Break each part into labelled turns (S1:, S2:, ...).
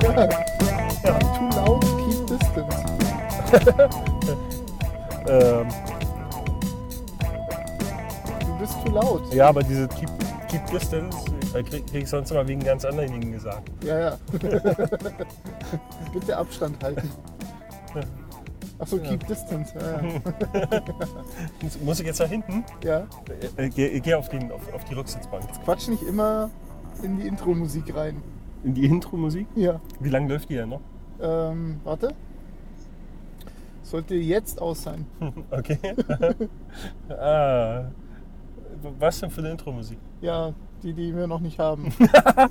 S1: Ja, too loud, keep distance.
S2: Ähm,
S1: Du bist too laut.
S2: ja, aber diese Keep, keep Distance äh, krieg, krieg ich sonst immer wegen ganz anderen Dingen gesagt.
S1: Ja, ja. Bitte Abstand halten. Achso, keep distance. Ja, ja.
S2: Muss- Muss ich jetzt nach hinten?
S1: ja.
S2: Äh, geh, geh auf, den, auf, auf die Rücksitzbank.
S1: Quatsch nicht immer in die Intro-Musik rein.
S2: In die Intro-Musik?
S1: Ja.
S2: Wie lange läuft die denn noch?
S1: Ähm, warte. Sollte jetzt aus sein.
S2: Okay. ah, was denn für eine Intro-Musik?
S1: Ja, die, die wir noch nicht haben. Die wir vielleicht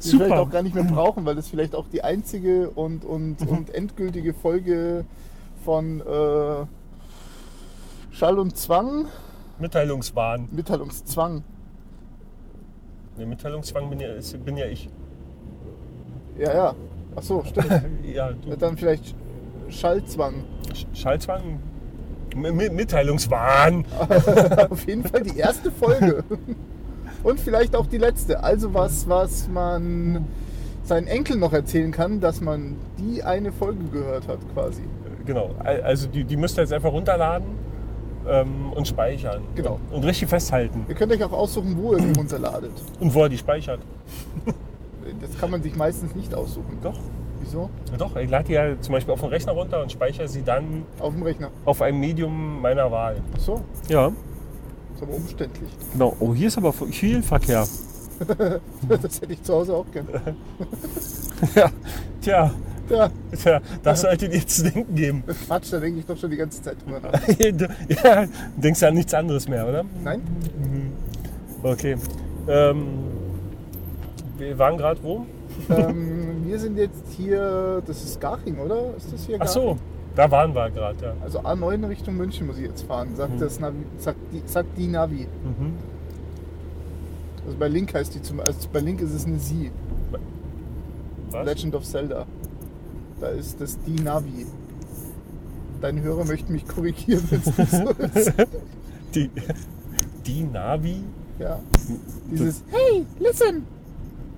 S2: Super.
S1: auch gar nicht mehr brauchen, weil das vielleicht auch die einzige und, und, und endgültige Folge von äh, Schall und Zwang,
S2: Mitteilungswahn.
S1: Mitteilungszwang.
S2: Ne, Mitteilungszwang bin ja, ist, bin ja ich.
S1: Ja, ja. Ach so, stimmt.
S2: Ja, du.
S1: Dann vielleicht Schallzwang.
S2: Sch- Schallzwang? M M- Mitteilungswahn!
S1: Auf jeden Fall die erste Folge. Und vielleicht auch die letzte. Also was, was man seinen Enkeln noch erzählen kann, dass man die eine Folge gehört hat quasi.
S2: Genau. al- Also die, die müsst ihr jetzt einfach runterladen ähm, und speichern.
S1: Genau.
S2: Und richtig festhalten.
S1: Ihr könnt euch auch aussuchen, wo ihr die runterladet.
S2: Und wo er die speichert.
S1: Das kann man sich meistens nicht aussuchen.
S2: Doch.
S1: Wieso?
S2: Ja, Doch, ich lade die ja zum Beispiel auf den Rechner runter und speichere sie dann
S1: Auf dem Rechner.
S2: auf einem Medium meiner Wahl.
S1: Ach so,
S2: Ja,
S1: ist aber umständlich.
S2: genau. Oh, hier ist aber viel Verkehr.
S1: Das hätte ich zu Hause auch gern.
S2: ja. Tja,
S1: Ja,
S2: tja, das solltet ihr zu denken geben.
S1: Quatsch, da denke ich doch schon die ganze Zeit drüber nach.
S2: ja, denkst du an nichts anderes mehr, oder?
S1: Nein?
S2: Okay. Ähm, wir waren gerade wo?
S1: Ähm, wir sind jetzt hier, das ist Garching, oder? Ist das hier
S2: Ach
S1: Garching?
S2: so, da waren wir gerade, ja.
S1: Also A9 Richtung München muss ich jetzt fahren, sagt, das Navi, sagt, die, sagt die Navi.
S2: Mhm.
S1: Also bei Link heißt die zum also bei Link ist es eine Sie.
S2: Was?
S1: Legend of Zelda. Da ist das die Navi. Dein Hörer möchte mich korrigieren, wenn es nicht so ist.
S2: Die, die Navi?
S1: Ja. Dieses Hey, listen!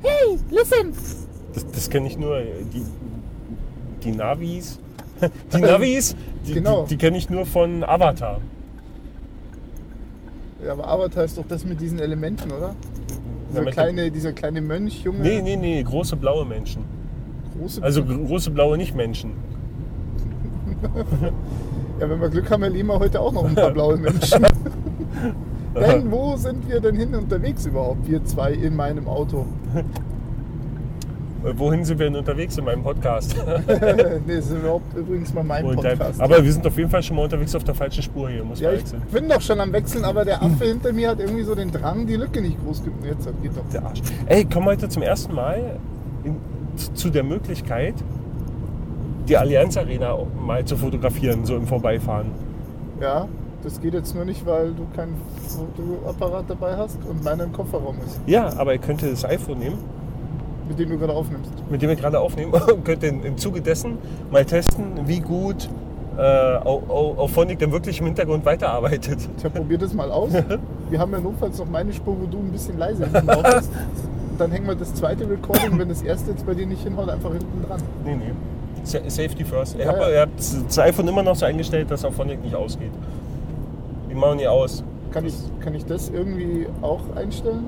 S1: Hey, listen!
S2: Das, das kenne ich nur. Die, die Navis. Die Navis, die,
S1: Genau.
S2: die, die kenne ich nur von Avatar.
S1: Ja, aber Avatar ist doch das mit diesen Elementen, oder? Dieser,
S2: mit dem-
S1: kleine, dieser kleine Mönch, Junge,
S2: Nee, nee, nee, große blaue Menschen.
S1: große.
S2: Also gr- große blaue Nicht-Menschen.
S1: ja, wenn wir Glück haben, erleben wir heute auch noch ein paar blaue Menschen. denn wo sind wir denn hin unterwegs überhaupt? Wir zwei in meinem Auto.
S2: Äh, Wohin sind wir denn unterwegs in meinem Podcast?
S1: Äh, nee, das ist überhaupt übrigens mal mein
S2: Und dein,
S1: Podcast.
S2: aber wir sind auf jeden Fall schon mal unterwegs auf der falschen Spur hier, muss
S1: ja,
S2: man
S1: ich
S2: wechseln.
S1: bin doch schon am Wechseln, aber der Affe hinter mir hat irgendwie so den Drang, die Lücke nicht groß gemacht. Jetzt geht doch.
S2: Der Arsch. Ey, komm heute zum ersten Mal in, zu- zu der Möglichkeit, die Allianz Arena auch mal zu fotografieren, so im Vorbeifahren.
S1: Ja, das geht jetzt nur nicht, weil du keinen Fotoapparat dabei hast und meiner im Kofferraum ist,
S2: Ja, aber ihr könntet das iPhone nehmen,
S1: mit dem du gerade aufnimmst.
S2: mit dem wir gerade aufnehmen, und könnt in, im Zuge dessen mal testen, wie gut äh, Au- Au- Auphonic denn wirklich im Hintergrund weiterarbeitet.
S1: Tja, probier das mal aus. Wir haben ja notfalls noch meine Spur, wo du ein bisschen leise hinten drauf bist. Dann hängen wir das zweite Recording, wenn das erste jetzt bei dir nicht hinhaut, einfach hinten dran.
S2: Nee, nee. Sa- Safety first. Ihr
S1: Ja,
S2: habt,
S1: ja.
S2: ihr habt das iPhone immer noch so eingestellt, dass Auphonic nicht ausgeht. Die machen die aus.
S1: Kann ich, kann ich das irgendwie auch einstellen?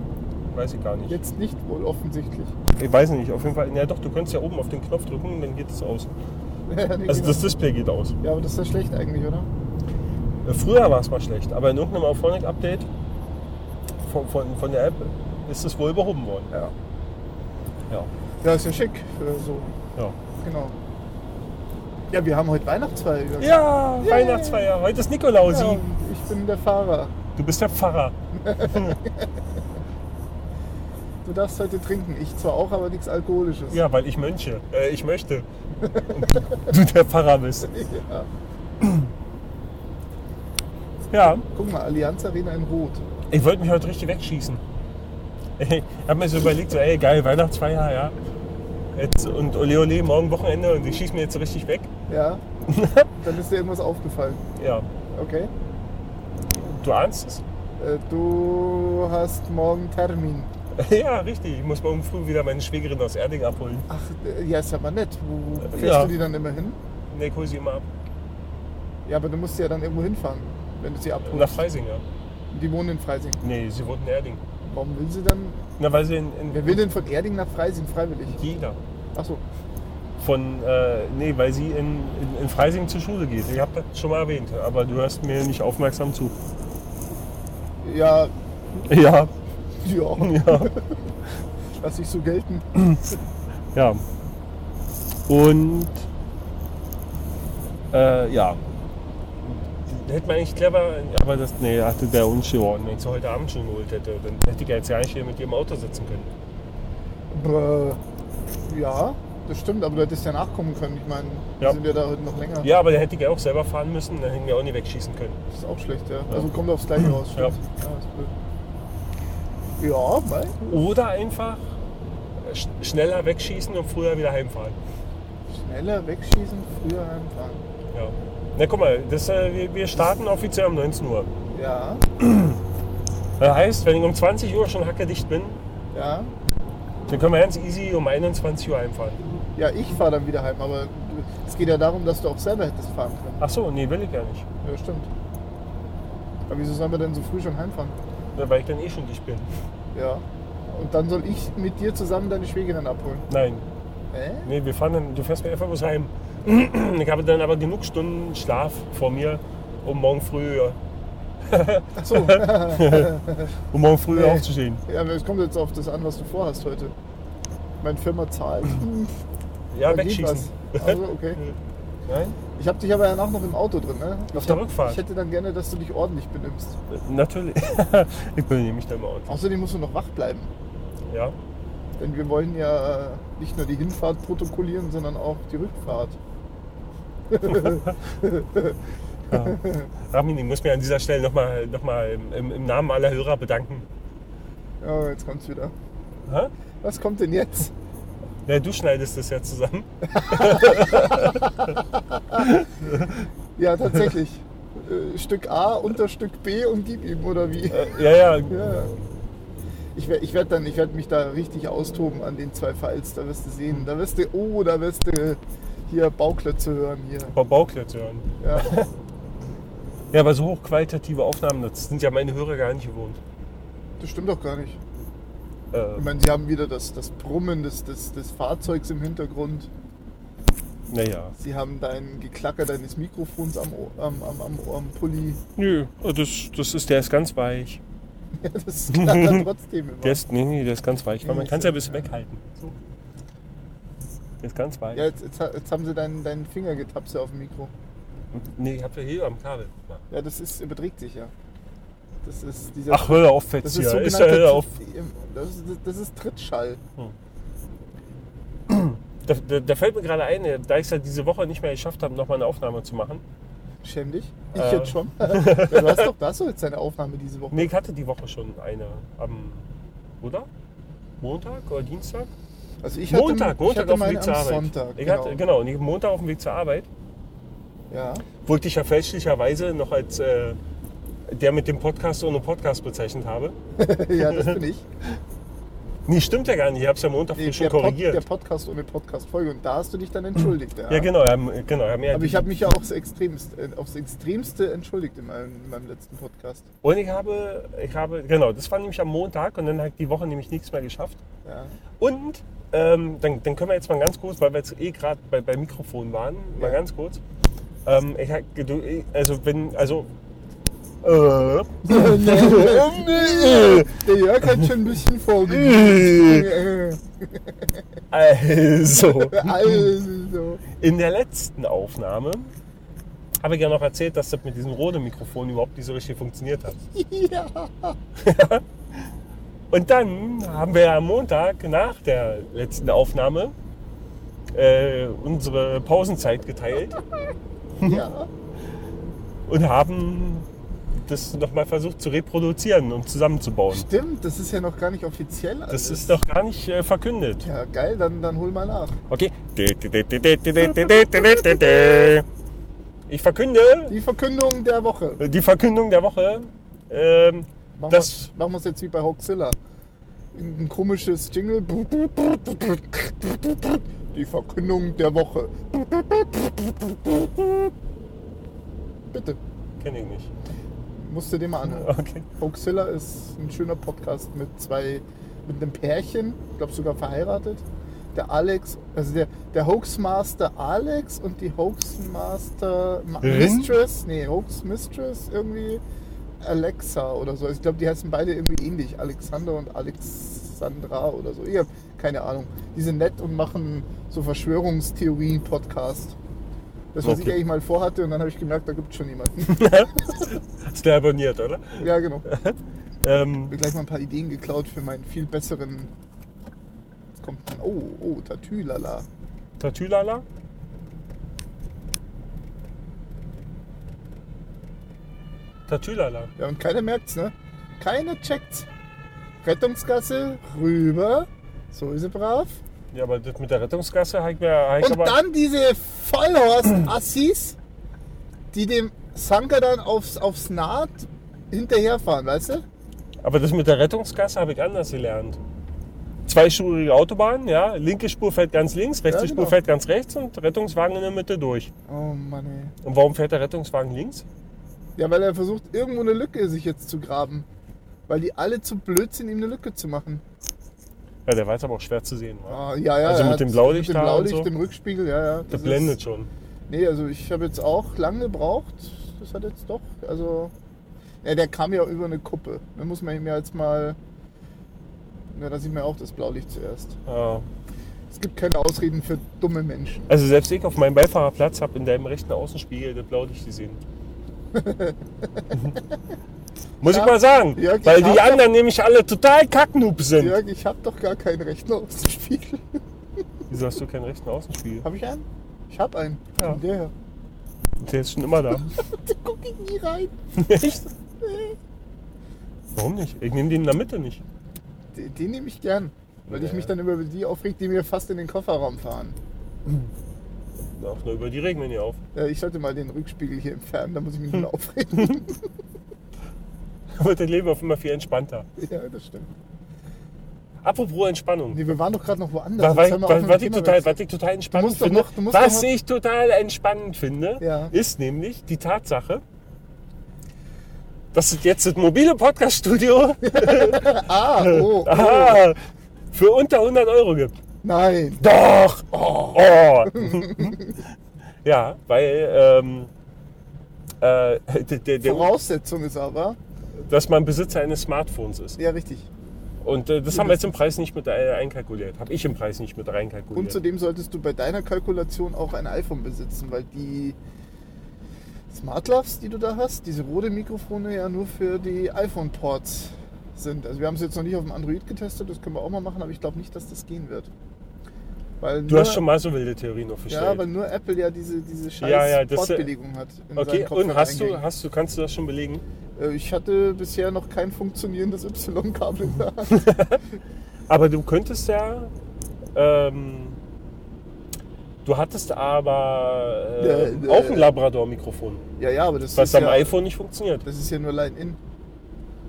S2: Weiß ich gar nicht.
S1: Jetzt nicht wohl offensichtlich.
S2: Ich weiß nicht, auf jeden Fall. Ja doch, du kannst ja oben auf den Knopf drücken und dann geht es aus.
S1: Ja, nee,
S2: Also
S1: genau.
S2: das Display geht aus.
S1: ja, aber das ist ja schlecht eigentlich, oder?
S2: Äh, Früher war es mal schlecht, aber in irgendeinem Auphonic-Update von, von, von der App ist es wohl behoben worden.
S1: Ja.
S2: Ja.
S1: Ja, ist ja schick. Oder so,
S2: Ja,
S1: genau. Ja, wir haben heute Weihnachtsfeier. gesagt.
S2: ja Weihnachtsfeier. Heute ist Nikolausi.
S1: Ja, und ich bin der Fahrer.
S2: Du bist der Pfarrer.
S1: Du darfst heute trinken. Ich zwar auch, aber nichts Alkoholisches.
S2: Ja, weil ich mönche. Äh, ich möchte. Und du der Pfarrer bist.
S1: Ja.
S2: Ja,
S1: Guck mal, Allianz Arena in Rot.
S2: ich wollte mich heute richtig wegschießen. Ich habe mir so überlegt, so, ey, geil, Weihnachtsfeier, ja. Jetzt, und ole ole, morgen Wochenende und ich schieße mir jetzt so richtig weg.
S1: Ja. Dann ist dir irgendwas aufgefallen.
S2: Ja,
S1: Okay.
S2: du ahnst es.
S1: Äh, Du hast morgen Termin.
S2: Ja, richtig. Ich muss morgen früh wieder meine Schwägerin aus Erding abholen.
S1: Ach, äh, ja, ist ja mal nett. Wo wo fährst
S2: Ja.
S1: du die dann immer hin?
S2: Ne, ich hol sie immer ab.
S1: Ja, aber du musst sie ja dann irgendwo hinfahren, wenn du sie abholst.
S2: Nach Freising, ja.
S1: Die wohnen in Freising.
S2: Nee, sie wohnt in Erding.
S1: Warum will sie dann.
S2: Na, weil sie in, in
S1: Wer will denn von Erding nach Freising freiwillig?
S2: jeder.
S1: Achso,
S2: Von, äh, nee, weil sie in, in, in Freising zur Schule geht. Ich habe das schon mal erwähnt, aber du hörst mir nicht aufmerksam zu.
S1: ja,
S2: Ja,
S1: ja,
S2: ja,
S1: lass ich so gelten.
S2: ja. Und, äh, ja. Hätte man eigentlich clever, aber das, nee, hatte der Unschirm, wenn ich sie heute Abend schon geholt hätte, dann hätte ich ja jetzt ja nicht hier mit ihrem Auto sitzen können.
S1: Brr. Ja, das stimmt, aber du hättest ja nachkommen können. Ich meine,
S2: Ja.
S1: wir sind ja da heute noch länger.
S2: Ja, aber dann hätte ich ja auch selber fahren müssen, dann hätten wir auch nie wegschießen können.
S1: Das ist auch schlecht, ja. Also kommt aufs Gleiche raus. stimmt.
S2: Ja.
S1: ja, ist blöd. Ja, weil.
S2: Oder einfach sch- schneller wegschießen und früher wieder heimfahren.
S1: Schneller wegschießen, früher heimfahren.
S2: Ja. Na guck mal, das, äh, wir, wir starten offiziell um 19 Uhr.
S1: Ja,
S2: Das heißt, wenn ich um 20 Uhr schon hackedicht bin,
S1: ja.
S2: dann können wir ganz easy um 21 Uhr heimfahren.
S1: Ja, ich fahre dann wieder heim, aber du- es geht ja darum, dass du auch selber hättest fahren können.
S2: Ach so, nee, will ich ja nicht.
S1: Ja, stimmt. Aber wieso sollen wir denn so früh schon heimfahren?
S2: Na, Weil ich dann eh schon dicht bin.
S1: Ja. Und dann soll ich mit dir zusammen deine Schwägerin abholen.
S2: Nein,
S1: Hä?
S2: nee, wir fahren dann, du fährst mir einfach bloß heim. Ich habe dann aber genug Stunden Schlaf vor mir, um morgen früh,
S1: Ach so. ja,
S2: um morgen früh
S1: Nee.
S2: aufzustehen.
S1: aber es kommt jetzt auf das an, was du vorhast heute. Meine Firma zahlt.
S2: Ja,
S1: Da geht
S2: wegschießen.
S1: was. Also, okay.
S2: Nein?
S1: Ich habe dich aber ja noch im Auto drin, ne?
S2: Auf
S1: ich
S2: der
S1: hab-
S2: Rückfahrt.
S1: Ich hätte dann gerne, dass du dich ordentlich benimmst.
S2: Natürlich. ich bin nämlich da im Auto.
S1: Außerdem musst du noch wach bleiben.
S2: Ja.
S1: Denn wir wollen ja äh, nicht nur die Hinfahrt protokollieren, sondern auch die Rückfahrt.
S2: Ja. Ramin, ich muss mir an dieser Stelle nochmal noch mal im, im- im Namen aller Hörer bedanken.
S1: Ja, jetzt kommt's wieder.
S2: Hä?
S1: Was kommt denn jetzt?
S2: Ja, du schneidest das ja zusammen.
S1: Ja, tatsächlich. Äh, Stück A unter Stück B und gib ihm, oder wie?
S2: Äh, ja, ja,
S1: Ja. Ich werde ich werd dann- ich werd mich da richtig austoben an den zwei Files, da wirst du sehen. Da wirst du, oh, da wirst du hier Bauklötze hören hier.
S2: Frau Bauklötz hören.
S1: Ja.
S2: Ja, aber so hochqualitative Aufnahmen, das sind ja meine Hörer gar nicht gewohnt.
S1: Das stimmt doch gar nicht. Ich
S2: Äh,
S1: meine, sie haben wieder das, das Brummen des, des, des Fahrzeugs im Hintergrund.
S2: naja.
S1: Sie haben dein Geklacker deines Mikrofons am, Ohr- am, am, am, am Pulli.
S2: Nö, äh, das, das ist, der ist ganz weich.
S1: Ja, das klappt dann trotzdem immer.
S2: Der ist, nee, nee, der ist ganz weich, weil man
S1: Ja,
S2: kann es ja ein bisschen weghalten. So. Der ist ganz weich.
S1: Ja, jetzt, jetzt, ha- jetzt haben sie deinen, deinen Fingergetapse auf dem Mikro.
S2: Nee, ich hab ja hier am Kabel.
S1: Ja, das ist, überträgt sich ja. Das ist dieser.
S2: Ach, hör auf jetzt
S1: das
S2: hier.
S1: ist
S2: ist ja,
S1: sogenannter.
S2: hör auf.
S1: Das ist, das ist Trittschall.
S2: Da, da, da fällt mir gerade ein, da ich es ja diese Woche nicht mehr geschafft habe, nochmal eine Aufnahme zu machen.
S1: Schäm dich. Ich
S2: Äh.
S1: jetzt schon. ja, du hast doch das so jetzt deine Aufnahme diese Woche.
S2: Nee, ich hatte die Woche schon eine am, oder? Montag oder Dienstag?
S1: Also ich hatte,
S2: Montag,
S1: ich
S2: Montag
S1: hatte
S2: auf dem
S1: meine
S2: Weg zur
S1: am
S2: Arbeit.
S1: Sonntag.
S2: ich
S1: genau.
S2: hatte, genau, und ich Montag auf dem Weg zur Arbeit
S1: Ja.
S2: wollte ich ja fälschlicherweise noch als äh, der mit dem Podcast ohne Podcast bezeichnet habe.
S1: ja, das bin ich.
S2: Nee, stimmt ja gar nicht. Ich habe es ja Montag früh
S1: Nee,
S2: schon
S1: der, Pod,
S2: korrigiert.
S1: der Podcast ohne Podcast-Folge. Und da hast du dich dann entschuldigt.
S2: ja, genau. Ja, m- genau ja, mir-
S1: Aber ich habe mich ja aufs Extremste, äh, aufs Extremste entschuldigt in meinem, in meinem letzten Podcast.
S2: und ich habe, ich habe, genau, das war nämlich am Montag und dann habe ich die Woche nämlich nichts mehr geschafft.
S1: Ja.
S2: Und ähm, dann, dann können wir jetzt mal ganz kurz, weil wir jetzt eh gerade bei, bei Mikrofon waren, mal
S1: Ja.
S2: ganz kurz. Ähm, ich, hab gedu- ich- also wenn, also äh,
S1: Der Jörg hat schon ein bisschen vorgegeben.
S2: also
S1: also.
S2: in der letzten Aufnahme habe ich ja noch erzählt, dass das mit diesem Rode-Mikrofon überhaupt nicht so richtig funktioniert hat.
S1: Ja.
S2: Und dann haben wir am Montag nach der letzten Aufnahme äh, unsere Pausenzeit geteilt
S1: ja.
S2: und haben das nochmal versucht zu reproduzieren und zusammenzubauen.
S1: Stimmt, das ist ja noch gar nicht offiziell.
S2: Das
S1: alles.
S2: ist doch gar nicht äh, verkündet.
S1: Ja, geil, dann, dann hol mal nach.
S2: Okay. Ich verkünde
S1: Die Verkündung der Woche.
S2: die Verkündung der Woche. Ähm,
S1: Machen
S2: Das-
S1: wir's- machen wir es jetzt wie bei Hoxilla. Ein komisches Jingle. Die Verkündung der Woche. Bitte,
S2: kenne ich nicht.
S1: musst du dir mal anhören.
S2: Okay.
S1: Hoaxilla ist ein schöner Podcast mit zwei, mit einem Pärchen, ich glaube sogar verheiratet. Der Alex, also der, der Hoaxmaster Alex und die Hoaxmaster Ma-
S2: Rin?
S1: Mistress, nee, Hoax Mistress irgendwie Alexa oder so. Also ich glaube, die heißen beide irgendwie ähnlich, Alexander und Alexandra oder so. Ich habe keine Ahnung. Die sind nett und machen so Verschwörungstheorien-Podcast. Das, was ich
S2: Okay.
S1: eigentlich mal vorhatte, und dann habe ich gemerkt, da gibt es schon jemanden.
S2: Hast du abonniert, oder?
S1: ja, genau.
S2: Ähm,
S1: mir gleich mal ein paar Ideen geklaut für meinen viel besseren. Jetzt kommt ein. Oh, oh, Tatülala.
S2: Tatülala? Tatülala.
S1: Ja, und keiner merkt's, ne? Keiner checkt's. Rettungsgasse, rüber. So ist sie brav.
S2: Ja, aber das mit der Rettungsgasse habe ich mir hab ich
S1: Und
S2: aber
S1: dann diese Vollhorst-Assis, die dem Sanker dann aufs, aufs Naht hinterherfahren, weißt du?
S2: Aber das mit der Rettungsgasse habe ich anders gelernt. Zweispurige Autobahn, ja, linke Spur fährt ganz links, rechte
S1: Ja, genau.
S2: Spur fährt ganz rechts und Rettungswagen in der Mitte durch.
S1: Oh Mann, ey.
S2: Und warum fährt der Rettungswagen links?
S1: Ja, weil er versucht, irgendwo eine Lücke sich jetzt zu graben. Weil die alle zu blöd sind, ihm eine Lücke zu machen.
S2: Ja, der war jetzt aber auch schwer zu sehen. wa?
S1: Ah, ja, ja,
S2: Also
S1: er
S2: mit
S1: hat-
S2: dem Blaulicht
S1: Mit dem
S2: da und
S1: Blaulicht,
S2: so.
S1: dem Rückspiegel, ja, ja.
S2: Der
S1: das
S2: blendet
S1: Ist,
S2: schon.
S1: nee, also ich habe jetzt auch lang gebraucht. Das hat jetzt doch, also... Ja, der kam ja über eine Kuppe. Da muss man ihm ja jetzt mal... Ja, da sieht man auch das Blaulicht zuerst.
S2: Ja.
S1: Es gibt keine Ausreden für dumme Menschen.
S2: Äh, Also selbst ich auf meinem Beifahrerplatz habe in deinem rechten Außenspiegel das Blaulicht gesehen. Muss
S1: Ja.
S2: ich mal sagen,
S1: Ja, ich
S2: weil die
S1: hab-
S2: anderen nämlich alle total Kacknoob sind.
S1: Jörg, ich habe doch gar keinen rechten Außenspiegel.
S2: Wieso hast du keinen rechten Außenspiegel?
S1: Habe ich einen? Ich habe einen.
S2: Ja.
S1: Und Der, hier.
S2: Der ist schon immer da.
S1: da gucke ich nie rein.
S2: Echt? Warum nicht? Ich nehme den in der Mitte nicht.
S1: Den, den nehme ich gern. Weil ich
S2: Ja.
S1: mich dann über die aufreg, die mir fast in den Kofferraum fahren.
S2: Ach, nur über die regnen hier auf.
S1: Ja, Äh, ich sollte mal den Rückspiegel hier entfernen, da muss ich mich nur aufregen.
S2: Da wird dein Leben auf immer viel entspannter.
S1: ja, das stimmt.
S2: Apropos Entspannung.
S1: Nee, wir waren doch gerade noch woanders.
S2: Was,
S1: Jetzt
S2: was,
S1: hör mal auf
S2: was,
S1: mit
S2: was,
S1: dem
S2: ich
S1: Thema
S2: total,
S1: wechseln.
S2: was ich total entspannt
S1: musst doch
S2: finde,
S1: noch- du musst doch
S2: was
S1: noch-
S2: ich total entspannend finde,
S1: Ja.
S2: ist nämlich die Tatsache, dass es jetzt das mobile Podcast-Studio
S1: Ah, oh, oh.
S2: ah, für unter 100 Euro gibt.
S1: Nein.
S2: Doch! Oh! oh. ja, weil ähm, äh, der, der, der,
S1: Voraussetzung ist aber,
S2: dass man Besitzer eines Smartphones ist.
S1: ja richtig.
S2: Und äh, das haben wir jetzt im Preis nicht mit ein- einkalkuliert. Habe ich im Preis nicht mit
S1: Und
S2: reinkalkuliert.
S1: zudem solltest du bei deiner Kalkulation auch ein iPhone besitzen, weil die Smart Loves, die du da hast, diese rote Mikrofone ja nur für die iPhone-Ports sind. Also wir haben es jetzt noch nicht auf dem Android getestet, das können wir auch mal machen, aber ich glaube nicht, dass das gehen wird. Weil
S2: Du
S1: nur-
S2: hast schon mal so wilde Theorien
S1: Ja, weil
S2: aufgestellt.
S1: nur Apple ja diese, diese scheiß
S2: Ja, ja, das-
S1: Portbelegung hat. in
S2: okay,
S1: seinen
S2: und hast du,
S1: Kopfhörereingängen.
S2: hast du, kannst du das schon belegen?
S1: Äh, Ich hatte bisher noch kein funktionierendes Y-Kabel in der Hand.
S2: Aber du könntest ja. Ähm, du hattest aber äh,
S1: Nö, nö.
S2: auch ein Labrador-Mikrofon,
S1: Ja, ja, aber das
S2: was
S1: ist
S2: am
S1: ja,
S2: iPhone nicht funktioniert.
S1: Das ist ja nur Line-In.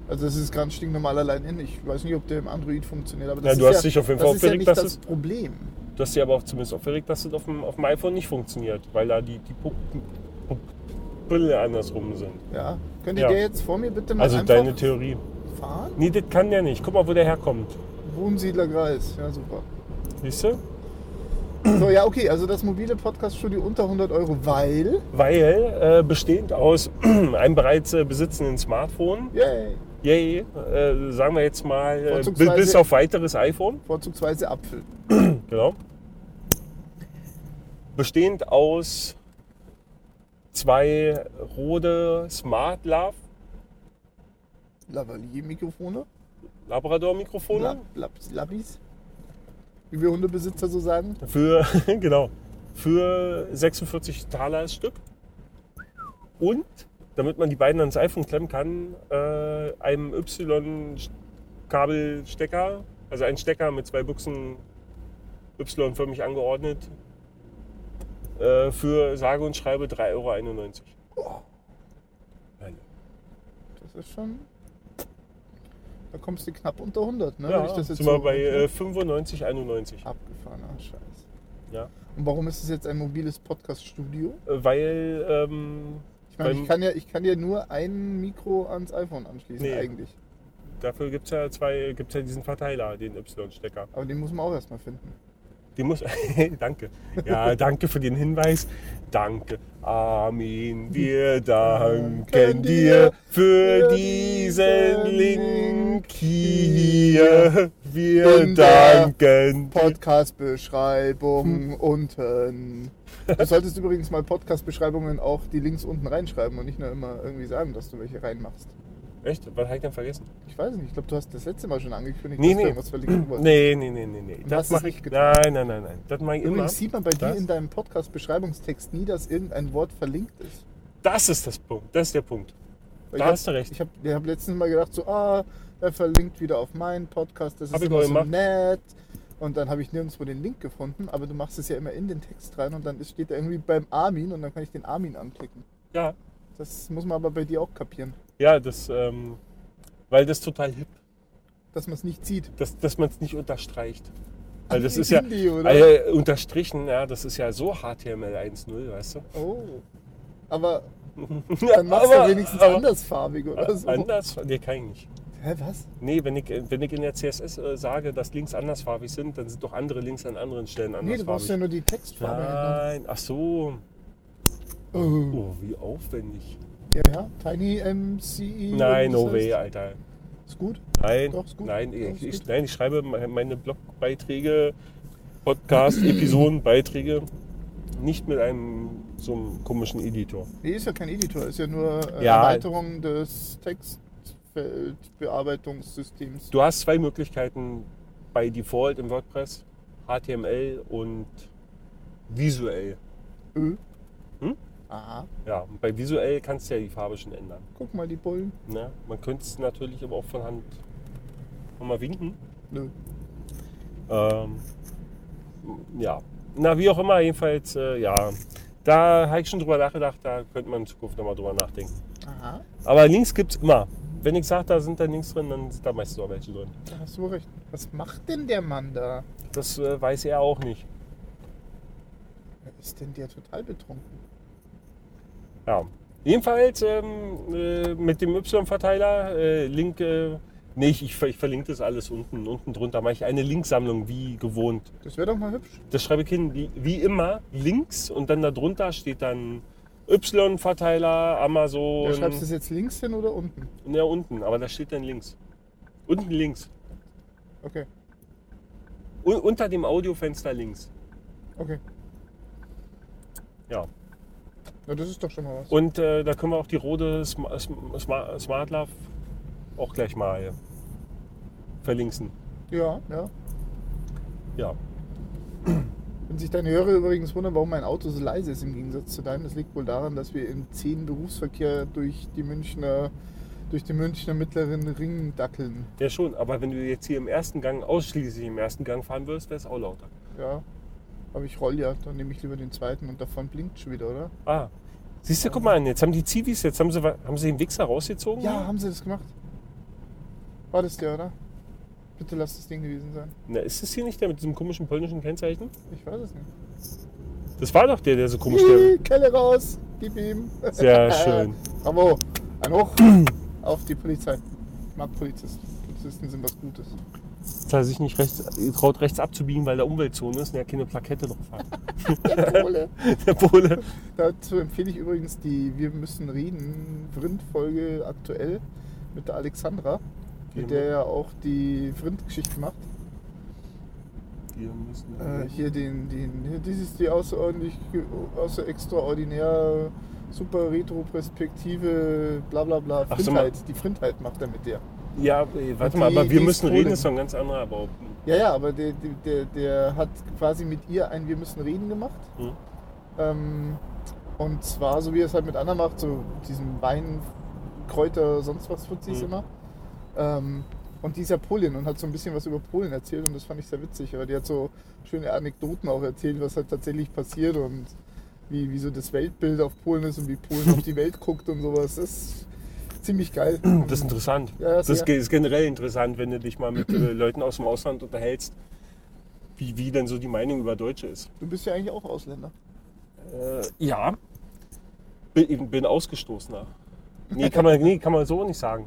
S1: Also das ist ganz stinknormaler Line-In. Ich weiß nicht, ob der im Android funktioniert, aber das
S2: Ja, du
S1: ist
S2: hast
S1: ja,
S2: dich auf jeden
S1: das
S2: Fall
S1: ist ja nicht
S2: aufgeregt, dass
S1: das
S2: es-
S1: Problem.
S2: Du hast dir aber auch zumindest aufgeregt, dass das auf dem, auf dem iPhone nicht funktioniert, weil da die, die Puppen- Puppen andersrum sind.
S1: Ja. Könnt ihr
S2: Ja.
S1: der jetzt vor mir bitte mal
S2: Also
S1: Hm, einfach
S2: deine Theorie.
S1: fahren?
S2: Nee, das kann der nicht. Guck mal, wo der herkommt.
S1: Wohnsiedlerkreis, ja super.
S2: Siehst du?
S1: So, ja okay, also das mobile Podcast-Studio unter 100 Euro, weil...
S2: weil äh, bestehend aus einem bereits äh, besitzenden Smartphone,
S1: Yay!
S2: yay, äh, sagen wir jetzt mal, äh, bis,
S1: Vorzugsweise-
S2: bis auf weiteres iPhone,
S1: Vorzugsweise Apfel.
S2: genau, bestehend aus zwei Rode Smart Lab,
S1: Lavalier-Mikrofone.
S2: Labrador Mikrofone
S1: Lab, Lab, Labis. Wie wir Hundebesitzer so sagen.
S2: für genau für 46 Taler das Stück und damit man die beiden ans iPhone klemmen kann, äh, einem Y-Kabelstecker, also ein Stecker mit zwei Buchsen Y-förmig angeordnet, äh, für sage und schreibe 3,91 Euro.
S1: Oh. Das ist schon. Da kommst du knapp unter 100, ne?
S2: Ja,
S1: Wenn ich das jetzt
S2: sind wir
S1: so- ne?
S2: bei äh, 95,91.
S1: Abgefahren, ah, scheiße.
S2: Ja.
S1: Und warum ist es jetzt ein mobiles Podcast-Studio?
S2: Äh, Weil ähm,
S1: Ich meine,
S2: Beim-
S1: ich kann, ja, ich kann ja nur ein Mikro ans iPhone anschließen,
S2: Nee.
S1: eigentlich.
S2: dafür gibt es ja zwei, gibt's ja diesen Verteiler, den Y-Stecker.
S1: Aber den muss man auch erstmal finden.
S2: Den muss. danke. Ja, danke für den Hinweis. Danke. Armin, wir danken dir für diesen Link hier. Wir
S1: In der
S2: danken. Hm.
S1: Podcast-Beschreibung unten. Du solltest übrigens mal Podcast-Beschreibungen auch die Links unten reinschreiben und nicht nur immer irgendwie sagen, dass du welche reinmachst.
S2: Echt? Was habe ich denn vergessen?
S1: Ich weiß nicht, ich glaube, du hast das letzte Mal schon angekündigt,
S2: Nee,
S1: dass
S2: nee.
S1: du irgendwas verlinken wolltest.
S2: Nee, nee, nee, nee, nee.
S1: Und
S2: Das
S1: hast es
S2: mache
S1: nicht
S2: ich.
S1: getan?
S2: Nein, nein, nein, nein. Das mache ich immer.
S1: Übrigens sieht man bei dir
S2: Das-
S1: in deinem Podcast-Beschreibungstext nie, dass irgendein Wort verlinkt ist.
S2: Das ist das Punkt. Das ist der Punkt.
S1: Weil
S2: Da
S1: ich
S2: hast du recht.
S1: Ich habe ich hab letztens mal gedacht, so, ah, er verlinkt wieder auf meinen Podcast, das ist
S2: Hab ich
S1: immer
S2: auch
S1: so
S2: gemacht.
S1: nett. Und dann habe ich nirgendwo den Link gefunden, aber du machst es ja immer in den Text rein und dann ist, steht er irgendwie beim Armin und dann kann ich den Armin anklicken.
S2: Ja.
S1: Das muss man aber bei dir auch kapieren,
S2: Ja, das, ähm, weil das total hip.
S1: dass man es nicht sieht.
S2: Dass, dass man es nicht unterstreicht. Weil das
S1: Ach,
S2: ist ja.
S1: Indie, oder?
S2: Äh, unterstrichen, ja, das ist ja so HTML 1.0, weißt du?
S1: Oh. Aber
S2: Ja,
S1: dann machst
S2: aber-
S1: du wenigstens
S2: aber-
S1: andersfarbig oder so.
S2: Anders? Nee, kann ich nicht.
S1: Hä, was?
S2: Nee, wenn ich, wenn ich in der CSS äh, sage, dass Links andersfarbig sind, dann sind doch andere Links an anderen Stellen
S1: Nee, du brauchst ja
S2: andersfarbig. Ah.
S1: nur die Textfarbe ändern.
S2: Nein, ach so.
S1: Oh.
S2: Oh, wie aufwendig.
S1: Ja, ja. Tiny MCE.
S2: Nein,
S1: oder wie
S2: no
S1: das
S2: way,
S1: heißt.
S2: Alter.
S1: Ist gut.
S2: Nein,
S1: Doch, ist gut.
S2: nein,
S1: Doch,
S2: ich,
S1: ist
S2: ich,
S1: gut.
S2: nein, ich schreibe me- meine Blogbeiträge, Podcast, Episoden, Beiträge nicht mit einem so einem komischen Editor.
S1: Nee, ist ja kein Editor, ist ja nur äh,
S2: Ja.
S1: Erweiterung des Textfeldbearbeitungssystems.
S2: Du hast zwei Möglichkeiten bei Default im WordPress: HTML und visuell.
S1: Ö.
S2: Hm?
S1: Aha,
S2: Ja, und bei visuell kannst du ja die Farbe schon ändern.
S1: guck mal die Bullen.
S2: Ne? Man könnte es natürlich aber auch von Hand nochmal winken.
S1: Nö.
S2: Ähm, ja, na wie auch immer, jedenfalls, äh, ja, da habe ich schon drüber nachgedacht, da könnte man in Zukunft nochmal drüber nachdenken.
S1: Aha,
S2: Aber Links gibt es immer. Wenn ich sage, da sind da Links drin, dann sind da meistens auch welche drin.
S1: da hast du wohl recht. Was macht denn der Mann da?
S2: Das äh, weiß er auch nicht.
S1: Wer Ist denn der total betrunken?
S2: Ja. Jedenfalls ähm, äh, mit dem Y-Verteiler, äh, Link, äh, nee, ich, ich, ver- ich verlinke das alles unten, unten drunter, mache ich eine Linksammlung wie gewohnt.
S1: Das wäre doch mal hübsch.
S2: Das schreibe ich hin, wie, wie immer, Links und dann darunter steht dann Y-Verteiler, Amazon.
S1: Da schreibst du es jetzt links hin oder unten?
S2: Ja, unten, aber da steht dann links. Unten links.
S1: Okay,
S2: U unter dem Audiofenster links.
S1: okay.
S2: Ja.
S1: Na, das ist doch schon mal was.
S2: Und äh, da können wir auch die rote Sm Sm Sm Smart Love auch gleich mal verlinken.
S1: Ja, ja.
S2: Ja.
S1: Wenn sich deine Hörer übrigens wundern, warum mein Auto so leise ist im Gegensatz zu deinem, das liegt wohl daran, dass wir im 10 Berufsverkehr durch die Münchner, durch den Münchner mittleren Ring dackeln.
S2: Ja schon, aber wenn du jetzt hier im ersten Gang, ausschließlich im ersten Gang fahren würdest, wäre es auch lauter.
S1: Ja. Aber ich roll ja, dann nehme ich lieber den zweiten und davon blinkt schon wieder, oder?
S2: Ah. Siehst du, guck mal an, jetzt haben die Zivis, jetzt haben sie, wa- haben sie den Wichser rausgezogen?
S1: Ja, haben sie das gemacht? War das der, oder? Bitte lass das Ding gewesen sein.
S2: Na, ist das hier nicht der mit diesem komischen polnischen Kennzeichen?
S1: Ich weiß es nicht.
S2: Das war doch der, der so komisch
S1: Ih,
S2: der.
S1: Kelle raus! Gib ihm!
S2: Sehr schön.
S1: Bravo! Ein Hoch auf die Polizei. Ich mag Polizisten. Polizisten sind was Gutes.
S2: Dass er sich nicht rechts, traut, rechts abzubiegen, weil da Umweltzone ist und er keine Plakette drauf hat.
S1: Der Pole.
S2: der Pole.
S1: Dazu empfehle ich übrigens die Wir müssen reden Vrind-Folge aktuell mit der Alexandra,
S2: Die-
S1: mit der ja auch die Vrind-Geschichte macht.
S2: Wir müssen-
S1: Äh, hier den, den, hier, dies ist die außerordentlich, ge- außer extraordinär super Retro-Perspektive, bla bla bla.
S2: Ach so,
S1: Frindheit, die Frindheit macht er mit der.
S2: Ja, ey, warte
S1: Und
S2: mal,
S1: die-
S2: aber wir
S1: die
S2: müssen
S1: Spole.
S2: reden, ist doch ein ganz anderer Bau.
S1: Ja, ja, aber der, der- der, der hat quasi mit ihr ein Wir müssen reden gemacht.
S2: Mhm.
S1: Ähm, Und zwar, so wie er es halt mit Anna macht, so diesem Wein, Kräuter, sonst was wird sie es
S2: Mhm.
S1: immer. Ähm, und die ist ja Polin und hat so ein bisschen was über Polen erzählt und das fand ich sehr witzig. Aber die hat so schöne Anekdoten auch erzählt, was halt tatsächlich passiert und wie, wie so das Weltbild auf Polen ist und wie Polen auf die Welt guckt und sowas. Das ist ziemlich geil.
S2: Das ist interessant.
S1: Ja,
S2: das
S1: sehr.
S2: ist generell interessant, wenn du dich mal mit äh, Leuten aus dem Ausland unterhältst, wie, wie denn so die Meinung über Deutsche ist.
S1: Du bist ja eigentlich auch Ausländer.
S2: Äh, ja. Bin, bin ausgestoßener. Nee kann, man, nee, kann man so nicht sagen.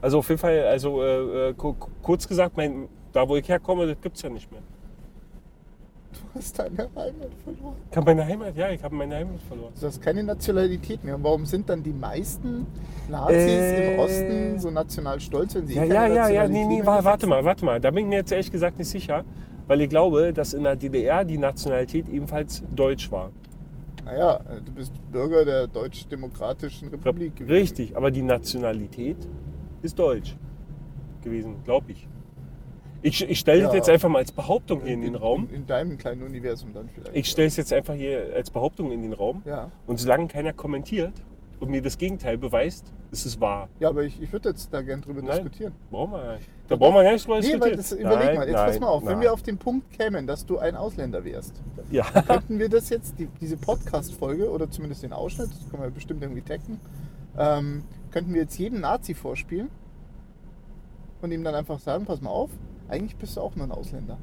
S2: Also auf jeden Fall, also äh, äh, ku- kurz gesagt, mein, da wo ich herkomme, das gibt es ja nicht mehr.
S1: Du hast deine Heimat verloren.
S2: Ich habe meine Heimat, ja, ich habe meine Heimat verloren.
S1: Du hast keine Nationalität mehr. Und warum sind dann die meisten Nazis
S2: Äh.
S1: im Osten so national stolz, wenn sie
S2: Ja,
S1: keine
S2: ja, ja, ja,
S1: Nationalität
S2: nee, nee,
S1: mehr
S2: wa-
S1: besitzen?
S2: warte mal, warte mal. Da bin ich mir jetzt ehrlich gesagt nicht sicher, weil ich glaube, dass in der DDR die Nationalität ebenfalls deutsch war.
S1: Naja, Ah du bist Bürger der Deutsch-Demokratischen Republik. gewesen.
S2: Richtig, aber die Nationalität ist deutsch gewesen, glaube ich. Ich, ich stelle das
S1: Ja.
S2: jetzt einfach mal als Behauptung hier in den Raum.
S1: In, in deinem kleinen Universum dann vielleicht.
S2: Ich stelle es jetzt einfach hier als Behauptung in den Raum.
S1: ja.
S2: Und solange keiner kommentiert und mir das Gegenteil beweist, ist es wahr.
S1: ja, aber ich, ich würde jetzt da gerne drüber
S2: Nein.
S1: diskutieren.
S2: Brauchen wir gar nicht. Da brauchen wir gar nicht drüber
S1: Nee, weil das, überleg mal, jetzt pass mal auf, wenn wir auf den Punkt kämen, dass du ein Ausländer wärst,
S2: Ja,
S1: könnten wir das jetzt, die, diese Podcast-Folge oder zumindest den Ausschnitt, das können wir bestimmt irgendwie taggen, ähm, könnten wir jetzt jedem Nazi vorspielen und ihm dann einfach sagen, pass mal auf, eigentlich bist du auch nur ein Ausländer.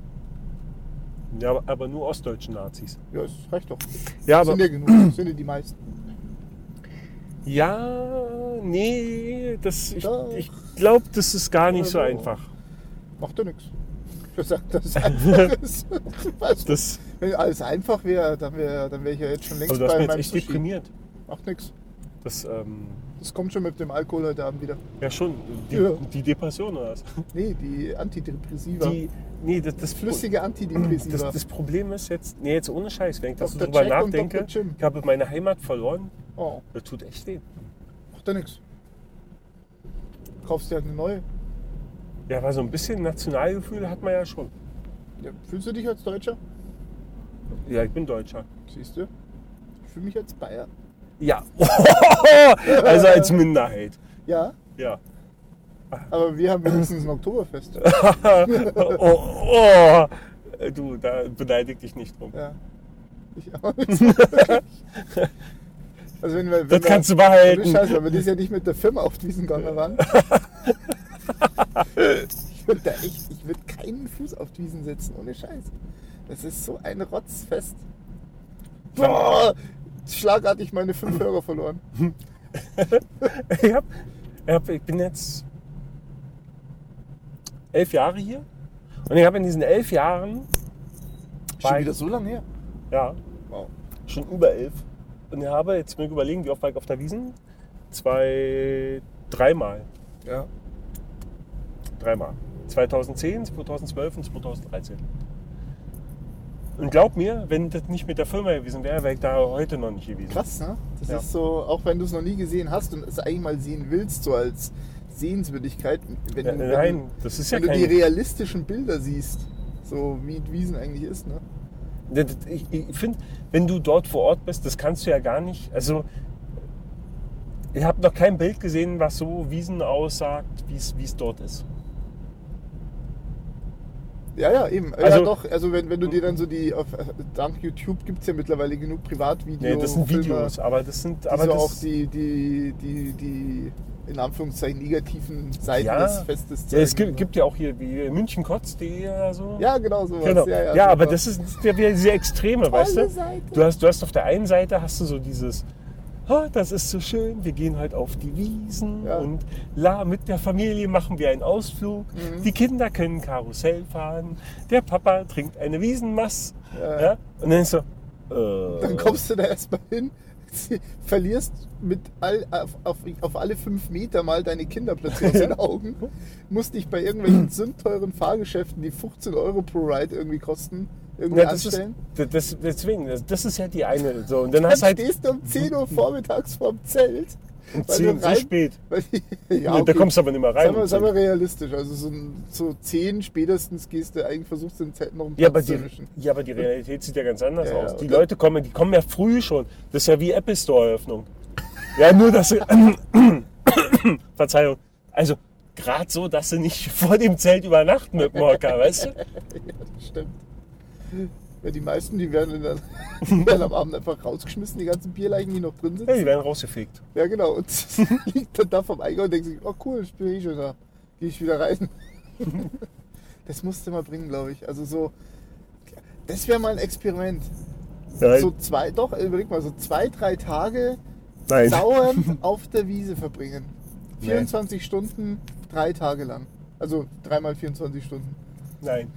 S2: ja, aber nur ostdeutschen Nazis.
S1: Ja, es reicht doch.
S2: Ja, aber-
S1: sind ja genug, sind ja die meisten.
S2: Ja, nee, das, ich,
S1: Doch.
S2: ich glaube, das ist gar nicht so
S1: Doch.
S2: einfach.
S1: Macht ja nichts. Ich sag, dass es einfach ist. Weißt du,
S2: Das,
S1: Wenn alles einfach wäre, dann wäre dann wär ich ja jetzt schon längst
S2: also das ist
S1: bei
S2: mir jetzt
S1: meinem
S2: echt
S1: Sushi.
S2: deprimiert.
S1: Macht nichts.
S2: Das, ähm,
S1: Das kommt schon mit dem Alkohol heute Abend wieder.
S2: ja schon, die,
S1: Ja.
S2: die Depression oder was?
S1: Nee, die Antidepressiva.
S2: Die, nee, das, das
S1: flüssige Antidepressiva.
S2: Das, das Problem ist jetzt, nee, jetzt ohne Scheiß, wenn ich das so
S1: Dr.
S2: drüber
S1: Jack und
S2: nachdenke,
S1: Dr. Jim.
S2: ich habe meine Heimat verloren,
S1: oh,
S2: das tut echt weh.
S1: macht ja nichts. Kaufst dir halt eine neue.
S2: Ja, aber so ein bisschen Nationalgefühl hat man ja schon.
S1: Ja, fühlst du dich als Deutscher?
S2: Ja, ich bin Deutscher.
S1: Siehst du? Ich fühle mich als Bayer.
S2: Ja. also als Minderheit.
S1: Ja,
S2: Ja.
S1: aber wir haben wenigstens ein Oktoberfest.
S2: oh, oh. Du, da beneide ich dich nicht drum.
S1: Ja. Ich auch nicht. also wenn wir, wenn
S2: Das
S1: wir,
S2: kannst du
S1: Ohne
S2: behalten.
S1: Scheiße, aber die ist ja nicht mit der Firma auf diesen Gang ran. ich würde da echt, ich würde keinen Fuß auf diesen setzen, ohne Scheiß. Das ist so ein Rotzfest. Boah, schlagartig meine fünf Hörer verloren.
S2: Ich, hab, ich, hab, ich bin jetzt elf Jahre hier. Und ich habe in diesen elf Jahren, Schon wieder
S1: so lange her.
S2: ja,
S1: Wow.
S2: schon über elf. Und ich habe, jetzt mir überlegen, wie oft war ich auf der Wiesen? Zwei, dreimal.
S1: Ja.
S2: Dreimal. 2010, 2012 und 2013. Und glaub mir, wenn das nicht mit der Firma gewesen wäre, wäre ich da heute noch nicht gewesen.
S1: Krass, ne? Das
S2: Ja.
S1: ist so, auch wenn du es noch nie gesehen hast und es eigentlich mal sehen willst, so als Sehenswürdigkeit, wenn,
S2: Ja,
S1: du- wenn, du-
S2: Äh, nein, das ist ja
S1: wenn du die
S2: kein.
S1: realistischen Bilder siehst, so wie die Wiesen eigentlich ist, ne?
S2: Das- das- Ich, ich finde, wenn du dort vor Ort bist, das kannst du ja gar nicht. Also, ich habe noch kein Bild gesehen, was so Wiesen aussagt, wie es dort ist.
S1: Ja, ja, eben. ja,
S2: Also-
S1: doch. Also, wenn, wenn du dir dann so die. Auf, äh, dank YouTube gibt es ja mittlerweile genug Privatvideos.
S2: Nee, das sind Videos, aber das sind.
S1: Aber
S2: Aber
S1: so
S2: das,
S1: auch die, die, die, die, in Anführungszeichen, negativen Seiten
S2: Ja.
S1: des Festes
S2: Ja, es
S1: zeigen,
S2: gibt,
S1: ne?
S2: gibt ja auch hier wie Münchenkotz.de E oder so.
S1: Ja, genau sowas.
S2: genau.
S1: Ja, ja,
S2: aber
S1: super.
S2: das ist ja wieder diese Extreme, weißt du?
S1: Seite.
S2: Du hast, du hast auf der einen Seite hast du so dieses, ah, das ist so schön, wir gehen heute auf die Wiesen
S1: Ja.
S2: und la, mit der Familie machen wir einen Ausflug.
S1: Mhm.
S2: Die Kinder können Karussell fahren, der Papa trinkt eine Wiesenmass.
S1: Ja.
S2: Ja? Und dann ist so, äh,
S1: Äh. Dann kommst du da erstmal hin, verlierst mit all, auf, auf, auf alle fünf Meter mal deine Kinder plötzlich aus den Augen, musst dich bei irgendwelchen sündteuren Fahrgeschäften, die 15 Euro pro Ride irgendwie kosten, irgendwie
S2: ja, das ist,
S1: anstellen.
S2: das, das, deswegen, das, das ist ja die eine. So, und dann
S1: Dann
S2: hast du halt
S1: stehst du um 10 Uhr vormittags vorm Zelt
S2: Um
S1: Weil
S2: 10
S1: du
S2: so
S1: rein-
S2: spät.
S1: Weil die, ja,
S2: Da
S1: okay.
S2: kommst du aber nicht mehr rein.
S1: Sei mal,
S2: um
S1: sei
S2: 10.
S1: mal realistisch. Also so, ein- so 10 spätestens gehst du eigentlich, versuchst du den Zeit noch ein
S2: Ja aber,
S1: paar zu
S2: die,
S1: mischen.
S2: ja, aber die Realität sieht ja ganz anders
S1: Ja, ja,
S2: aus. Die
S1: oder?
S2: Leute kommen, die kommen ja früh schon. Das ist ja wie Apple Store-Eröffnung. Ja, nur, dass sie. Verzeihung. Also, gerade so, dass sie nicht vor dem Zelt übernachten mit dem Hocker, weißt du?
S1: Stimmt. Ja, die meisten, die werden, dann, die werden am Abend einfach rausgeschmissen, die ganzen Bierleichen, die noch drin
S2: Ja,
S1: sitzen.
S2: die werden rausgefegt.
S1: Ja, genau. Und liegt dann da vom Eingang und denkt sich, oh cool, ich bin eh schon da. Gehe ich wieder rein. das musst du mal bringen, glaube ich. Also so, das wäre mal ein Experiment.
S2: Nein,
S1: So zwei, doch, überleg mal, so zwei, drei Tage
S2: nein.
S1: dauernd auf der Wiese verbringen.
S2: Nee.
S1: 24 Stunden, drei Tage lang. Also dreimal 24 Stunden.
S2: nein.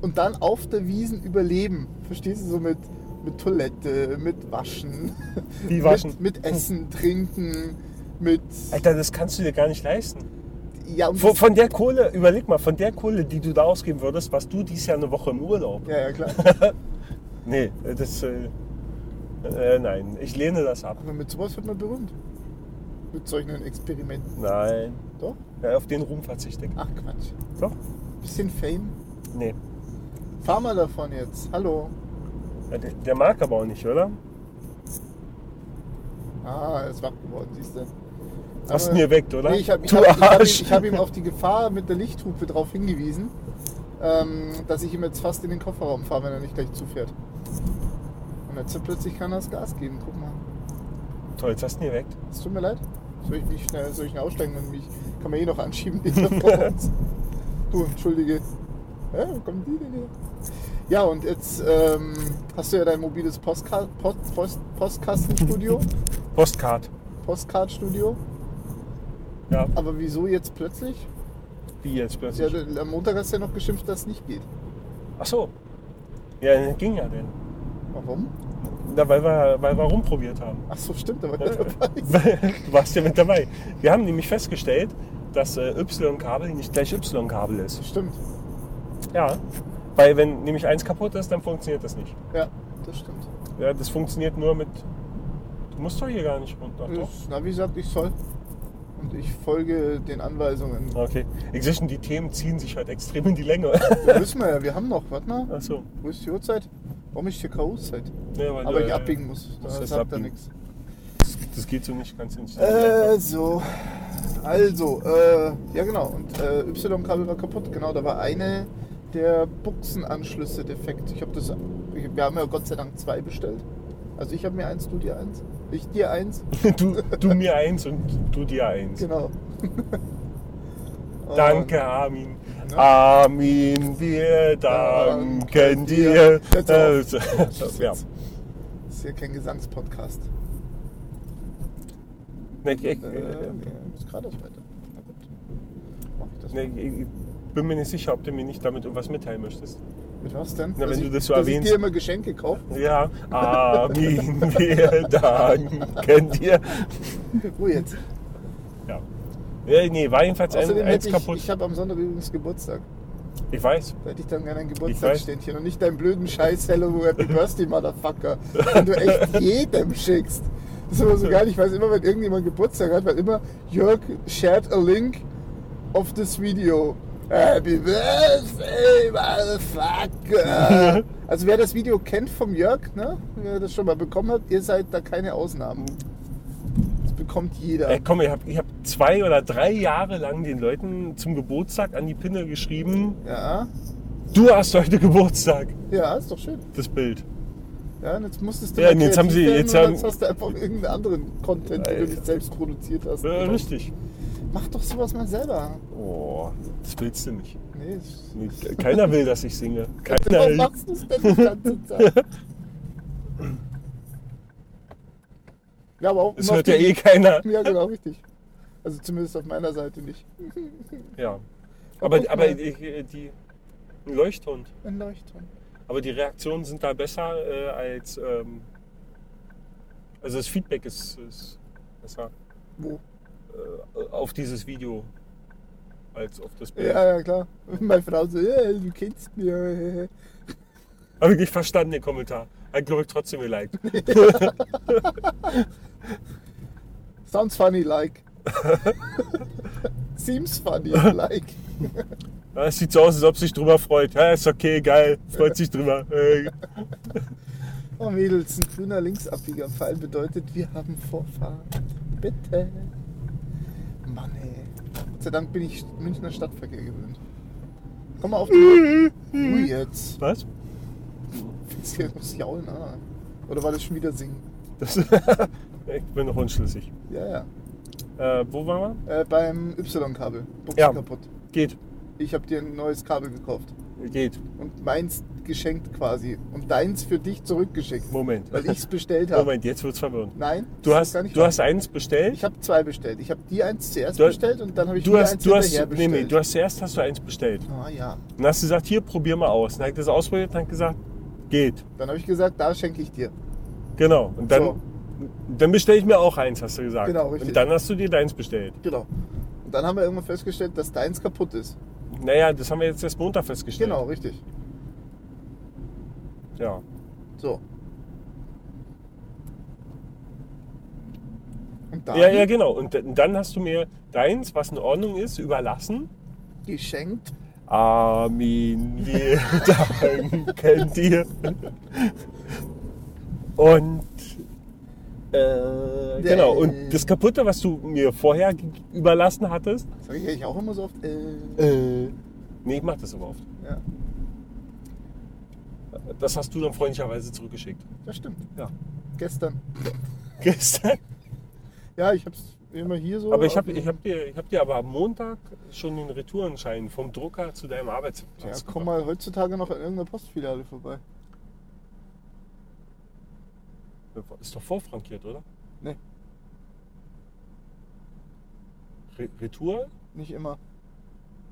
S1: Und dann auf der Wiesen überleben. Verstehst du? So mit, mit Toilette, mit Waschen.
S2: Wie waschen?
S1: Mit, mit Essen, Trinken, mit.
S2: Alter, das kannst du dir gar nicht leisten.
S1: Ja, und
S2: Von, von der Kohle, überleg mal, von der Kohle, die du da ausgeben würdest, warst du dies Jahr eine Woche im Urlaub.
S1: ja, ja, klar.
S2: Nee, das. Äh, äh, nein, ich lehne das ab.
S1: Aber mit sowas wird man berühmt. Mit solchen Experimenten.
S2: Nein.
S1: Doch?
S2: Ja, Äh, auf den Ruhm verzichte ich.
S1: Ach Quatsch.
S2: Doch?
S1: Bisschen Fame.
S2: Nee.
S1: Fahr mal davon jetzt. Hallo.
S2: Ja, Äh, Der, der mag aber auch nicht, oder?
S1: Ah, er ist wach geworden, siehst du.
S2: Hast du
S1: Aber-
S2: mir weckt, oder?
S1: Nee, ich habe ich
S2: du
S1: hab, ich hab, ihm-
S2: Arsch!
S1: ich hab ihm auf die Gefahr mit der Lichthupe darauf hingewiesen, ähm, dass ich ihm jetzt fast in den Kofferraum fahre, wenn er nicht gleich zufährt. Und jetzt plötzlich kann er das Gas geben. Guck mal.
S2: Toll, jetzt hast du mir weckt.
S1: Es tut mir leid. Soll ich mich schnell, soll ich ihn aussteigen und mich kann man eh noch anschieben hinter vor uns. Du, entschuldige. Ja, wo kommen die denn her? Ja, und jetzt ähm, hast du ja dein mobiles Postka Post Post Postkastenstudio,
S2: Postcard.
S1: Postcardstudio.
S2: Ja,
S1: Aber wieso jetzt plötzlich?
S2: wie jetzt
S1: Ja,
S2: plötzlich.
S1: du- am Montag hast du ja noch geschimpft, dass es nicht geht.
S2: Ach so. Ja, ging ja denn.
S1: Warum?
S2: Na, weil wir, weil wir rumprobiert haben.
S1: Ach so, stimmt, da war
S2: Äh,
S1: der dabei.
S2: du warst ja mit dabei. Wir haben nämlich festgestellt, dass äh, Y-Kabel nicht gleich Y-Kabel ist.
S1: Stimmt,
S2: Ja. Weil wenn nämlich eins kaputt ist, dann funktioniert das nicht.
S1: ja, das stimmt.
S2: Ja, das funktioniert nur mit. Du musst doch hier gar nicht runter. Doch.
S1: Das Navi sagt, ich soll. Und ich folge den Anweisungen.
S2: Okay. Inzwischen, die Themen ziehen sich halt extrem in die Länge.
S1: Da müssen wir ja, wir haben noch, warte mal.
S2: Ach so.
S1: Wo ist die Uhrzeit? Warum ist hier K.O.-Zeit?
S2: Ja, weil
S1: Aber
S2: du,
S1: ich
S2: äh,
S1: abbiegen muss,
S2: musst
S1: da
S2: jetzt
S1: sagt er
S2: abbiegen.
S1: nichts.
S2: Das geht so nicht, kannst du nicht.
S1: Äh, so. Also, äh, ja genau, und äh, Y-Kabel war kaputt, genau, da war eine der Buchsenanschlüsse defekt. Ich habe das, ich, wir haben ja Gott sei Dank zwei bestellt. Also ich habe mir eins, du dir eins, ich dir eins,
S2: Du, du mir eins und du dir eins.
S1: genau. Und-
S2: Danke, Armin.
S1: Ne?
S2: Armin, wir danken
S1: Danke
S2: dir.
S1: dir. Jetzt auf.
S2: Äh, ja.
S1: Das ist ja kein Gesangspodcast.
S2: Nee, ich, ich,
S1: Äh, ich muss gerade weiter. Na gut. Mach ich das
S2: nee, ich, ich bin mir nicht sicher, ob du mir nicht damit irgendwas mitteilen möchtest.
S1: Mit was denn?
S2: Na, wenn
S1: Dass
S2: du
S1: ich,
S2: das so
S1: dass
S2: erwähnst.
S1: Ich dir immer Geschenke kaufe.
S2: Ja, Armin, wir danken dir.
S1: Wo jetzt?
S2: Ja. Ja, Nee, war jedenfalls ein,
S1: Außerdem
S2: eins
S1: hätte ich,
S2: kaputt.
S1: ich habe am Sonntag übrigens Geburtstag.
S2: ich weiß.
S1: Da hätte ich dann gerne ein
S2: Ich
S1: Geburtstagsständchen und nicht deinen blöden Scheiß Hello Happy Birthday Motherfucker, den du echt jedem schickst. Das ist immer so geil. Ich weiß immer, wenn irgendjemand Geburtstag hat, weil immer Jörg shared a link of this video. Happy Birthday Motherfucker. Also wer das Video kennt vom Jörg, ne, wer das schon mal bekommen hat, ihr seid da keine Ausnahmen. Das bekommt jeder.
S2: Ey, Äh, komm, ich habe ich hab zwei oder drei Jahre lang den Leuten zum Geburtstag an die Pinne geschrieben,
S1: Ja,
S2: du hast heute Geburtstag,
S1: ja, ist doch schön.
S2: das Bild.
S1: Ja, und jetzt musstest du
S2: Ja,
S1: mal
S2: und jetzt haben
S1: kreativ
S2: sie-
S1: werden
S2: jetzt
S1: und
S2: haben-
S1: jetzt hast du einfach irgendeinen anderen Content, den du
S2: Alter.
S1: nicht selbst produziert hast.
S2: Äh, richtig.
S1: Mach doch sowas mal selber.
S2: Oh, das willst du nicht.
S1: Nee, das-
S2: Nee, Keiner will, dass ich singe.
S1: warum
S2: Keiner.
S1: machst du es denn die ganze Zeit? ja, aber auch
S2: Es
S1: noch
S2: hört ja
S1: die-
S2: eh keiner.
S1: Ja, genau, richtig. Also zumindest auf meiner Seite nicht.
S2: Ja. Aber,
S1: guck
S2: aber
S1: mal.
S2: ich, äh, die ein Leuchtturm.
S1: Ein Leuchtturm.
S2: Aber die Reaktionen sind da besser äh, als. Ähm, also das Feedback ist, ist besser
S1: Wo?
S2: äh, auf dieses Video als auf das Bild.
S1: Ja, ja, klar. Meine Frau so, hey, du kennst mir.
S2: Habe ich nicht verstanden, den Kommentar. Hat, glaube ich, trotzdem geliked.
S1: Sounds funny like. Seems funny like.
S2: Ja, Es sieht so aus, als ob sie sich drüber freut. Ja, ist okay, geil, freut sich drüber. Äh,
S1: Oh Mädels, ein grüner Linksabbiegerpfeil bedeutet, wir haben Vorfahrt. Bitte. Mann, ey. Gott sei Dank bin ich Münchner Stadtverkehr gewöhnt. Komm mal auf die... Ruhe jetzt.
S2: Was?
S1: Jetzt hier muss jaulen, ah. Oder war das schon wieder singen?
S2: Das, ich bin noch unschlüssig.
S1: Ja, ja.
S2: Äh, wo waren wir?
S1: Äh, beim Y-Kabel. Buchse
S2: Ja.
S1: kaputt.
S2: Geht.
S1: Ich habe dir ein neues Kabel gekauft.
S2: Geht.
S1: Und meins geschenkt quasi. Und deins für dich zurückgeschickt.
S2: Moment.
S1: Weil ich es bestellt habe.
S2: Moment, jetzt wird's verwirrend.
S1: Nein,
S2: Du
S1: das
S2: hast,
S1: ist gar nicht
S2: du
S1: wahr.
S2: hast eins bestellt.
S1: Ich habe zwei bestellt. Ich habe die eins zuerst
S2: Du hast-
S1: bestellt und dann habe ich
S2: Du
S1: die
S2: hast,
S1: eins
S2: du hast,
S1: hinterher
S2: nee,
S1: bestellt.
S2: nee, du hast zuerst hast du eins bestellt.
S1: ah ja.
S2: Dann hast du gesagt, hier, probier mal aus. Dann hat er das ausprobiert und hat gesagt, geht.
S1: Dann habe ich gesagt, da schenke ich dir.
S2: Genau. Und dann,
S1: So.
S2: dann bestelle ich mir auch eins, hast du gesagt.
S1: Genau, richtig.
S2: Und dann hast du dir deins bestellt.
S1: Genau. Und dann haben wir irgendwann festgestellt, dass deins kaputt ist.
S2: Naja, das haben wir jetzt erst Montag festgestellt.
S1: Genau, richtig.
S2: Ja.
S1: So. Und dann
S2: Ja, ja, genau. Und dann- dann hast du mir deins, was in Ordnung ist, überlassen.
S1: geschenkt.
S2: Armin, wir danken dir. Und äh, genau, und das kaputte, was du mir vorher ge- überlassen hattest,
S1: Sag ich eigentlich auch immer so oft. Äh,
S2: äh, nee, ich mach das aber oft.
S1: ja,
S2: Das hast du dann freundlicherweise zurückgeschickt.
S1: das stimmt.
S2: Ja.
S1: Gestern.
S2: Gestern.
S1: Ja, ich hab's immer hier so.
S2: Aber ich
S1: auf
S2: habe ich
S1: dem-
S2: hab dir, ich hab dir aber am Montag schon den Retourenschein vom Drucker zu deinem
S1: Ja,
S2: Arbeitsplatz
S1: komm
S2: gebracht.
S1: mal heutzutage noch an irgendeiner Postfiliale vorbei.
S2: Ist doch vorfrankiert, oder?
S1: Nee.
S2: Re Retour?
S1: Nicht immer.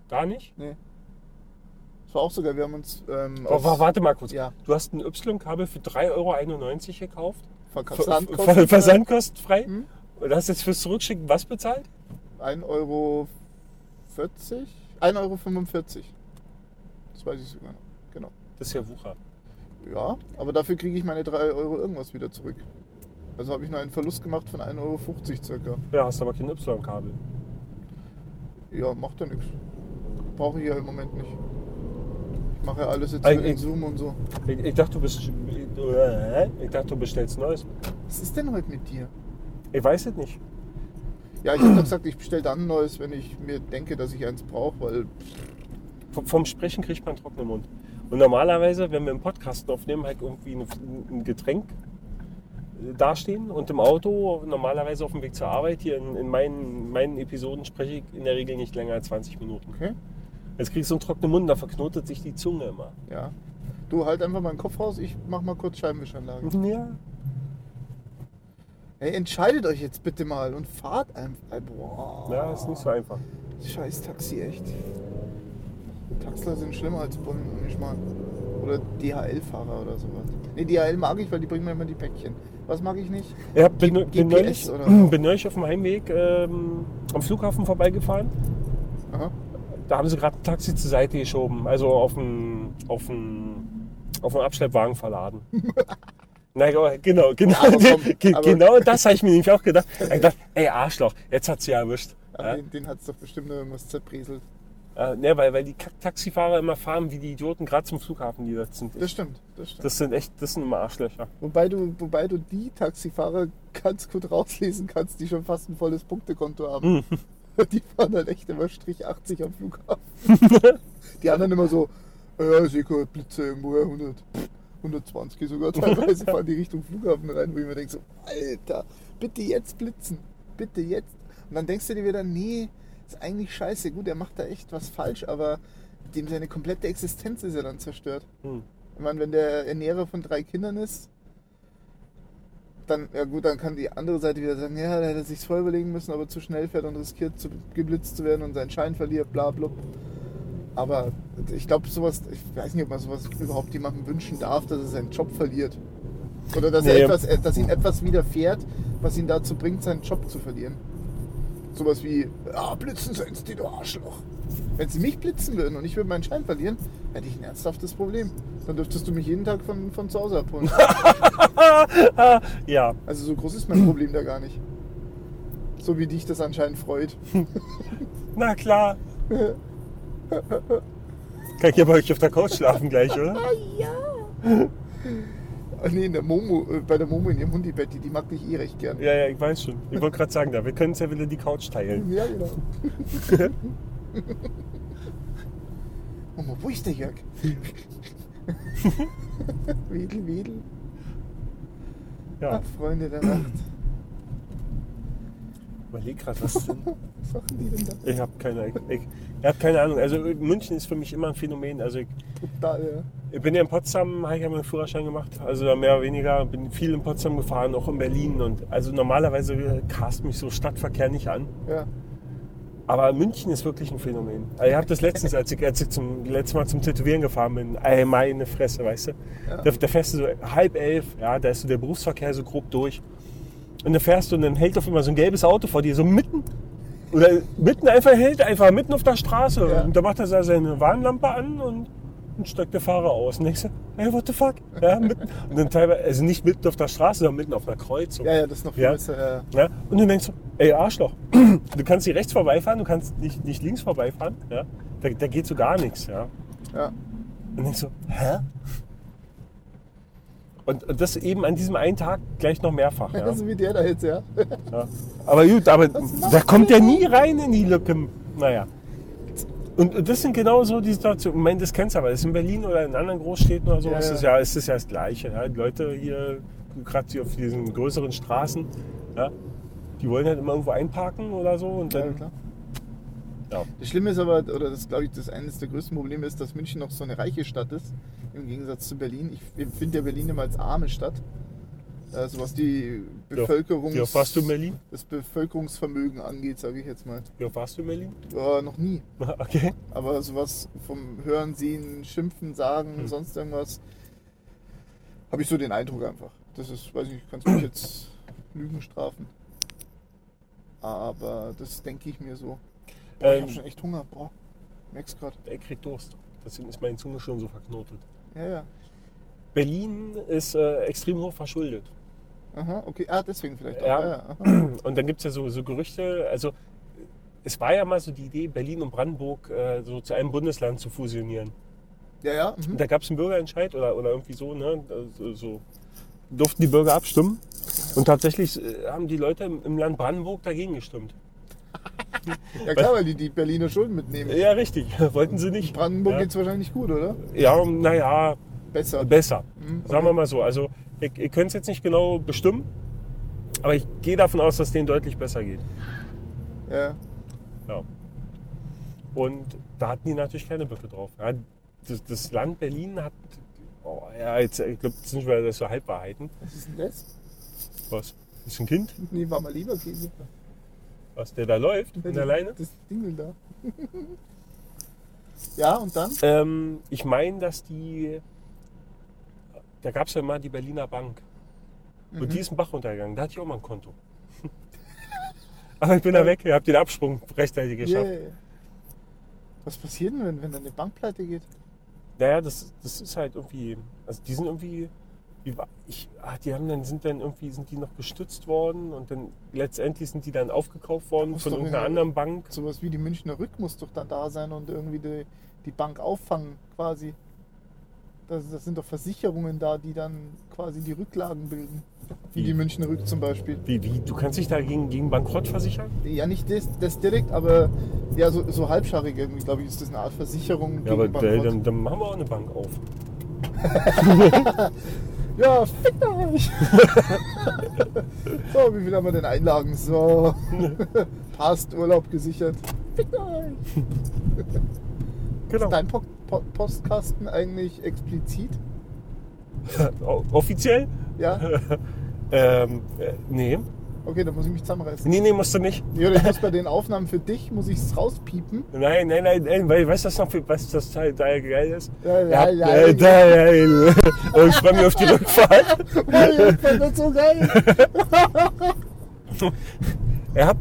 S2: Da nicht?
S1: Es war auch sogar, wir haben uns ähm,
S2: Wa- wa- warte mal kurz.
S1: ja,
S2: Du hast ein Y-Kabel für 3,91 Euro gekauft. Ver-
S1: Versandkosten
S2: ver- Versandkostenfrei.
S1: Hm?
S2: Und hast jetzt fürs Zurückschicken was bezahlt?
S1: 1,40 Euro. 1,45 Euro. Das weiß ich sogar noch.
S2: Das ist ja Wucher.
S1: Ja, aber dafür kriege ich meine 3 Euro irgendwas wieder zurück. Also habe ich noch einen Verlust gemacht von 1,50 Euro circa.
S2: Ja, hast aber kein Y-Kabel.
S1: Ja, macht ja nichts. Brauche ich ja im Moment nicht. Ich mache ja alles jetzt
S2: Ein-
S1: mit
S2: ein-
S1: dem Zoom und so.
S2: Ich, ich, dachte, du bist, ich dachte, du bestellst Neues.
S1: Was ist denn heute mit dir?
S2: Ich weiß es nicht.
S1: Ja, ich habe gesagt, ich bestelle dann ein neues, wenn ich mir denke, dass ich eins brauche, weil
S2: V- Vom Sprechen kriegt man einen trockenen Mund. Und normalerweise, wenn wir einen Podcast aufnehmen, halt irgendwie ein, ein Getränk äh, dastehen und im Auto, normalerweise auf dem Weg zur Arbeit, hier in, in meinen, meinen Episoden spreche ich in der Regel nicht länger als 20 Minuten.
S1: Okay.
S2: Jetzt kriegst du einen trockenen Mund, da verknotet sich die Zunge immer.
S1: Ja. Du halt einfach mal den Kopf raus, ich mach mal kurz Scheibenwischanlage.
S2: Ja.
S1: Hey, entscheidet euch jetzt bitte mal und fahrt einfach. Boah.
S2: Ja, ist nicht so einfach.
S1: Scheiß Taxi, echt. Taxler sind schlimmer als Bullen, manchmal. Oder DHL-Fahrer oder sowas. Ne, DHL mag ich, weil die bringen mir immer die Päckchen. Was mag ich nicht?
S2: Ja, bin, bin, neulich,
S1: GPS oder so.
S2: bin neulich auf dem Heimweg ähm, am Flughafen vorbeigefahren.
S1: Aha.
S2: Da haben sie gerade ein Taxi zur Seite geschoben, also auf dem auf dem auf dem Abschleppwagen verladen. Na ja, genau, genau,
S1: Aber komm,
S2: ge-
S1: aber-
S2: genau das habe ich mir nämlich auch gedacht. Ich hab gedacht, ey Arschloch, jetzt hat sie ja erwischt.
S1: Aber
S2: Ja,
S1: Den, den hat's doch bestimmt noch irgendwas zerbrieselt.
S2: äh, ne, weil, weil die Kack- Taxifahrer immer fahren wie die Idioten gerade zum Flughafen, die das sind.
S1: Das stimmt, das stimmt.
S2: Das sind echt, das sind immer Arschlöcher.
S1: Wobei du, wobei du die Taxifahrer ganz gut rauslesen kannst, die schon fast ein volles Punktekonto haben. Die fahren halt echt immer Strich 80 am Flughafen. Die anderen immer so, ja, ich sehe gerade Blitze irgendwo, ja, 100, pff, 120 sogar teilweise fahren die Richtung Flughafen rein, wo ich mir denke so, Alter, bitte jetzt blitzen, bitte jetzt. Und dann denkst du dir wieder, nee, ist eigentlich scheiße, gut, er macht da echt was falsch, aber dem seine komplette Existenz ist ja dann zerstört.
S2: Hm.
S1: Ich meine, wenn der Ernährer von drei Kindern ist, dann, ja gut, dann kann die andere Seite wieder sagen, ja, da hätte er sich's voll überlegen müssen, aber zu schnell fährt und riskiert, zu, geblitzt zu werden und seinen Schein verliert, bla, bla. Aber ich glaube, sowas, ich weiß nicht, ob man sowas überhaupt jemandem wünschen darf, dass er seinen Job verliert. Oder dass,
S2: Nee.
S1: er etwas, äh, dass ihm etwas widerfährt, was ihn dazu bringt, seinen Job zu verlieren. Sowas wie, ah, blitzen sonst die, du Arschloch. Wenn sie mich blitzen würden und ich würde meinen Schein verlieren, hätte ich ein ernsthaftes Problem. Dann dürftest du mich jeden Tag von, von zu Hause abholen.
S2: Ja,
S1: Also so groß ist mein Problem da gar nicht. So wie dich das anscheinend freut.
S2: Na klar. Kann ich ja bei euch auf der Couch schlafen gleich, oder?
S1: Ah, nee, in der Momo, äh, bei der Momo in ihrem Hundibett, die, die mag dich eh recht gern.
S2: Ja, ja, ich weiß schon. Ich wollte gerade sagen, da, wir können uns ja wieder die Couch teilen.
S1: Ja, genau. Momo, wo ist der Jörg? wedel, wedel.
S2: Ja,
S1: Ach, Freunde der Nacht.
S2: überleg gerade, was ist denn?
S1: Was machen die denn da?
S2: Ich habe keine, ich, ich hab keine Ahnung. Also München ist für mich immer ein Phänomen. Also ich,
S1: Total, ja.
S2: ich bin ja in Potsdam, habe ich ja meinen Führerschein gemacht. Also da mehr oder weniger, bin viel in Potsdam gefahren, auch in Berlin. Und also normalerweise cast mich so Stadtverkehr nicht an.
S1: ja.
S2: Aber München ist wirklich ein Phänomen. Also ich habe das letztens, als ich, als ich zum letztes Mal zum Tätowieren gefahren bin, ey, meine Fresse, weißt du?
S1: Ja.
S2: Da, da fährst du so halb elf, ja, da ist so der Berufsverkehr so grob durch. Und dann fährst du und dann hält auf immer so ein gelbes Auto vor dir, so mitten. Oder mitten einfach hält, einfach mitten auf der Straße.
S1: Ja.
S2: Und da macht er so seine Warnlampe an und, und steigt der Fahrer aus. Und ich so, hey, what the fuck? Ja, mitten. Und dann teilweise, also nicht mitten auf der Straße, sondern mitten auf einer Kreuzung.
S1: Ja, ja, das ist noch viel
S2: Ja.
S1: besser. Ja.
S2: Ja? Und du denkst so, ey Arschloch, du kannst nicht rechts vorbeifahren, du kannst nicht, nicht links vorbeifahren. Ja? Da, da geht so gar nichts. Ja?
S1: ja.
S2: Und denkst so, hä? Und, und das eben an diesem einen Tag gleich noch mehrfach. Ja?
S1: Also wie der da jetzt, ja.
S2: Ja. Aber gut, aber da kommt er nie rein in die Lücke. Naja. Und und das sind genau so die Situationen. Ich meine, das kennst du aber. Das ist in Berlin oder in anderen Großstädten oder so.
S1: Ja,
S2: ist,
S1: ja.
S2: Das ja, ist das ja das Gleiche. Ja. Die Leute hier, gerade hier auf diesen größeren Straßen, ja, die wollen halt immer irgendwo einparken oder so. Und
S1: ja
S2: dann,
S1: klar.
S2: Ja.
S1: Das Schlimme ist aber, oder das glaube ich, das eines der größten Probleme ist, dass München noch so eine reiche Stadt ist, im Gegensatz zu Berlin. Ich empfinde ja Berlin immer als arme Stadt. Also was die Bevölkerung,
S2: Wie oft warst du in um Berlin?
S1: das Bevölkerungsvermögen angeht, sage ich jetzt mal.
S2: Wie oft warst du in Berlin?
S1: Ja, noch nie.
S2: Okay.
S1: Aber sowas vom Hören, Sehen, Schimpfen, Sagen,
S2: Hm.
S1: sonst irgendwas, habe ich so den Eindruck einfach. Das ist, weiß ich nicht, kannst mich jetzt Lügen strafen. Aber das denke ich mir so. Boah, ich
S2: Ähm.
S1: habe schon echt Hunger, boah. Merkst grad.
S2: Er kriegt Durst. Deswegen ist meine Zunge schon so verknotet.
S1: Ja, ja.
S2: Berlin ist äh, extrem hoch verschuldet.
S1: Aha, okay. Ah, deswegen vielleicht auch.
S2: Ja.
S1: Ja, ja. Aha.
S2: Und dann gibt es ja so, so Gerüchte, also es war ja mal so die Idee, Berlin und Brandenburg äh, so zu einem Bundesland zu fusionieren.
S1: ja. ja mhm.
S2: Und da gab es einen Bürgerentscheid oder, oder irgendwie so, ne? Also, so durften die Bürger abstimmen. Und tatsächlich äh, haben die Leute im, im Land Brandenburg dagegen gestimmt.
S1: ja klar, weil die die Berliner Schulden mitnehmen.
S2: Ja, richtig. Wollten sie
S1: In
S2: nicht.
S1: Brandenburg
S2: ja.
S1: geht's wahrscheinlich gut, oder?
S2: Ja, naja,
S1: Besser.
S2: besser.
S1: Mhm,
S2: Sagen wir mal so. Also ich, ich könnte es jetzt nicht genau bestimmen, aber ich gehe davon aus, dass denen deutlich besser geht.
S1: Ja.
S2: Ja. Und da hatten die natürlich keine Böcke drauf. Ja, das, das Land Berlin hat. Oh, ja, jetzt, ich glaube, das sind schon wieder so Halbwahrheiten.
S1: Was ist denn das?
S2: Was? Ist ein Kind,
S1: Nee, war mal lieber Käse.
S2: was der da läuft,
S1: Ja,
S2: in
S1: die-
S2: der Leine.
S1: Das Dingel da. ja, und dann?
S2: Ähm, ich meine, dass die. Da gab es ja mal die Berliner Bank.
S1: Mhm.
S2: Und die ist ein Bach runtergegangen. Da hatte ich auch mal ein Konto. Aber ich bin da weg. Ihr habt den Absprung rechtzeitig geschafft.
S1: Yeah. Mhm. Was passiert denn, wenn, wenn dann eine Bank pleite geht?
S2: Naja, das, das ist halt irgendwie, also die sind irgendwie, die, wa- ich, ah, die haben dann, sind dann irgendwie, sind die noch gestützt worden und dann letztendlich sind die dann aufgekauft worden
S1: Muss
S2: von
S1: doch
S2: irgendeiner
S1: irgendeine-
S2: anderen Bank.
S1: Sowas wie die Münchner Rück muss doch dann da sein und irgendwie die, die Bank auffangen, quasi. Das, das sind doch Versicherungen da, die dann quasi die Rücklagen bilden. Wie
S2: Wie?
S1: die Münchner Rück zum Beispiel.
S2: Wie, wie, du kannst dich da gegen, gegen Bankrott versichern?
S1: Ja, nicht das, das direkt, aber ja, so, so halbscharig irgendwie, glaube ich, ist das eine Art Versicherung. gegen
S2: Ja, aber äh,
S1: Bankrott.
S2: dann, dann machen wir auch eine Bank auf.
S1: Ja, fickt euch! so, wie viel haben wir denn Einlagen? So. Passt, Urlaub gesichert. Fickt euch!
S2: Genau.
S1: Ist dein po po Postkasten eigentlich explizit?
S2: O- Offiziell?
S1: Ja?
S2: Ähm, äh, nee.
S1: Okay, dann muss ich mich zusammenreißen.
S2: Nee, nee, musst du nicht.
S1: Ja, oder ich muss bei den Aufnahmen für dich, muss ich es rauspiepen.
S2: Nein, nein, nein, nein, weil weißt du, was noch viel, was das Teil da geil ist?
S1: Ja,
S2: Ja,
S1: ja, ja.
S2: äh,
S1: ja.
S2: da, ja, ja. Und ich freue mich auf die Rückfahrt.
S1: Das wird so geil.
S2: Ich hab.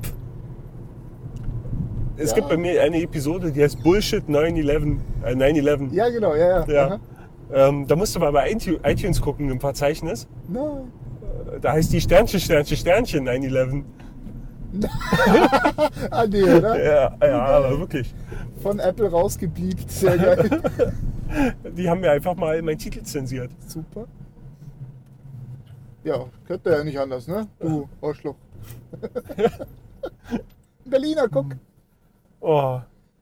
S2: Es
S1: Ja.
S2: gibt bei mir eine Episode, die heißt Bullshit 9-11. Äh, 9-11.
S1: Ja, genau, ja, ja.
S2: Ja.
S1: Aha.
S2: Ähm, da musst du mal bei iTu- iTunes gucken im Verzeichnis.
S1: Nein.
S2: Da heißt die Sternchen, Sternchen, Sternchen 9-11.
S1: Ah, nee, oder?
S2: Ja, ja, aber wirklich.
S1: Von Apple rausgebliebt. Sehr geil.
S2: Die haben mir einfach mal meinen Titel zensiert.
S1: Super. Ja, könnte ja nicht anders, ne? Du Arschloch. Berliner, guck.
S2: Oh,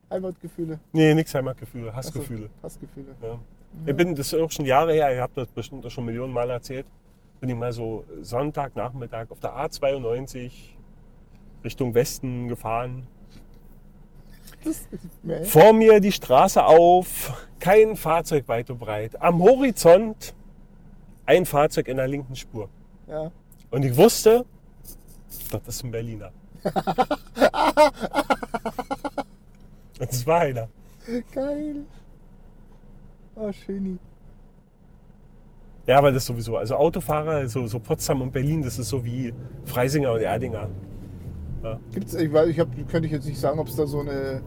S1: Heimatgefühle.
S2: nee, nix Heimatgefühle, Hassgefühle.
S1: Achso, Hassgefühle.
S2: Ja. Ich bin, das ist auch schon Jahre her, ich habe das bestimmt schon Millionen Mal erzählt, bin ich mal so Sonntagnachmittag auf der A92 Richtung Westen gefahren.
S1: Das ist mehr.
S2: Vor mir die Straße auf, kein Fahrzeug weit und breit. Am Horizont ein Fahrzeug in der linken Spur.
S1: Ja.
S2: Und ich wusste, das ist ein Berliner. Und es war einer.
S1: Geil. Oh, schöni.
S2: Ja, aber das sowieso. Also Autofahrer, so, so Potsdam und Berlin, das ist so wie Freisinger und Erdinger.
S1: Gibt's, ich weiß, ich hab, könnte ich jetzt nicht sagen, ob es da so eine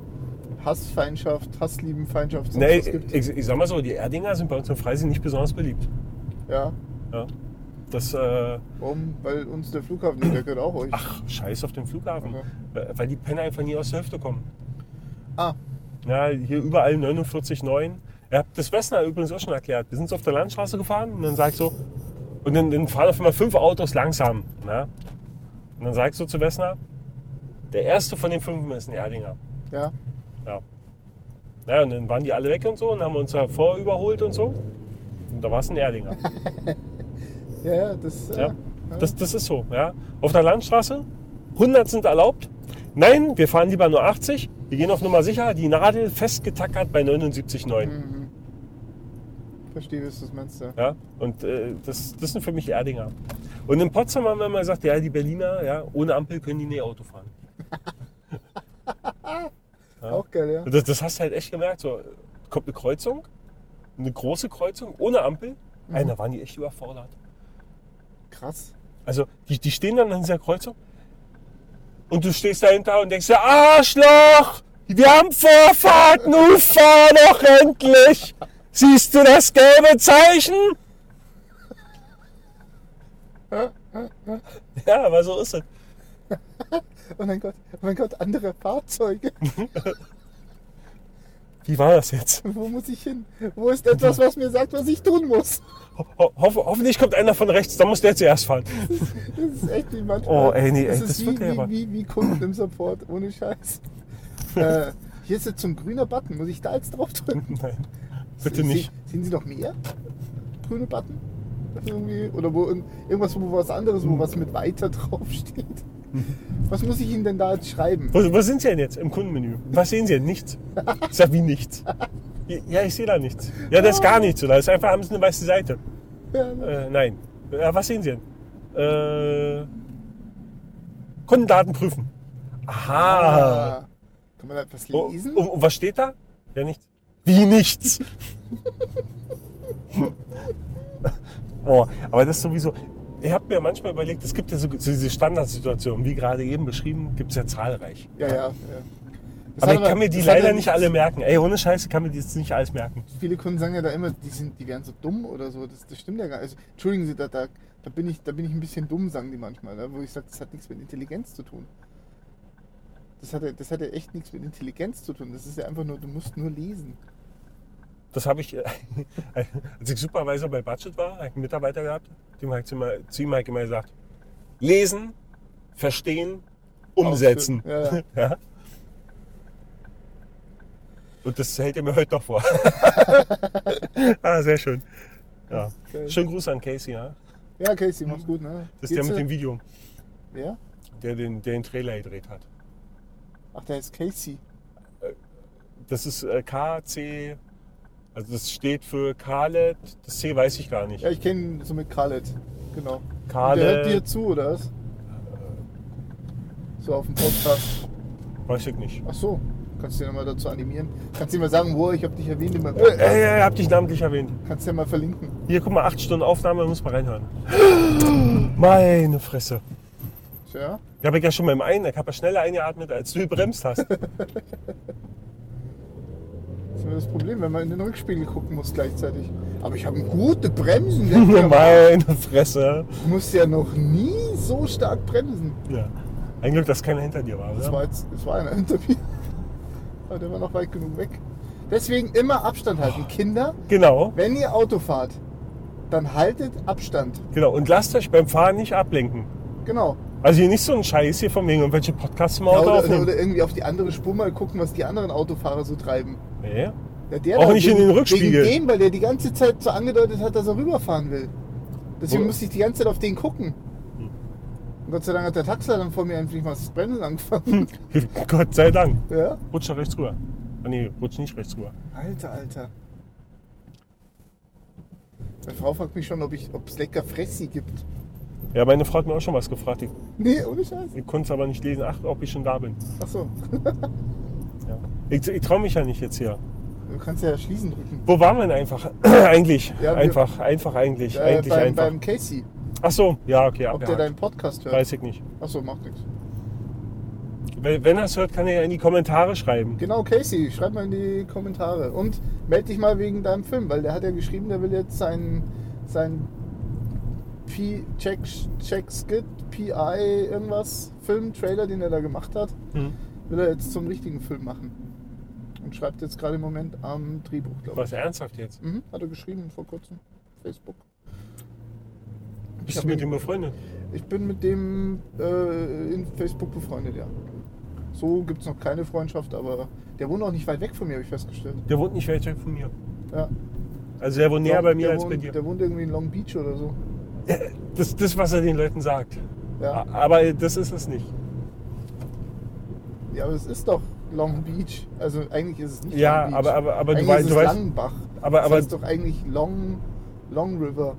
S1: Hassfeindschaft, Hassliebenfeindschaft sonst
S2: Nee,
S1: was gibt.
S2: ich, ich sag mal so, die Erdinger sind bei uns in Freising nicht besonders beliebt.
S1: Ja.
S2: Ja. Das, äh,
S1: Warum? Weil uns der Flughafen, nee, der gehört auch euch.
S2: ach, scheiß auf den Flughafen.
S1: Okay.
S2: Äh, Weil- Weil die Penner einfach nie aus der Hüfte kommen.
S1: Ah,
S2: Ja, hier überall 49,9. Ihr habt das Wessner übrigens auch schon erklärt. Wir sind so auf der Landstraße gefahren und dann sag ich so, und dann, dann fahren auf einmal fünf Autos langsam. Ne? Und dann sag ich so zu Wessner, der erste von den fünf ist ein Erdinger.
S1: ja.
S2: Ja. Naja, und dann waren die alle weg und so und haben uns davor überholt und so. Und da war es ein Erdinger.
S1: Ja, ja, das. äh,
S2: Ja. Das, das ist so. Ja. Auf der Landstraße, 100 sind erlaubt. Nein, wir fahren lieber nur 80. Wir gehen auf Nummer sicher. Die Nadel festgetackert bei 79,9.
S1: Mhm. Verstehe, was du meinst. Ja.
S2: Ja. Und äh, das, das sind für mich Erdinger. Und in Potsdam haben wir immer gesagt, ja, die Berliner, ja, ohne Ampel können die nie Auto fahren.
S1: Auch geil, ja.
S2: Das, das hast du halt echt gemerkt. So, kommt eine Kreuzung, eine große Kreuzung ohne Ampel. Ey, da waren die echt überfordert.
S1: Krass.
S2: Also die, die stehen dann an dieser Kreuzung und du stehst dahinter und denkst dir, Arschloch, wir haben Vorfahrt, nun fahr doch endlich. Siehst du das gelbe Zeichen? Ja, aber so ist es.
S1: Oh mein Gott, oh mein Gott, andere Fahrzeuge.
S2: Wie war das jetzt?
S1: Wo muss ich hin? Wo ist etwas, was mir sagt, was ich tun muss?
S2: Ho ho hoffentlich kommt einer von rechts, dann muss der zuerst fahren.
S1: Das ist echt wie manchmal.
S2: Oh, ey, nee, ey,
S1: das
S2: das
S1: ist wie,
S2: wird ja aber-
S1: wie, wie, wie Kunden im Support, ohne Scheiß. äh, hier ist jetzt so ein grüner Button. Muss ich da jetzt drauf drücken?
S2: Nein, bitte
S1: Se-
S2: nicht.
S1: Sehen Sie noch mehr? Grüne Button? Das ist Irgendwie, oder wo irgend- irgendwas, wo was anderes,
S2: Mhm.
S1: wo was mit weiter draufsteht. Was muss ich Ihnen denn da jetzt schreiben?
S2: Wo, wo sind Sie denn jetzt im Kundenmenü? Was sehen Sie denn? Nichts. Ich sag, wie nichts? Ja, ich sehe da nichts. Ja, das ist gar nichts. Oder? Das ist einfach, haben Sie eine weiße Seite.
S1: Ja, ne?
S2: Äh, nein. Ja, was sehen Sie denn? Äh, Kundendaten prüfen. Aha.
S1: Ah. Kann man da etwas
S2: Oh,
S1: lesen?
S2: und, und was steht da? Ja, nichts. Wie nichts? oh, aber das sowieso. Ich habe mir manchmal überlegt, es gibt ja so, so diese Standardsituationen, wie gerade eben beschrieben, gibt es ja zahlreich.
S1: Ja, ja. ja. Das
S2: Aber
S1: hat
S2: ich kann mir die
S1: das hat
S2: leider
S1: ja
S2: nicht alle merken. Ey, ohne Scheiße kann mir die jetzt nicht alles merken.
S1: Viele Kunden sagen ja da immer, die, sind, die wären so dumm oder so. Das, das stimmt ja gar nicht. Also, Entschuldigen Sie, da, da, da, bin ich, da bin ich ein bisschen dumm, sagen die manchmal. Ne? Wo ich sage, das hat nichts mit Intelligenz zu tun. Das hat, ja- das hat ja echt nichts mit Intelligenz zu tun. Das ist ja einfach nur, du musst nur lesen.
S2: Das habe ich, äh, als ich Supervisor bei Budget war, habe ich einen Mitarbeiter gehabt, dem habe ich zu ihm mal- zu ihm halt immer gesagt, lesen, verstehen, umsetzen.
S1: Ja, ja.
S2: Ja. Und das hält er mir heute noch vor. ah, sehr schön. Ja.
S1: Geil.
S2: Schönen Gruß an Casey, ja.
S1: Ja, Casey, mach's gut, ne?
S2: Das ist der mit dem Video,
S1: Wer? Ja?
S2: der den, der den Trailer gedreht hat.
S1: Ach, der ist Casey.
S2: Das ist äh, KC, also das steht für Khaled, das C weiß ich gar nicht.
S1: Ja, ich kenne ihn so mit Khaled. Genau.
S2: Khaled.
S1: Der hört dir zu, oder was? So auf dem Podcast.
S2: Weiß ich nicht.
S1: Ach so. Kannst du ihn nochmal dazu animieren? Kannst du ihm mal sagen, wo ich hab dich erwähnt. Immer.
S2: Ey, ey, hab dich namentlich erwähnt.
S1: Kannst du ja mal verlinken.
S2: Hier, guck mal, 8 Stunden Aufnahme, muss mal reinhören. Meine Fresse.
S1: Tja.
S2: Da hab ich ja schon beim einen, ich hab ja schneller eingeatmet, als du gebremst hast.
S1: Das ist immer das Problem, wenn man in den Rückspiegel gucken muss gleichzeitig. Aber ich habe gute Bremsen. gehabt.
S2: Meine Fresse.
S1: Ich muss ja noch nie so stark bremsen.
S2: Ja. Ein Glück, dass keiner hinter dir war,
S1: Es
S2: oder?
S1: war, jetzt, es war einer hinter mir. Aber der war noch weit genug weg. Deswegen immer Abstand halten. Kinder,
S2: Genau,
S1: wenn ihr Auto fahrt, dann haltet Abstand.
S2: genau. Und lasst euch beim Fahren nicht ablenken.
S1: Genau.
S2: Also hier nicht so ein Scheiß hier von wegen irgendwelche Podcasts im
S1: Ja,
S2: Auto
S1: oder,
S2: aufnehmen.
S1: oder irgendwie auf die andere Spur mal gucken, was die anderen Autofahrer so treiben.
S2: Nee.
S1: Ja, der
S2: Auch
S1: da,
S2: nicht in den Rückspiegel.
S1: Wegen dem, weil der die ganze Zeit so angedeutet hat, dass er rüberfahren will. Deswegen
S2: Wo- Hm.
S1: musste ich die ganze Zeit auf den gucken. Und Gott sei Dank hat der Taxler dann vor mir einfach nicht mal das Bremsen
S2: Hm.
S1: angefangen.
S2: Gott sei Dank.
S1: ja?
S2: Rutsch nach rechts rüber. Ah nee, rutsch nicht rechts rüber.
S1: Alter, Alter. Meine Frau fragt mich schon, ob ich, ob es lecker Fressi gibt.
S2: Ja, meine Frau hat mir auch schon was gefragt. Ich,
S1: Nee, ohne Scheiß.
S2: ich konnte es aber nicht lesen. Ach, ob ich schon da bin.
S1: Ach so,
S2: Ja. Ich, ich traue mich ja nicht jetzt hier.
S1: du kannst ja schließen drücken.
S2: Wo waren wir denn einfach? eigentlich.
S1: Ja, wir-
S2: einfach, einfach, eigentlich.
S1: Äh,
S2: eigentlich,
S1: beim,
S2: einfach.
S1: beim Casey,
S2: Ach so, ja, okay.
S1: ob der
S2: Abgehakt.
S1: deinen Podcast hört.
S2: Weiß ich nicht.
S1: Ach so, macht nichts.
S2: Wenn, wenn er es hört, kann er ja in die Kommentare schreiben.
S1: Genau, Casey, schreib mal in die Kommentare. Und melde dich mal wegen deinem Film, weil der hat ja geschrieben, der will jetzt sein, sein P Check, Check Skit, PI irgendwas, Film, Trailer, den er da gemacht hat,
S2: Hm.
S1: will er jetzt zum richtigen Film machen. Und schreibt jetzt gerade im Moment am Drehbuch, glaube ich.
S2: Was ernsthaft jetzt?
S1: Mhm, hat er geschrieben vor kurzem. Facebook. Ich
S2: Bist
S1: hab
S2: du mit
S1: ihn-
S2: ihm befreundet?
S1: Ich bin mit dem äh, in Facebook befreundet, ja. So gibt es noch keine Freundschaft, aber der wohnt auch nicht weit weg von mir, habe ich festgestellt.
S2: Der wohnt nicht weit weg von mir.
S1: Ja.
S2: Also der wohnt näher
S1: Long-
S2: bei mir
S1: der
S2: als
S1: wohnt,
S2: bei dir.
S1: Der wohnt irgendwie in Long Beach oder so.
S2: Das, das, was er den Leuten sagt.
S1: Ja,
S2: A- Aber das ist es nicht.
S1: ja aber es ist doch Long Beach. Also eigentlich ist es nicht
S2: Ja,
S1: Long Beach.
S2: aber, aber, aber
S1: eigentlich
S2: du, weißt,
S1: ist
S2: du
S1: es
S2: weißt,
S1: Langenbach.
S2: aber- aber-
S1: das heißt doch eigentlich Long, Long River.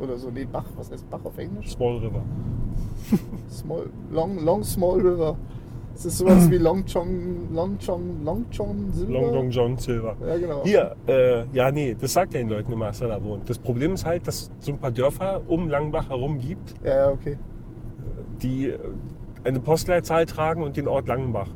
S1: Oder so. Nee, Bach. Was heißt Bach auf Englisch?
S2: Small River.
S1: Small, long, long Small River. Es ist sowas wie Long Chong, Long Chong, Long Chong Silver.
S2: Long Long John Silver.
S1: Ja, genau.
S2: Hier, äh, ja, nee, das sagt ja den Leuten immer, dass er da wohnt. Das Problem ist halt, dass es so ein paar Dörfer um Langenbach herum gibt,
S1: Ja, ja, okay.
S2: die äh, eine Postleitzahl tragen und den Ort Langenbach.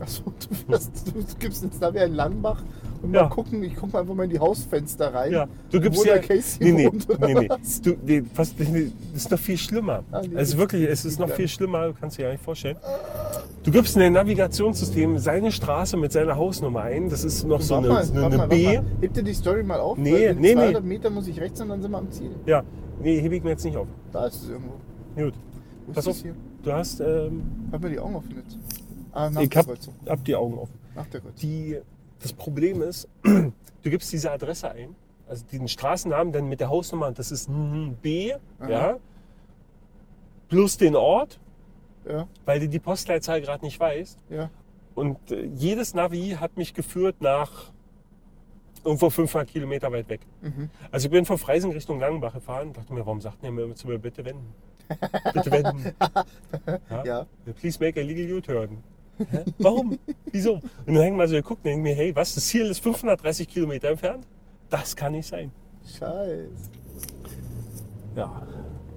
S1: Achso, du, fährst, du gibst jetzt da wie ein Langbach und
S2: Ja.
S1: mal gucken, ich gucke einfach mal in die Hausfenster rein.
S2: Ja, du gibst
S1: wo
S2: ja.
S1: der Casey
S2: nee, nee,
S1: wohnt, oder
S2: nee, nee.
S1: was?
S2: Du, nee, fast, nee, das ist noch viel schlimmer.
S1: Ah, nee,
S2: also
S1: das-
S2: wirklich, es ist noch
S1: ja.
S2: viel schlimmer, kannst du dir gar nicht vorstellen. Du gibst in dein Navigationssystem seine Straße mit seiner Hausnummer ein. Das ist noch so
S1: Warte
S2: eine,
S1: mal,
S2: eine,
S1: warte
S2: eine
S1: mal,
S2: B.
S1: warte mal. Heb dir die Story mal auf.
S2: Nee,
S1: weil in
S2: nee, nee.
S1: 200 Meter muss ich rechts und dann sind wir am Ziel.
S2: Ja, nee, hebe ich mir jetzt nicht auf.
S1: Da ist es irgendwo.
S2: Gut.
S1: Wo ist
S2: Pass
S1: das
S2: auf.
S1: hier?
S2: Du hast, ähm,
S1: Hat mir die Augen offen jetzt. Ah, nach
S2: ich
S1: der
S2: hab,
S1: Kreuzung.
S2: hab die Augen offen.
S1: Nach der Kreuzung.
S2: Die, das Problem ist, du gibst diese Adresse ein, also den Straßennamen dann mit der Hausnummer, das ist n- B,
S1: Aha.
S2: ja, plus den Ort,
S1: Ja,
S2: weil du die Postleitzahl gerade nicht weißt.
S1: ja.
S2: Und äh, jedes Navi hat mich geführt nach irgendwo 500 Kilometer weit weg.
S1: Mhm.
S2: Also ich bin von Freising Richtung Langenbach gefahren und dachte mir, warum sagt denn der mir zu mir, bitte wenden? Bitte wenden.
S1: Ja.
S2: Please make a legal U-Turn. Hä? Warum? Wieso? Und dann hängen wir so geguckt und denken mir, hey, was, das Ziel ist 530 Kilometer entfernt? Das kann nicht sein.
S1: Scheiß.
S2: Ja.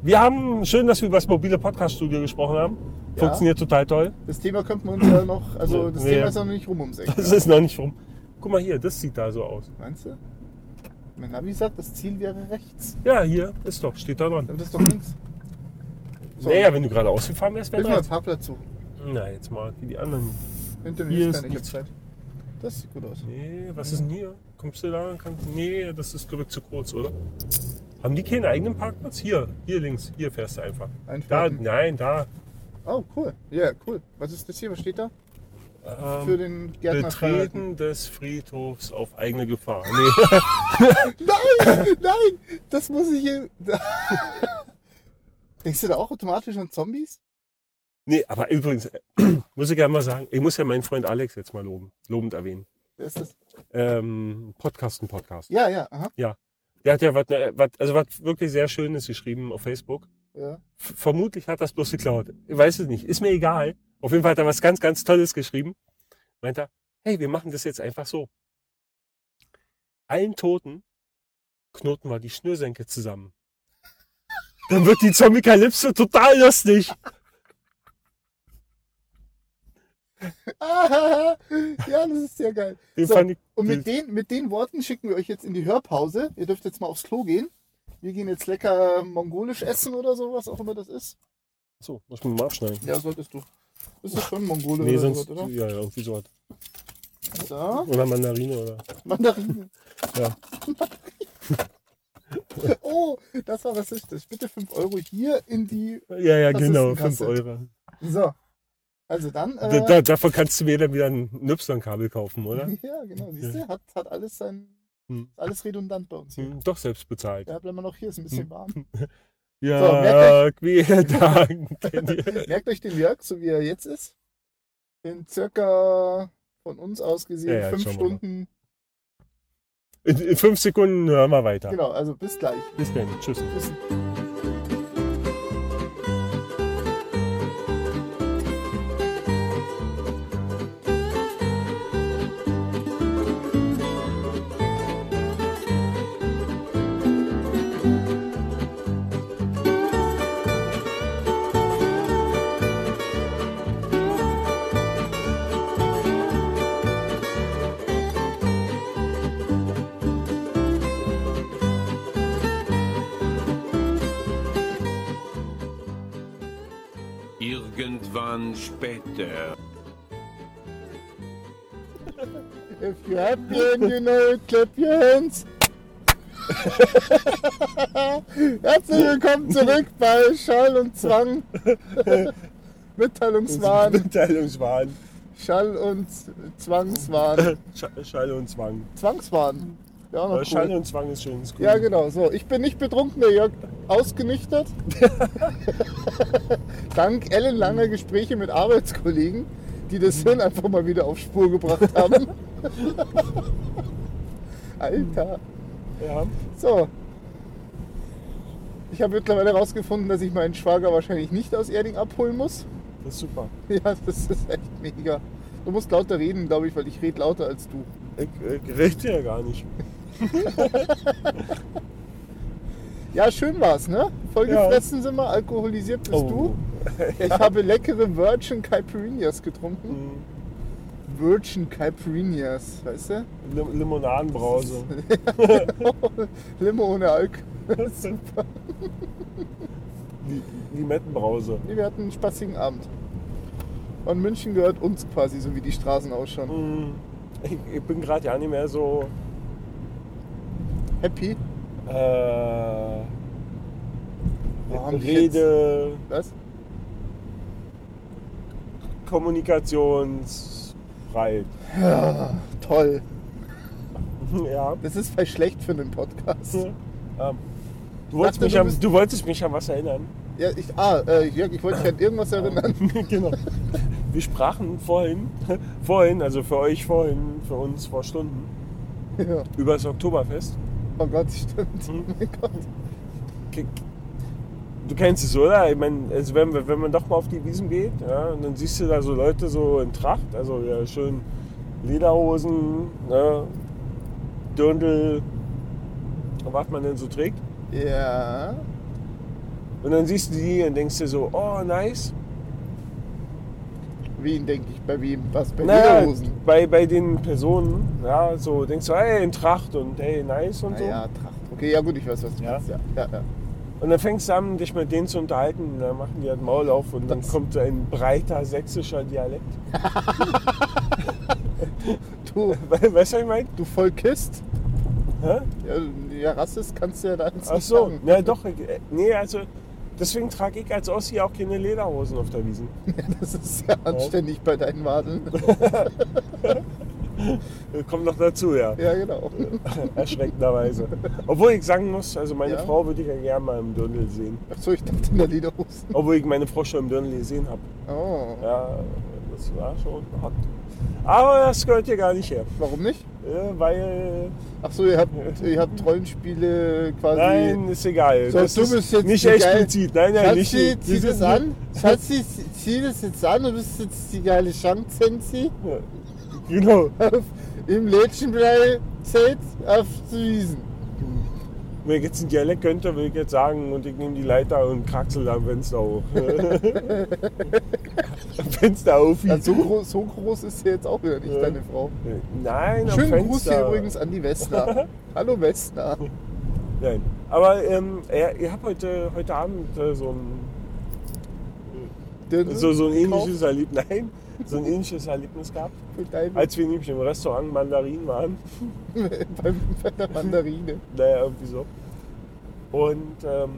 S2: Wir haben, schön, dass wir über das mobile Podcast-Studio gesprochen haben.
S1: Ja.
S2: Funktioniert total toll.
S1: Das Thema könnten wir uns ja noch, also
S2: Nee,
S1: das
S2: nee.
S1: Thema ist ja noch nicht rum ums Eck.
S2: Das
S1: ne?
S2: ist noch nicht rum. Guck mal hier, das sieht da so aus.
S1: Meinst du? Mein Navi sagt, das Ziel wäre rechts.
S2: Ja, hier ist doch, steht da dran.
S1: Dann ist doch links. So,
S2: Naja, wenn du gerade ausgefahren wärst, wäre
S1: Hilf mal einen
S2: das.
S1: Parkplatz suchen.
S2: Na, jetzt mal, wie die anderen.
S1: Hinter
S2: Hier
S1: mir ist
S2: ist
S1: keine, ich hab
S2: nichts.
S1: Zeit. Das sieht gut aus.
S2: Nee, was ist denn hier? Kommst du da? Kannst, nee, das ist, glaube ich, zu kurz, oder? Haben die keinen eigenen Parkplatz? Hier, hier links, hier fährst du einfach. Da,
S1: Einfahrten.
S2: nein, da.
S1: Oh, cool. Ja, cool. Was ist das hier? Was steht da?
S2: Ähm,
S1: Für den Gärtner freihalten.
S2: Betreten des Friedhofs auf eigene Gefahr. Nee,
S1: Nein, nein, das muss ich hier. Denkst du da auch automatisch an Zombies?
S2: nee aber übrigens, äh, muss ich ja mal sagen, ich muss ja meinen Freund Alex jetzt mal loben, lobend erwähnen.
S1: Wer Ist das?
S2: Ähm, Podcast, ein Podcast.
S1: Ja, ja, aha.
S2: Der hat ja was, ne, was- also was wirklich sehr Schönes geschrieben auf Facebook.
S1: Ja.
S2: V- Vermutlich hat das bloß geklaut. Ich weiß es nicht. Ist mir egal. Auf jeden Fall hat er was ganz, ganz Tolles geschrieben. Meint er, hey, wir machen das jetzt einfach so. Allen Toten knoten wir die Schnürsenkel zusammen. Dann wird die Zombie-Kalypse total lustig.
S1: Ah, ja, das ist sehr geil.
S2: Den
S1: So,
S2: fand ich,
S1: Und mit den, mit den Worten schicken wir euch jetzt in die Hörpause. Ihr dürft jetzt mal aufs Klo gehen. Wir gehen jetzt lecker mongolisch essen oder sowas, auch immer das ist.
S2: So, muss man mal abschneiden.
S1: Ja, solltest du. Ist das schon Mongole
S2: nee,
S1: oder
S2: sonst,
S1: sowas, oder?
S2: ja, ja, irgendwie so.
S1: So,
S2: Oder Mandarine oder.
S1: Mandarinen.
S2: Ja.
S1: Oh, das war rassistisch. Bitte 5 Euro hier in die.
S2: Ja, ja,
S1: Das ist
S2: genau,
S1: ein
S2: 5
S1: Kassett.
S2: Euro.
S1: So. Also dann.
S2: Da,
S1: Äh,
S2: da, davon kannst du mir dann wieder ein Y-Kabel kaufen, oder?
S1: Ja, genau. Siehst du, hat, hat alles sein.
S2: Hm.
S1: Ist alles redundant bei uns hier.
S2: Hm, Doch selbst bezahlt.
S1: Ja, bleiben wir noch hier, ist ein bisschen warm.
S2: Ja, vielen Dank. dir.
S1: Merkt euch den Jörg, so wie er jetzt ist. In circa von uns aus gesehen
S2: Ja, ja,
S1: fünf
S2: schauen wir mal.
S1: Stunden.
S2: In, in fünf Sekunden hören wir weiter.
S1: Genau, also bis gleich.
S2: Bis dann. Tschüss.
S1: Tschüss.
S3: Irgendwann später.
S1: If you're happy and you know it, clap your hands. Herzlich willkommen zurück bei Schall und Zwang. Mitteilungswahn.
S2: Mitteilungswahn.
S1: Schall und Zwangswahn.
S2: Sch- Schall und Zwang.
S1: Zwangswahn. Ja,
S2: Aber
S1: noch
S2: Schall
S1: Oh, cool.
S2: und Zwang ist schön. Ist cool.
S1: ja, genau. So, ich bin nicht betrunken, der Jörg. Ausgenüchtert. Dank ellenlanger Gespräche mit Arbeitskollegen, die das Hirn einfach mal wieder auf Spur gebracht haben. Alter.
S2: Ja.
S1: So. Ich habe mittlerweile herausgefunden, dass ich meinen Schwager wahrscheinlich nicht aus Erding abholen muss.
S2: Das ist super.
S1: Ja, das ist echt mega. Du musst lauter reden, glaube ich, weil ich rede lauter als du.
S2: Ich, ich rede ja gar nicht.
S1: Ja, schön war's, ne? Vollgefressen sind wir, alkoholisiert bist
S2: Oh.
S1: du. Ich habe leckere Virgin Caipirinhas getrunken.
S2: Hm,
S1: Virgin Caipirinhas, weißt du?
S2: Lim Limonadenbrause.
S1: Limo ohne Alk.
S2: super. Limettenbrause.
S1: Nee, wir hatten einen spaßigen Abend. Und München gehört uns quasi, so wie die Straßen ausschauen.
S2: Hm, Ich, ich bin gerade ja nicht mehr so.
S1: Happy.
S2: Äh,
S1: Wo haben die
S2: Rede,
S1: Was?
S2: Kommunikationsfreiheit.
S1: Toll.
S2: Ja.
S1: Das ist vielleicht schlecht für einen Podcast.
S2: Ähm, du, wolltest
S1: Dachte,
S2: mich
S1: du
S2: an,
S1: bist-
S2: du wolltest mich an was erinnern.
S1: Ja, ich, ah, äh, Jörg, ich wollte dich an irgendwas erinnern.
S2: genau. Wir sprachen vorhin, vorhin, also für euch vorhin, für uns vor Stunden,
S1: Ja.
S2: über das Oktoberfest.
S1: Oh Gott, stimmt.
S2: Mhm.
S1: Mein Gott.
S2: K- Du kennst es, oder? Ich meine, also wenn, wir- wenn man doch mal auf die Wiesen geht, ja, und dann siehst du da so Leute so in Tracht, also ja, schön Lederhosen, ne, Dirndl, was man denn so trägt.
S1: Ja.
S2: Und dann siehst du die und denkst dir so, oh nice.
S1: Wen denke ich? Bei wem? Was? Bei
S2: Naja,
S1: Lederhosen?
S2: bei, bei den Personen, ja, so denkst du, hey, in Tracht und hey, nice und so.
S1: Naja, Tracht. Okay, Ah ja gut, ich weiß, was du
S2: Ja.
S1: meinst. Ja, ja, ja.
S2: Und dann fängst du an, dich mit denen zu unterhalten. Und dann machen die halt Maul auf und dann
S1: Das-
S2: kommt so ein breiter sächsischer Dialekt.
S1: Du,
S2: We- Weißt du, was ich meine?
S1: du Vollkist?
S2: Hä?
S1: Ja, ja, Rassist kannst du ja da jetzt
S2: Ach
S1: nicht
S2: so,
S1: sagen.
S2: na doch. ich- äh, Nee, also deswegen trage ich als Ossi auch keine Lederhosen auf der Wiesen.
S1: Das ist sehr anständig bei deinen Wadeln.
S2: Äh, Kommt noch dazu, ja.
S1: Ja, genau.
S2: Erschreckenderweise. Obwohl ich sagen muss, also meine
S1: Ja?
S2: Frau würde ich ja gerne mal im Dirndl sehen.
S1: Ach so, ich dachte in der Lederhose.
S2: Obwohl ich meine Frau schon im Dirndl gesehen habe.
S1: Oh,
S2: Ja, das war schon hot. Aber das gehört hier gar nicht her.
S1: warum nicht?
S2: Äh, Weil
S1: Ach so, ihr habt, ihr habt Rollenspiele quasi...
S2: Nein, ist egal.
S1: Also, So,
S2: das
S1: du
S2: ist
S1: bist jetzt
S2: nicht
S1: die geil-
S2: explizit. Nein, nein, nicht.
S1: Schatzi,
S2: nicht-
S1: zieh
S2: nicht-
S1: das an. Schatzi, zieh das jetzt an. Du bist jetzt die geile Schanzenzi.
S2: Genau.
S1: Im Lädchenblei zählt auf die Wiesen.
S2: Wenn ich jetzt einen Dialekt könnte, würde ich jetzt sagen, und ich nehme die Leiter und kraxel am Fenster hoch. Fenster auf.
S1: Ja, Also so, groß, so groß ist sie jetzt auch wieder nicht,
S2: Ja.
S1: deine Frau.
S2: Nein, am
S1: Schönen
S2: Fenster.
S1: Gruß hier übrigens an die Westner. Hallo Westner.
S2: Nein. Aber ähm, ja, ich habe heute, heute Abend äh, so ein
S1: Dirndl
S2: so, so ein
S1: gekauft
S2: ähnliches Erlebnis, nein, so ein ähnliches Erlebnis gehabt,
S1: für dein-
S2: als wir nämlich im Restaurant Mandarin waren.
S1: beim, bei der Mandarine.
S2: Naja, irgendwie so. Und ähm,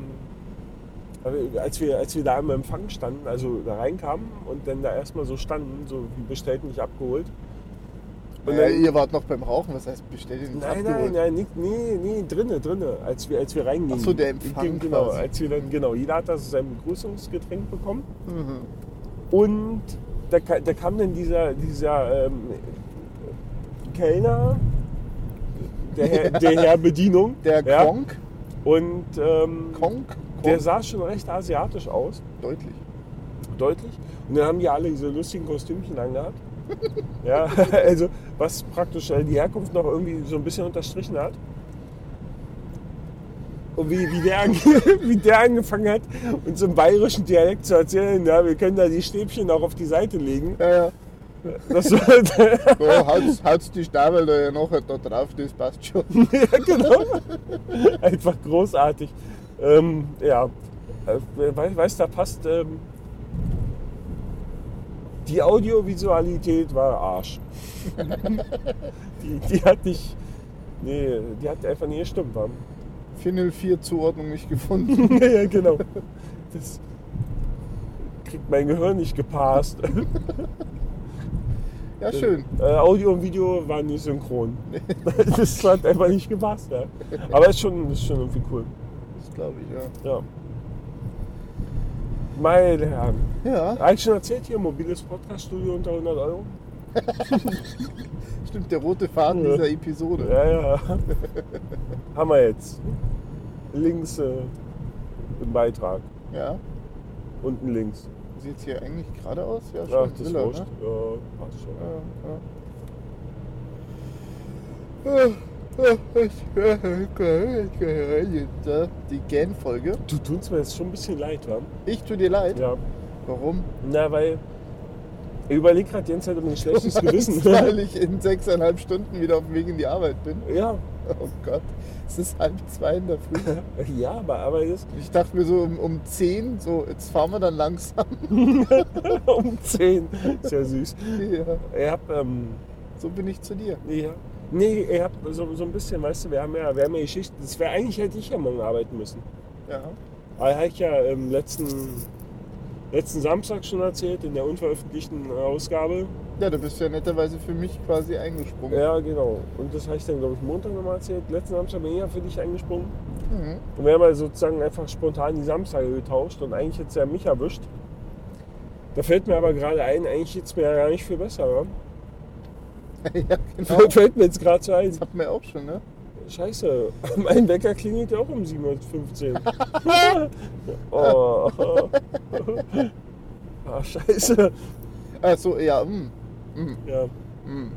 S2: aber als, wir, als wir da im Empfang standen, also da reinkamen und dann da erstmal so standen, so wie bestellt, nicht abgeholt. Und
S1: Naja,
S2: dann-
S1: Äh, ihr wart noch beim Rauchen, was heißt bestellt den
S2: Nein, nein, nein, nicht, nee, nee, drinne, drinne, als wir, als wir reingingen.
S1: Ach so, der Empfang
S2: Ging- Genau,
S1: quasi.
S2: als wir dann, genau, jeder hat das sein Begrüßungsgetränk bekommen.
S1: Mhm.
S2: Und da, ka- da kam dann dieser, dieser ähm, Kellner, der Herr, der Herr Bedienung.
S1: Der
S2: ja,
S1: Kronk,
S2: Und ähm,
S1: Kronk, Kronk,
S2: der sah schon recht asiatisch aus,
S1: deutlich.
S2: deutlich. Und dann haben die alle diese lustigen Kostümchen angehabt. ja, also was praktisch äh, die Herkunft noch irgendwie so ein bisschen unterstrichen hat. Und wie, wie, der, ange- wie der angefangen hat, uns im bayerischen Dialekt zu erzählen, ja, wir können da die Stäbchen auch auf die Seite legen.
S1: Ja, ja.
S2: Das sollte,
S1: So, haut's, haut's die Stabel da ja nachher da drauf, das passt schon.
S2: ja, genau. Einfach großartig. Ähm, ja, Äh, weiß, weiß da passt. Ähm, die Audiovisualität war Arsch. die, die hat nicht. Nee, die hat einfach nie gestimmt. Mann.
S1: 404 Zuordnung nicht gefunden.
S2: ja, genau. Das kriegt mein Gehirn nicht gepasst.
S1: Ja, schön.
S2: Äh, Audio und Video waren nicht synchron. das hat einfach nicht gepasst. Ja. Aber ist schon, ist schon irgendwie cool.
S1: Das glaube ich, ja.
S2: Ja. Meine Herren.
S1: Ja,
S2: Habe ich schon erzählt hier, mobiles Podcaststudio unter 100 Euro?
S1: stimmt, der rote Faden
S2: Ja.
S1: dieser Episode.
S2: Ja, ja. Haben wir jetzt. Links äh, im Beitrag.
S1: Ja.
S2: Unten links.
S1: Sieht es hier eigentlich gerade aus? Ja,
S2: Ach,
S1: schon.
S2: das ist
S1: Villa,
S2: wurscht.
S1: ne?
S2: Ja, passt schon.
S1: Ja, ja. Die Gan-Folge.
S2: Du tut's mir jetzt schon ein bisschen leid, wa?
S1: Ich tue dir leid.
S2: Ja.
S1: Warum?
S2: Na, weil. Ich überlege gerade die ganze Zeit um ein schlechtes
S1: Weil
S2: Gewissen.
S1: ich in sechseinhalb Stunden wieder auf dem Weg in die Arbeit bin.
S2: ja.
S1: Oh Gott, es ist halb zwei in der Früh.
S2: Ja, aber, aber jetzt
S1: Ich dachte mir so um, um zehn, so jetzt fahren wir dann langsam.
S2: um 10. Ist ja süß.
S1: Ja,
S2: Ich hab, ähm,
S1: so bin ich zu dir.
S2: Ja. Nee, ihr habt so, so ein bisschen, weißt du, wir haben ja, wir haben ja Geschichten. Das wäre eigentlich hätte ich ja morgen arbeiten müssen.
S1: Ja.
S2: Aber habe ich ja im letzten, letzten Samstag schon erzählt, in der unveröffentlichten äh, Ausgabe.
S1: Ja, du bist ja netterweise für mich quasi eingesprungen.
S2: Ja, genau. Und das habe ich dann, glaube ich, Montag nochmal erzählt. Letzten Samstag bin ich ja für dich eingesprungen.
S1: Mhm.
S2: Und wir haben ja sozusagen einfach spontan die Samstage getauscht und eigentlich jetzt ja mich erwischt. Da fällt mir aber gerade ein, eigentlich jetzt mir ja gar nicht viel besser. wa?
S1: ja, genau.
S2: Fällt mir jetzt gerade so ein.
S1: Das hatten wir auch schon, ne?
S2: Scheiße, mein Wecker klingelt ja auch um 7.15 Uhr. oh. Ah, scheiße.
S1: Ach so, ja, mm,
S2: Ja,
S1: mm.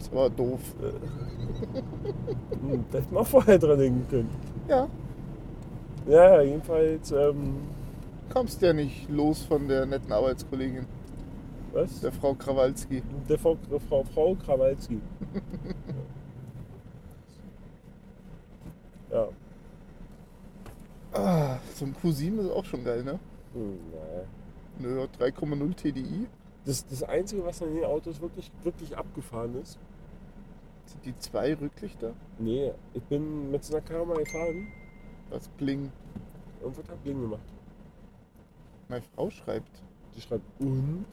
S1: Das war doof.
S2: hm, da hätten wir vorher dran denken können.
S1: Ja,
S2: Ja, ja, jedenfalls, ähm,
S1: kommst ja nicht los von der netten Arbeitskollegin,
S2: was?
S1: der Frau Krawalski.
S2: Der Frau, Frau, Frau Krawalski. ja.
S1: Ah, so ein Q7 ist auch schon geil, ne?
S2: Hm, naja.
S1: Nö, hat 3,0 TDI.
S2: Das, das Einzige, was an den Autos wirklich, wirklich abgefahren ist,
S1: Sind die zwei Rücklichter?
S2: nee, ich bin mit so einer Karre mal gefahren
S1: Was blinkt?
S2: und wurde Bling gemacht.
S1: Meine Frau schreibt.
S2: Die schreibt, und?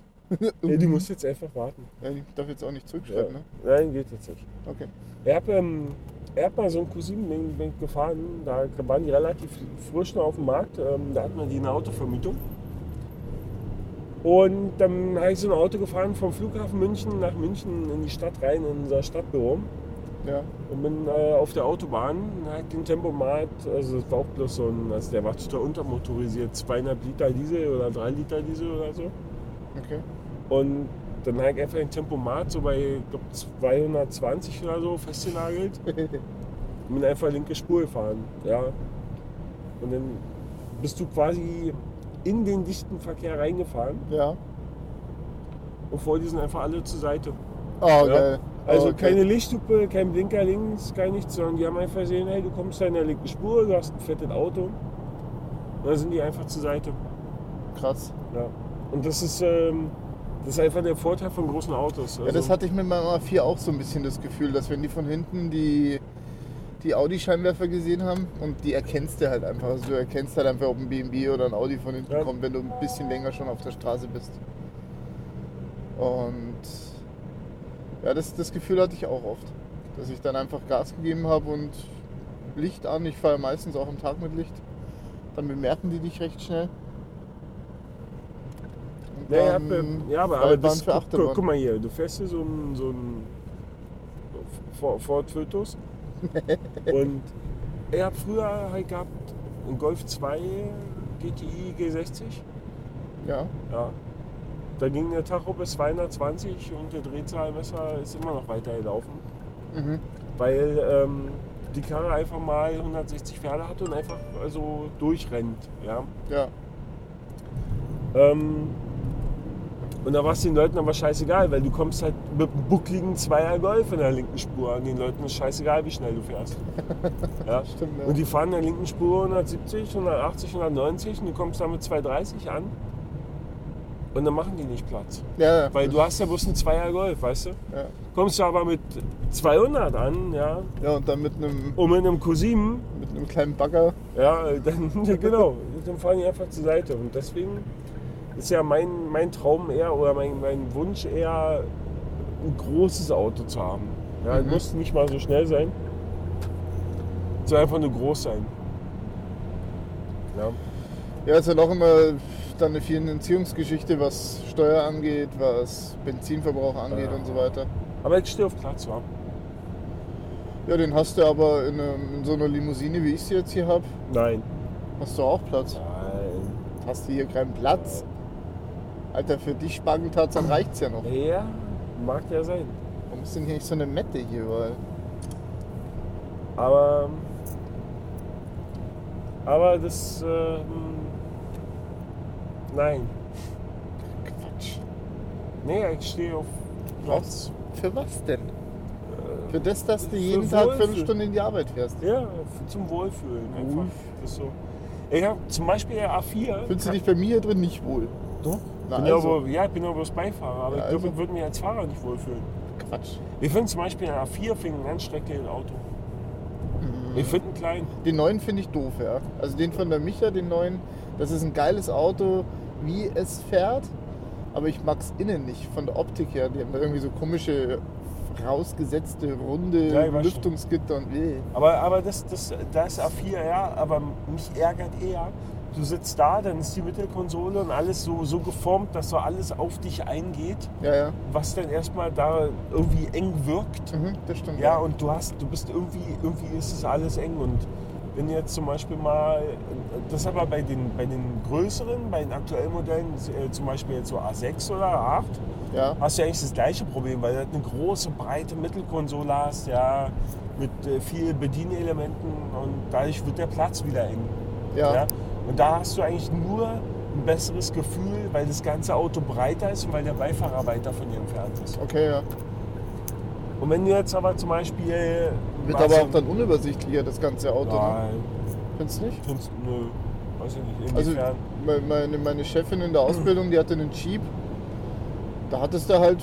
S2: Ja, die muss jetzt einfach warten.
S1: Ja, die darf jetzt auch nicht zurückschreiben, ne?
S2: Nein, geht jetzt nicht.
S1: Okay.
S2: Er hat, ähm, er hat mal so einen Cousin bin ich gefahren, da waren die relativ frisch noch auf dem Markt, ähm, da hatten wir die in der Autovermietung. Und dann habe ich so ein Auto gefahren vom Flughafen München nach München in die Stadt rein, in unser Stadtbüro.
S1: Ja.
S2: Und bin äh, auf der Autobahn, hat den Tempomat, also das war auch bloß so ein, also der war total untermotorisiert, zweieinhalb Liter Diesel oder drei Liter Diesel oder so.
S1: Okay.
S2: Und dann habe ich einfach den Tempomat so bei ich glaub, 220 oder so festgenagelt und bin einfach linke Spur gefahren. Ja. Und dann bist du quasi in den dichten Verkehr reingefahren
S1: ja.
S2: und vor dir sind einfach alle zur Seite.
S1: Oh, geil. Oh, Ah,
S2: Also
S1: okay.
S2: keine Lichthupe, kein Blinker links, kein nichts, sondern die haben einfach gesehen, hey, du kommst da in der linken Spur, du hast ein fettes Auto. Und dann sind die einfach zur Seite.
S1: Krass.
S2: Ja. Und das ist, ähm, das ist einfach der Vorteil von großen Autos. Also
S1: Ja, das hatte ich mit meinem A4 auch so ein bisschen das Gefühl, dass wenn die von hinten die, die Audi-Scheinwerfer gesehen haben und die erkennst du halt einfach. Also du erkennst halt einfach, ob ein BMW oder ein Audi von hinten
S2: Ja.
S1: kommt, wenn du ein bisschen länger schon auf der Straße bist. Und ja, das, das Gefühl hatte ich auch oft. Dass ich dann einfach Gas gegeben habe und Licht an. Ich fahre meistens auch am Tag mit Licht. Dann bemerken die dich recht schnell. Und
S2: Naja,
S1: dann
S2: ähm, ja, aber,
S1: frei
S2: aber
S1: Bahn
S2: das,
S1: für
S2: guck,
S1: Achterbahn.
S2: guck, guck mal hier, du fährst hier so ein, so ein Ford- Ford Fötus. und ich habe früher halt gehabt einen Golf 2 GTI G60.
S1: Ja.
S2: Ja. Da ging der Tacho bis 220 und der Drehzahlmesser ist immer noch weiter gelaufen.
S1: Mhm.
S2: Weil ähm, die Karre einfach mal 160 Pferde hat und einfach also durchrennt. Ja.
S1: Ja.
S2: Ähm, und da war es den Leuten aber scheißegal, weil du kommst halt mit einem buckligen Zweier Golf in der linken Spur an. Den Leuten ist scheißegal, wie schnell du fährst. ja?
S1: Stimmt, ja.
S2: Und die fahren in der linken Spur 170, 180, 190 und du kommst damit 230 an. Und dann machen die nicht Platz.
S1: Ja, ja.
S2: Weil du hast ja bloß einen Zweier Golf, weißt du?
S1: Ja.
S2: Kommst du aber mit 200 an, ja,
S1: ja, und dann mit einem,
S2: und mit einem Q7,
S1: mit einem kleinen Bagger.
S2: ja, dann, ja, genau, dann fahren die einfach zur Seite. Und deswegen ist ja mein, mein Traum eher oder mein, mein Wunsch eher, ein großes Auto zu haben. Ja,
S1: Mhm.
S2: Muss nicht mal so schnell sein, soll einfach nur groß sein. Ja,
S1: Ja, ist halt auch immer dann eine Finanzierungsgeschichte, was Steuer angeht, was Benzinverbrauch angeht
S2: Ja.
S1: und so weiter.
S2: aber ich stehe auf Platz, ja.
S1: Ja, den hast du aber in, einem, in so einer Limousine, wie ich sie jetzt hier habe,
S2: Nein.
S1: hast du auch Platz.
S2: Nein.
S1: Hast du hier keinen Platz? Alter, für dich Spargeltarzan reicht's ja noch.
S2: Ja, mag ja sein.
S1: Warum ist denn hier nicht so eine Mette hier? Weil
S2: Aber, aber das, ähm, nein.
S1: Quatsch.
S2: Nee, ich stehe auf Platz.
S1: Für was denn? Für das, dass du
S2: Äh, für
S1: jeden Tag
S2: Wohlfühl.
S1: fünf Stunden in die Arbeit fährst.
S2: Ja, f- zum Wohlfühlen einfach.
S1: Wohlfühl.
S2: Das ist so. Ich habe zum Beispiel der A4.
S1: Fühlst du dich bei mir hier drin nicht wohl?
S2: Doch.
S1: Na
S2: bin ja
S1: also.
S2: aber, ja, ich bin aber bloß Beifahrer, aber
S1: Na
S2: ich glaube,
S1: also.
S2: ich würde mich als Fahrer nicht wohlfühlen.
S1: Quatsch.
S2: Ich finde zum Beispiel der A4 für ein ganz schreckliches Auto. Ich
S1: Mhm.
S2: finde einen kleinen.
S1: Den neuen finde ich doof, ja. Also den von der Micha, den neuen, das ist ein geiles Auto, wie es fährt. Aber ich mag es innen nicht, von der Optik her. Die haben da irgendwie so komische, rausgesetzte, runde
S2: Ja, ich weiß schon.
S1: Lüftungsgitter und eh.
S2: Aber, aber das, das, das A4, ja, aber mich ärgert eher, du sitzt da, dann ist die Mittelkonsole und alles so, so geformt, dass so alles auf dich eingeht,
S1: Ja, ja.
S2: was dann erstmal da irgendwie eng wirkt.
S1: Mhm, das stimmt.
S2: Ja, und du hast, du bist irgendwie, irgendwie ist es alles eng. Und wenn du jetzt zum Beispiel mal, das ist aber bei den, bei den größeren, bei den aktuellen Modellen, äh, zum Beispiel jetzt so A6 oder A8,
S1: ja.
S2: hast du eigentlich das gleiche Problem, weil du halt eine große, breite Mittelkonsole hast, ja, mit äh, viel Bedienelementen und dadurch wird der Platz wieder eng.
S1: Ja.
S2: Und da hast du eigentlich nur ein besseres Gefühl, weil das ganze Auto breiter ist und weil der Beifahrer weiter von dir entfernt ist.
S1: Okay, ja.
S2: Und wenn du jetzt aber zum Beispiel...
S1: Wird
S2: mal
S1: aber
S2: so-
S1: auch dann unübersichtlicher, das ganze Auto. Ne?
S2: Nein,
S1: Findest du nicht?
S2: findest du, nö, weiß ich nicht,
S1: Also
S2: inwiefern.
S1: me- meine, meine Chefin in der Ausbildung, die hatte einen Jeep. Da hattest du halt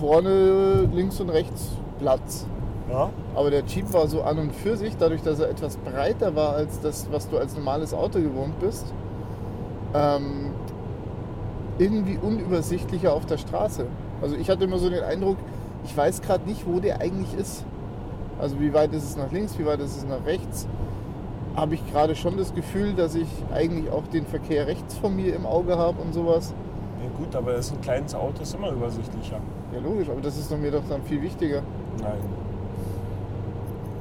S1: vorne links und rechts Platz.
S2: ja?
S1: Aber der Jeep war so an und für sich, dadurch, dass er etwas breiter war als das, was du als normales Auto gewohnt bist, ähm, irgendwie unübersichtlicher auf der Straße. Also ich hatte immer so den Eindruck, ich weiß gerade nicht, wo der eigentlich ist. Also wie weit ist es nach links, wie weit ist es nach rechts. Habe ich gerade schon das Gefühl, dass ich eigentlich auch den Verkehr rechts von mir im Auge habe und sowas.
S2: ja gut, aber das ist ein kleines Auto, ist immer übersichtlicher.
S1: Ja logisch, aber das ist doch mir doch dann viel wichtiger.
S2: Nein.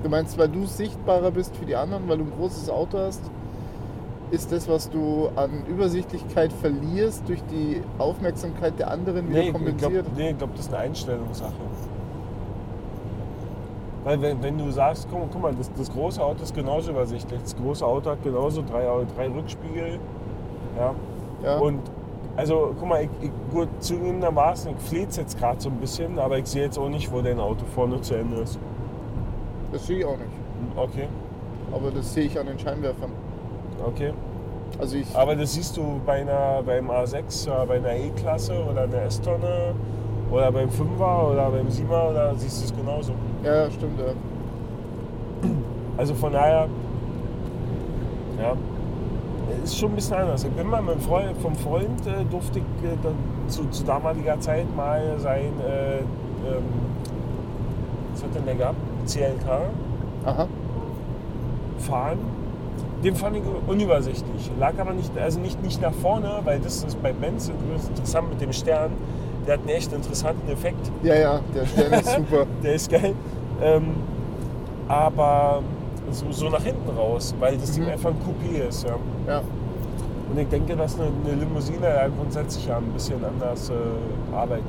S1: Du meinst, weil du sichtbarer bist für die anderen, weil du ein großes Auto hast, ist das, was du an Übersichtlichkeit verlierst, durch die Aufmerksamkeit der anderen wieder
S2: Nee, ich glaube,
S1: kompensiert?
S2: nee, ich glaub, das ist eine Einstellungssache. Weil wenn, wenn du sagst, guck, guck mal, das, das große Auto ist genauso übersichtlich. Das große Auto hat genauso drei, drei Rückspiegel. Ja.
S1: ja,
S2: Und also guck mal, ich, ich, gut, zugegebenermaßen, ich flehe jetzt gerade so ein bisschen, aber ich sehe jetzt auch nicht, wo dein Auto vorne zu Ende ist.
S1: das sehe ich auch nicht.
S2: Okay,
S1: Aber das sehe ich an den Scheinwerfern.
S2: okay.
S1: Also ich,
S2: Aber das siehst du bei einer, beim A6 oder bei einer E-Klasse oder einer S-Tonne oder beim 5er oder beim 7er oder siehst du es genauso.
S1: ja, stimmt, ja.
S2: Also von daher, ja, ist schon ein bisschen anders. Ich bin mal mit einem Freund, vom Freund äh, durfte ich äh, dann zu, zu damaliger Zeit mal sein, äh, ähm, was hat denn der gehabt? CLK
S1: Aha.
S2: fahren. Den fand ich unübersichtlich. Lag aber nicht, also nicht, nicht nach vorne, weil das ist bei Benz interessant mit dem Stern. Der hat einen echt interessanten Effekt.
S1: Ja, ja, der Stern ist super.
S2: Der ist geil. Ähm, aber so, so nach hinten raus, weil das Ding
S1: Mhm.
S2: einfach ein Coupé ist. Ja.
S1: Ja,
S2: Und ich denke, dass eine, eine Limousine ja grundsätzlich ja ein bisschen anders äh, arbeitet.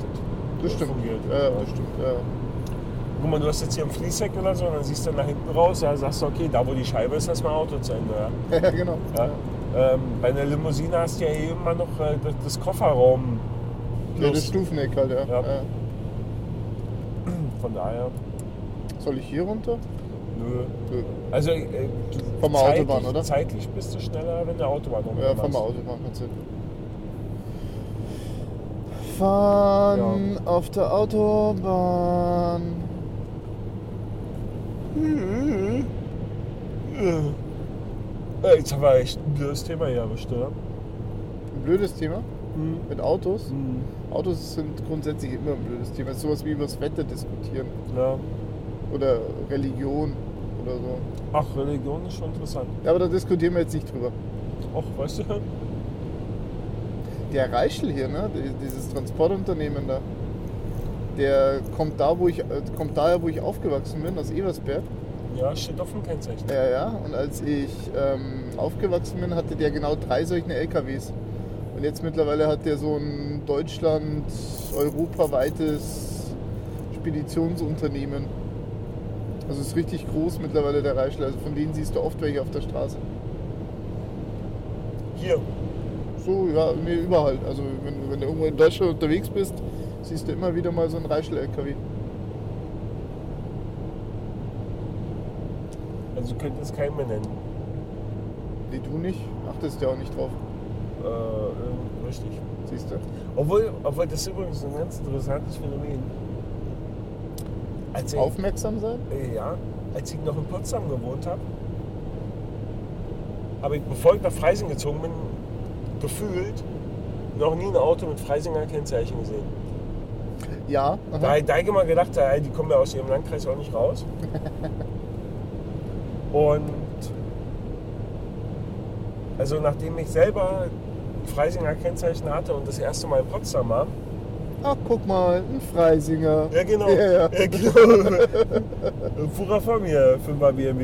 S1: das stimmt.
S2: Fungiert.
S1: Ja, das stimmt. Ja.
S2: Guck mal, du hast jetzt hier einen Fließsack oder so, und dann siehst du nach hinten raus, da sagst du, okay, da wo die Scheibe ist, lass mal Auto zu Ende. Ja.
S1: ja, genau.
S2: Ja. Ähm, bei einer Limousine hast du ja eh immer noch äh, das, das Kofferraum.
S1: Ja, das
S2: Plus.
S1: Stufeneck halt, ja.
S2: Ja.
S1: ja.
S2: Von daher,
S1: Soll ich hier runter?
S2: nö.
S1: Nö.
S2: Also, äh,
S1: Von der
S2: zeitlich-
S1: Autobahn, oder?
S2: Zeitlich bist du schneller, wenn du Autobahn
S1: Ja,
S2: rumfährst.
S1: fahren wir Autobahn, kannst du. Fahren auf der Autobahn.
S2: Mhm. Äh, jetzt haben wir echt ein blödes Thema hier erwischt, oder?
S1: Ein blödes Thema
S2: Mhm.
S1: mit Autos.
S2: Mhm.
S1: Autos sind grundsätzlich immer ein blödes Thema. Es ist sowas wie über das Wetter diskutieren
S2: Ja.
S1: oder Religion oder so.
S2: Ach, Religion ist schon interessant.
S1: Ja, aber da diskutieren wir jetzt nicht drüber.
S2: Ach, weißt du,
S1: Der Reichel hier, ne? die- dieses Transportunternehmen da, der kommt, da, wo ich, äh, kommt daher, wo ich aufgewachsen bin, aus Eversberg.
S2: ja, steht auf dem Kennzeichen.
S1: Ja, ja. Und als ich ähm, aufgewachsen bin, hatte der genau drei solchen LKWs. Und jetzt mittlerweile hat der so ein Deutschland, europaweites Speditionsunternehmen. Also ist richtig groß mittlerweile der Reichel. Also von denen siehst du oft welche auf der Straße.
S2: Hier,
S1: So, ja, nee, überall. Also wenn, du- wenn du irgendwo in Deutschland unterwegs bist, siehst du immer wieder mal so einen Reichel-LKW.
S2: also du könntest keinen mehr nennen.
S1: Nee, du nicht. Achtest ja auch nicht drauf.
S2: Äh, äh, richtig.
S1: Siehst du.
S2: Obwohl, obwohl das ist übrigens ein ganz interessantes Phänomen. Als ich,
S1: Aufmerksam sein?
S2: äh, ja, als ich noch in Potsdam gewohnt habe, habe ich, bevor ich nach Freising gezogen bin, gefühlt noch nie ein Auto mit Freisinger Kennzeichen gesehen.
S1: Ja. aha.
S2: Da, da habe ich immer gedacht, ey, die kommen ja aus ihrem Landkreis auch nicht raus. Und also nachdem ich selber ein Freisinger Kennzeichen hatte und das erste Mal in Potsdam war,
S1: Ach, guck mal, ein Freisinger.
S2: Ja, genau.
S1: Ja, ja.
S2: genau. Fura von mir, 5er BMW,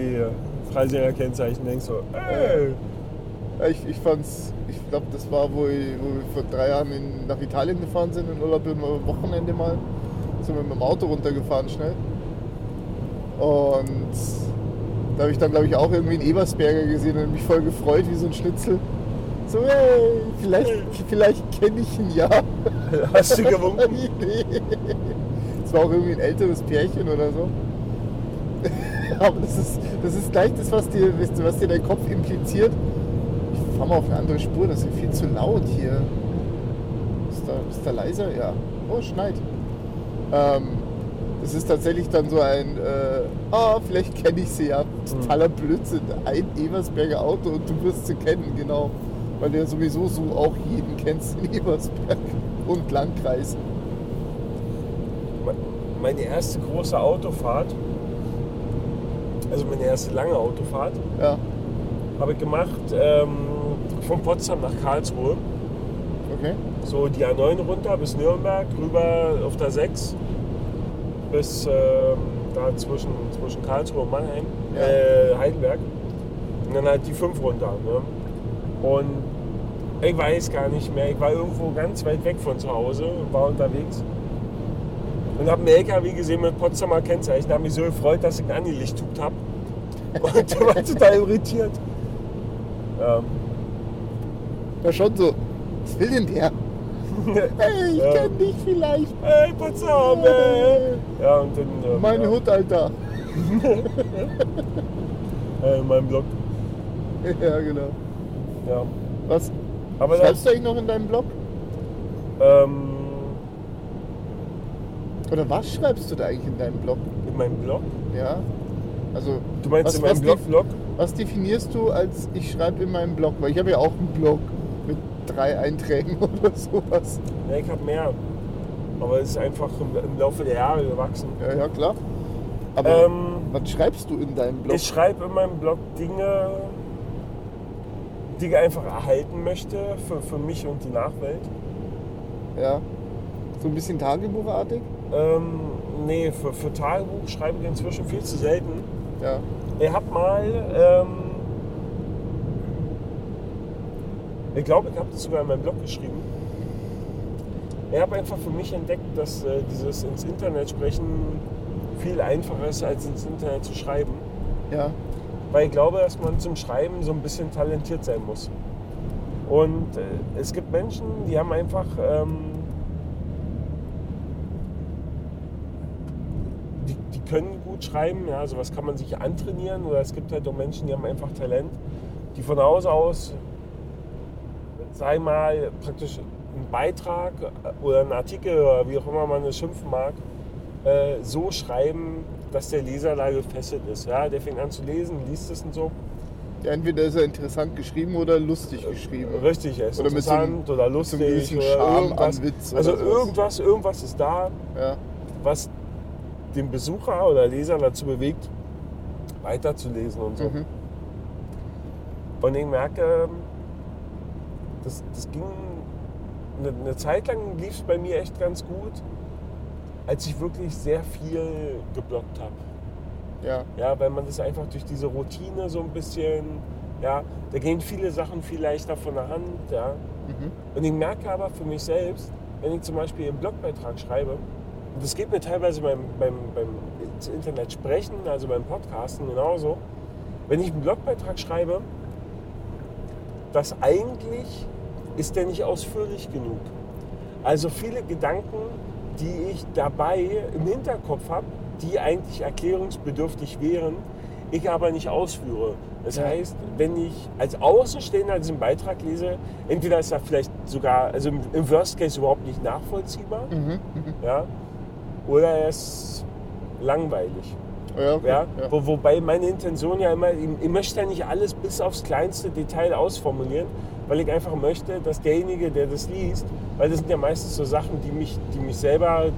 S2: Freisinger Kennzeichen, denkst du, ey.
S1: Ja, Ich, ich fand's, ich glaube, das war, wo, ich, wo wir vor drei Jahren in, nach Italien gefahren sind, in Urlaub am Wochenende mal. Sind wir mit dem Auto runtergefahren schnell. Und da habe ich dann, glaube ich, auch irgendwie einen Ebersberger gesehen und mich voll gefreut wie so ein Schnitzel. So, hey, vielleicht, vielleicht kenne ich ihn ja.
S2: Hast du gewunken?
S1: Es war auch irgendwie ein älteres Pärchen oder so. Aber das ist, das ist gleich das, was dir, wisst ihr, was dir dein Kopf impliziert. Ich fahr mal auf eine andere Spur, das ist ja viel zu laut hier. Ist da, ist da leiser? Ja. Oh, schneit. Ähm, das ist tatsächlich dann so ein, äh, ah, vielleicht kenne ich sie ja. Totaler Blödsinn. Ein Ebersberger Auto und du wirst sie kennen, genau. Weil du ja sowieso so auch jeden kennst in Ebersberg und Landkreis.
S2: Me- Meine erste große Autofahrt, also meine erste lange Autofahrt,
S1: Ja,
S2: habe ich gemacht ähm, von Potsdam nach Karlsruhe.
S1: okay.
S2: So die A9 runter bis Nürnberg, rüber auf der 6 bis ähm, da zwischen, zwischen Karlsruhe und Mannheim,
S1: Ja.
S2: äh, Heidelberg. Und dann halt die 5 runter. Ne? Und ich weiß gar nicht mehr, ich war irgendwo ganz weit weg von zu Hause und war unterwegs. Und habe einen LKW gesehen mit Potsdamer Kennzeichen. habe mich so gefreut, dass ich ihn angelichtet habe. Und der war total irritiert. Ähm,
S1: Ja, schon so. Was will denn der? Hey, ich
S2: Ja.
S1: kenn dich vielleicht.
S2: hey, Potsdam! Hey. Ja, und dann. ähm,
S1: Meine
S2: ja.
S1: Hut, Alter.
S2: äh, in meinem Blog.
S1: Ja, genau.
S2: Ja.
S1: Was?
S2: Aber da,
S1: Schreibst du eigentlich noch in deinem Blog?
S2: ähm,
S1: Oder was schreibst du da eigentlich in deinem Blog?
S2: in meinem Blog?
S1: Ja. Also,
S2: Du meinst
S1: Was-
S2: in
S1: was
S2: meinem Blog,
S1: die-
S2: Blog?
S1: was definierst du als ich schreibe in meinem Blog? Weil ich habe ja auch einen Blog mit drei Einträgen oder sowas.
S2: Ja, ich habe mehr. Aber es ist einfach im, im Laufe der Jahre gewachsen.
S1: Ja, ja, klar. Aber
S2: Ähm,
S1: was schreibst du in deinem Blog?
S2: ich schreibe in meinem Blog Dinge, die ich einfach erhalten möchte für, für mich und die Nachwelt.
S1: ja. So ein bisschen tagebuchartig?
S2: Ähm, nee, für, für Tagebuch schreiben wir inzwischen viel zu selten.
S1: Ja.
S2: Ich hab mal, ähm, ich glaube, ich habe das sogar in meinem Blog geschrieben. Ich habe einfach für mich entdeckt, dass äh, dieses ins Internet sprechen viel einfacher ist, als ins Internet zu schreiben.
S1: Ja.
S2: Weil ich glaube, dass man zum Schreiben so ein bisschen talentiert sein muss. Und äh, es gibt Menschen, die haben einfach. Ähm, die, die können gut schreiben, ja, sowas kann man sich antrainieren. Oder es gibt halt auch Menschen, die haben einfach Talent, die von Hause aus, sei mal, praktisch einen Beitrag äh, oder einen Artikel oder wie auch immer man es schimpfen mag, äh, so schreiben, dass der Leser da gefesselt ist. Ja? Der fängt an zu lesen, liest es und so.
S1: ja. Entweder ist er interessant geschrieben oder lustig geschrieben.
S2: Richtig, er ist
S1: Oder mit so einem-
S2: interessant oder lustig
S1: mit so einem gewissen
S2: oder
S1: Charme
S2: irgendwas.
S1: am Witz oder
S2: also
S1: sowas.
S2: irgendwas, irgendwas ist da,
S1: Ja.
S2: was den Besucher oder Leser dazu bewegt, weiterzulesen und so.
S1: Mhm.
S2: Und ich merke, ähm, das, das ging eine, eine Zeit lang lief es bei mir echt ganz gut, als ich wirklich sehr viel geblockt habe.
S1: Ja.
S2: Ja, weil man das einfach durch diese Routine so ein bisschen, ja, da gehen viele Sachen viel leichter von der Hand, ja.
S1: Mhm.
S2: Und ich merke aber für mich selbst, wenn ich zum Beispiel einen Blogbeitrag schreibe, und das geht mir teilweise beim, beim, beim ins Internet sprechen, also beim Podcasten genauso, wenn ich einen Blogbeitrag schreibe, das eigentlich ist der nicht ausführlich genug. Also viele Gedanken, die ich dabei im Hinterkopf habe, die eigentlich erklärungsbedürftig wären, ich aber nicht ausführe. Das
S1: Ja.
S2: heißt, wenn ich als Außenstehender diesen Beitrag lese, entweder ist er vielleicht sogar, also im im Worst Case überhaupt nicht nachvollziehbar,
S1: Mhm.
S2: ja, oder er ist langweilig.
S1: Ja, okay.
S2: Ja?
S1: Ja.
S2: Wo, wobei meine Intention ja immer, ich, ich möchte ja nicht alles bis aufs kleinste Detail ausformulieren, weil ich einfach möchte, dass derjenige, der das liest, weil das sind ja meistens so Sachen, die mich, die mich selber äh,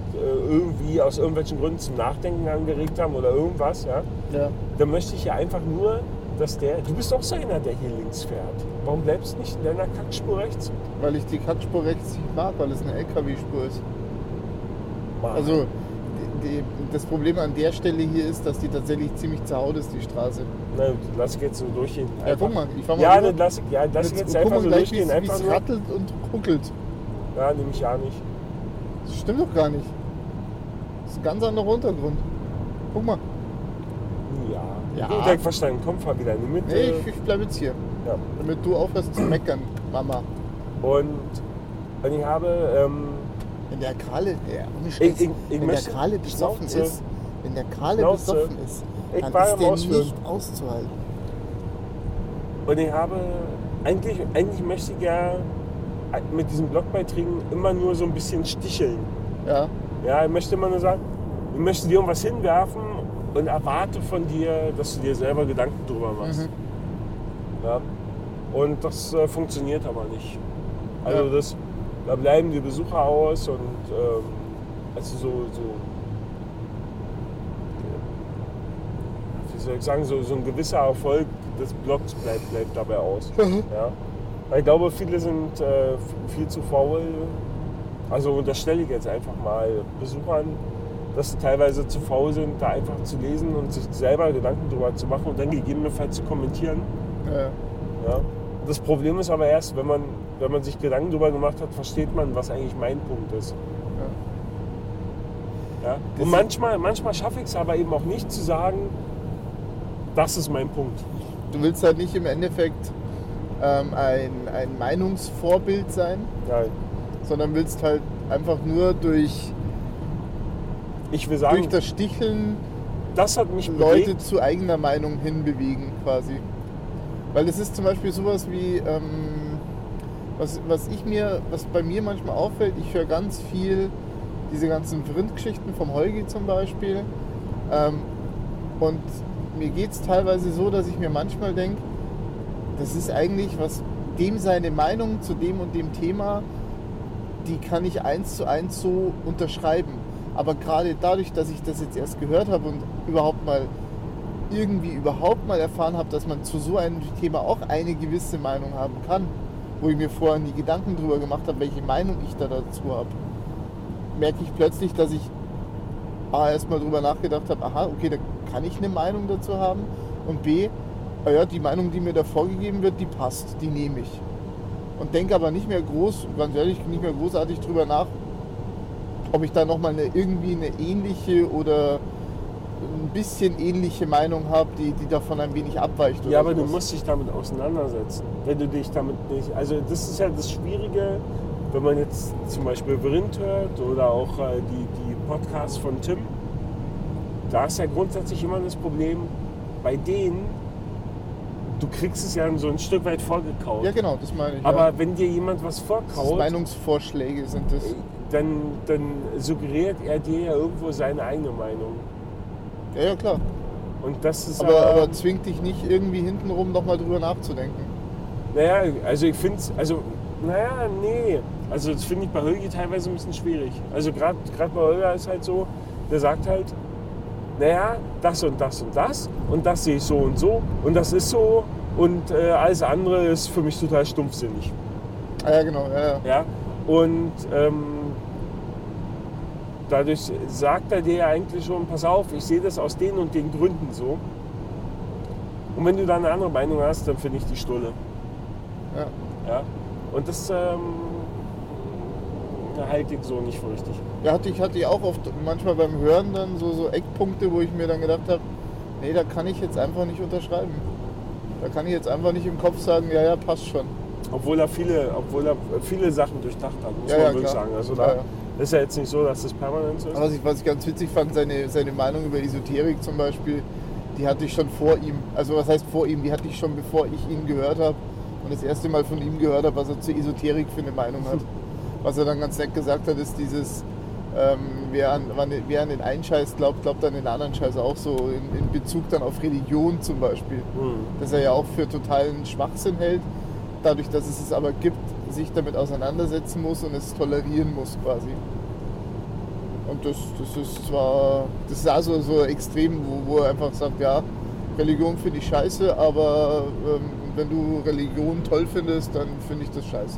S2: irgendwie aus irgendwelchen Gründen zum Nachdenken angeregt haben oder irgendwas, ja,
S1: ja.
S2: dann möchte ich ja einfach nur, dass der, du bist auch so einer, der hier links fährt. Warum bleibst du nicht in deiner Kackspur rechts?
S1: Weil ich die Kackspur rechts nicht mag, weil es eine LKW-Spur ist.
S2: Mann.
S1: Also die, die, das Problem an der Stelle hier ist, dass die tatsächlich ziemlich zerhaut ist, die Straße.
S2: Na, gut, lass ich jetzt so durchgehen.
S1: Ja,
S2: Einfach.
S1: guck mal, ich fahr mal
S2: Ja,
S1: rüber.
S2: das lass ich, ja, lass ich jetzt einfach
S1: gucken
S2: so
S1: wir gleich, wie
S2: durchgehen.
S1: es wie
S2: Einfach
S1: es
S2: nur.
S1: rattelt und ruckelt.
S2: Ja, nehme ich ja nicht.
S1: Das stimmt doch gar nicht. Das ist ein ganz anderer Untergrund. Guck mal.
S2: Ja.
S1: Ja.
S2: Gut, hab ich verstanden. Komm, fahr wieder in die Mitte.
S1: Nee, ich, ich bleib jetzt hier.
S2: Äh. ja.
S1: Damit du aufhörst zu meckern, Mama.
S2: und, und ich habe, ähm,
S1: Wenn der Krale, ja, ohne
S2: ich,
S1: Scheiß,
S2: ich, ich
S1: wenn der
S2: möchte,
S1: Krale besoffen
S2: Schnauze.
S1: ist, wenn der Krale
S2: Schnauze.
S1: besoffen ist,
S2: Ich
S1: dann
S2: war
S1: ist
S2: am
S1: der
S2: Ausführen.
S1: nicht auszuhalten.
S2: und ich habe, eigentlich, eigentlich möchte ich ja mit diesen Blogbeiträgen immer nur so ein bisschen sticheln.
S1: Ja,
S2: Ja, ich möchte immer nur sagen, ich möchte dir irgendwas hinwerfen und erwarte von dir, dass du dir selber Gedanken drüber machst.
S1: Mhm.
S2: Ja. Und das äh, funktioniert aber nicht. Also
S1: Ja.
S2: das, da bleiben die Besucher aus und ähm, also so, so wie soll ich sagen, so, so ein gewisser Erfolg des Blogs bleibt, bleibt dabei aus.
S1: Mhm.
S2: Ja. Weil ich glaube, viele sind äh, viel zu faul. Also unterstelle ich jetzt einfach mal Besuchern, dass sie teilweise zu faul sind, da einfach zu lesen und sich selber Gedanken drüber zu machen und dann gegebenenfalls zu kommentieren.
S1: äh,
S2: Ja. Das Problem ist aber erst, wenn man, wenn man sich Gedanken darüber gemacht hat, versteht man, was eigentlich mein Punkt ist. Ja.
S1: Das-
S2: Und manchmal, manchmal schaffe ich es aber eben auch nicht zu sagen, das ist mein Punkt.
S1: du willst halt nicht im Endeffekt ähm, ein, ein Meinungsvorbild sein,
S2: Nein.
S1: sondern willst halt einfach nur durch,
S2: Ich will sagen,
S1: durch das Sticheln
S2: das hat mich
S1: Leute
S2: bewegt.
S1: zu eigener Meinung hinbewegen quasi. Weil es ist zum Beispiel sowas wie, ähm, Was, was ich mir, was bei mir manchmal auffällt, ich höre ganz viel diese ganzen Vrind-Geschichten vom Holgi zum Beispiel. Ähm, und mir geht es teilweise so, dass ich mir manchmal denke, das ist eigentlich was, dem seine Meinung zu dem und dem Thema, die kann ich eins zu eins so unterschreiben. Aber gerade dadurch, dass ich das jetzt erst gehört habe und überhaupt mal irgendwie überhaupt mal erfahren habe, dass man zu so einem Thema auch eine gewisse Meinung haben kann, wo ich mir vorher nie Gedanken drüber gemacht habe, welche Meinung ich da dazu habe, merke ich plötzlich, dass ich A, erstmal drüber nachgedacht habe, aha, okay, da kann ich eine Meinung dazu haben und B, ah ja, die Meinung, die mir da vorgegeben wird, die passt, die nehme ich. Und denke aber nicht mehr groß, ganz ehrlich, nicht mehr großartig drüber nach, ob ich da nochmal eine, irgendwie eine ähnliche oder ein bisschen ähnliche Meinung habe, die, die davon ein wenig abweicht.
S2: Ja,
S1: oder
S2: aber du
S1: sowas.
S2: musst dich damit auseinandersetzen. Wenn du dich damit nicht. Also das ist ja das Schwierige, wenn man jetzt zum Beispiel Brind hört oder auch äh, die, die Podcasts von Tim, da ist ja grundsätzlich immer das Problem, bei denen, du kriegst es ja so ein Stück weit vorgekaut.
S1: Ja, genau, das meine ich. ja.
S2: Aber wenn dir jemand was
S1: Das ist
S2: vorkaut, äh,
S1: Meinungsvorschläge sind das.
S2: dann, dann suggeriert er dir ja irgendwo seine eigene Meinung.
S1: Ja, ja, klar.
S2: Und das ist
S1: Aber, aber zwingt dich nicht irgendwie hintenrum nochmal drüber nachzudenken.
S2: Naja, also ich finde es, also, naja, nee. Also das finde ich bei Holgi teilweise ein bisschen schwierig. Also gerade bei Holger ist halt so, der sagt halt, naja, das und das und das und das sehe ich so und so und das ist so und äh, alles andere ist für mich total stumpfsinnig.
S1: Ah, ja, genau, ja, ja.
S2: Ja? Und ähm, dadurch sagt er dir ja eigentlich schon, pass auf, ich sehe das aus den und den Gründen so. Und wenn du da eine andere Meinung hast, dann finde ich die Stulle.
S1: ja.
S2: Ja? Und das ähm, da halte ich so nicht für richtig.
S1: Ja, hatte ich, hatte ich auch oft manchmal beim Hören dann so, so Eckpunkte, wo ich mir dann gedacht habe, nee, da kann ich jetzt einfach nicht unterschreiben. Da kann ich jetzt einfach nicht im Kopf sagen, ja, ja, passt schon.
S2: Obwohl er viele, obwohl er viele Sachen durchdacht hat, muss
S1: Ja,
S2: man
S1: ja,
S2: wirklich
S1: klar.
S2: sagen. Also
S1: Ja,
S2: da
S1: ja.
S2: ist ja jetzt nicht so, dass das permanent so ist.
S1: Aber Was ich, was ich ganz witzig fand, seine, seine Meinung über Esoterik zum Beispiel, die hatte ich schon vor ihm. Also was heißt vor ihm? Die hatte ich schon, bevor ich ihn gehört habe und das erste Mal von ihm gehört habe, was er zur Esoterik für eine Meinung hat. Was er dann ganz nett gesagt hat, ist dieses, ähm, wer, an, wann- wer an den einen Scheiß glaubt, glaubt an den anderen Scheiß auch so. In, in Bezug dann auf Religion zum Beispiel.
S2: Hm.
S1: Dass er ja auch für totalen Schwachsinn hält. Dadurch, dass es es aber gibt, sich damit auseinandersetzen muss und es tolerieren muss quasi. Und das, das ist zwar, das ist also so extrem, wo, wo er einfach sagt, ja, Religion finde ich scheiße, aber ähm, wenn du Religion toll findest, dann finde ich das scheiße.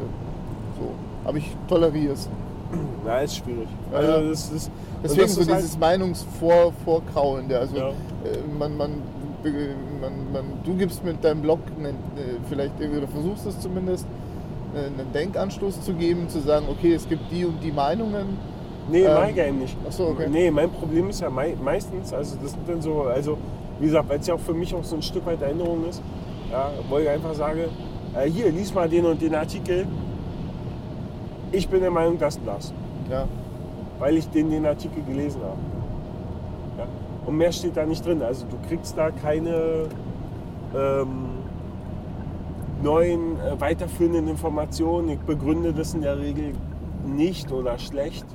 S1: So. Aber ich toleriere es.
S2: Na, ist schwierig.
S1: Ja,
S2: also
S1: ja.
S2: das, das,
S1: Deswegen
S2: das
S1: so
S2: ist halt-
S1: dieses Meinungsvorkrauende. Also
S2: Ja.
S1: äh, man, man, be- man, man, du gibst mit deinem Blog einen, äh, vielleicht irgendwie, oder versuchst es zumindest, äh, einen Denkanstoß zu geben, zu sagen, okay, es gibt die und die Meinungen.
S2: Nee,
S1: Ähm,
S2: mein Game nicht.
S1: ach so, okay.
S2: Nee, mein Problem ist ja mei meistens, also das sind dann so, also wie gesagt, weil es ja auch für mich auch so ein Stück weit Erinnerung ist, ja, wo ich einfach sage, äh, hier, lies mal den und den Artikel. Ich bin der Meinung, das und das,
S1: Ja,
S2: weil ich den, den Artikel gelesen habe. Ja? Und mehr steht da nicht drin. Also du kriegst da keine ähm, neuen, äh, weiterführenden Informationen. Ich begründe das in der Regel nicht oder schlecht.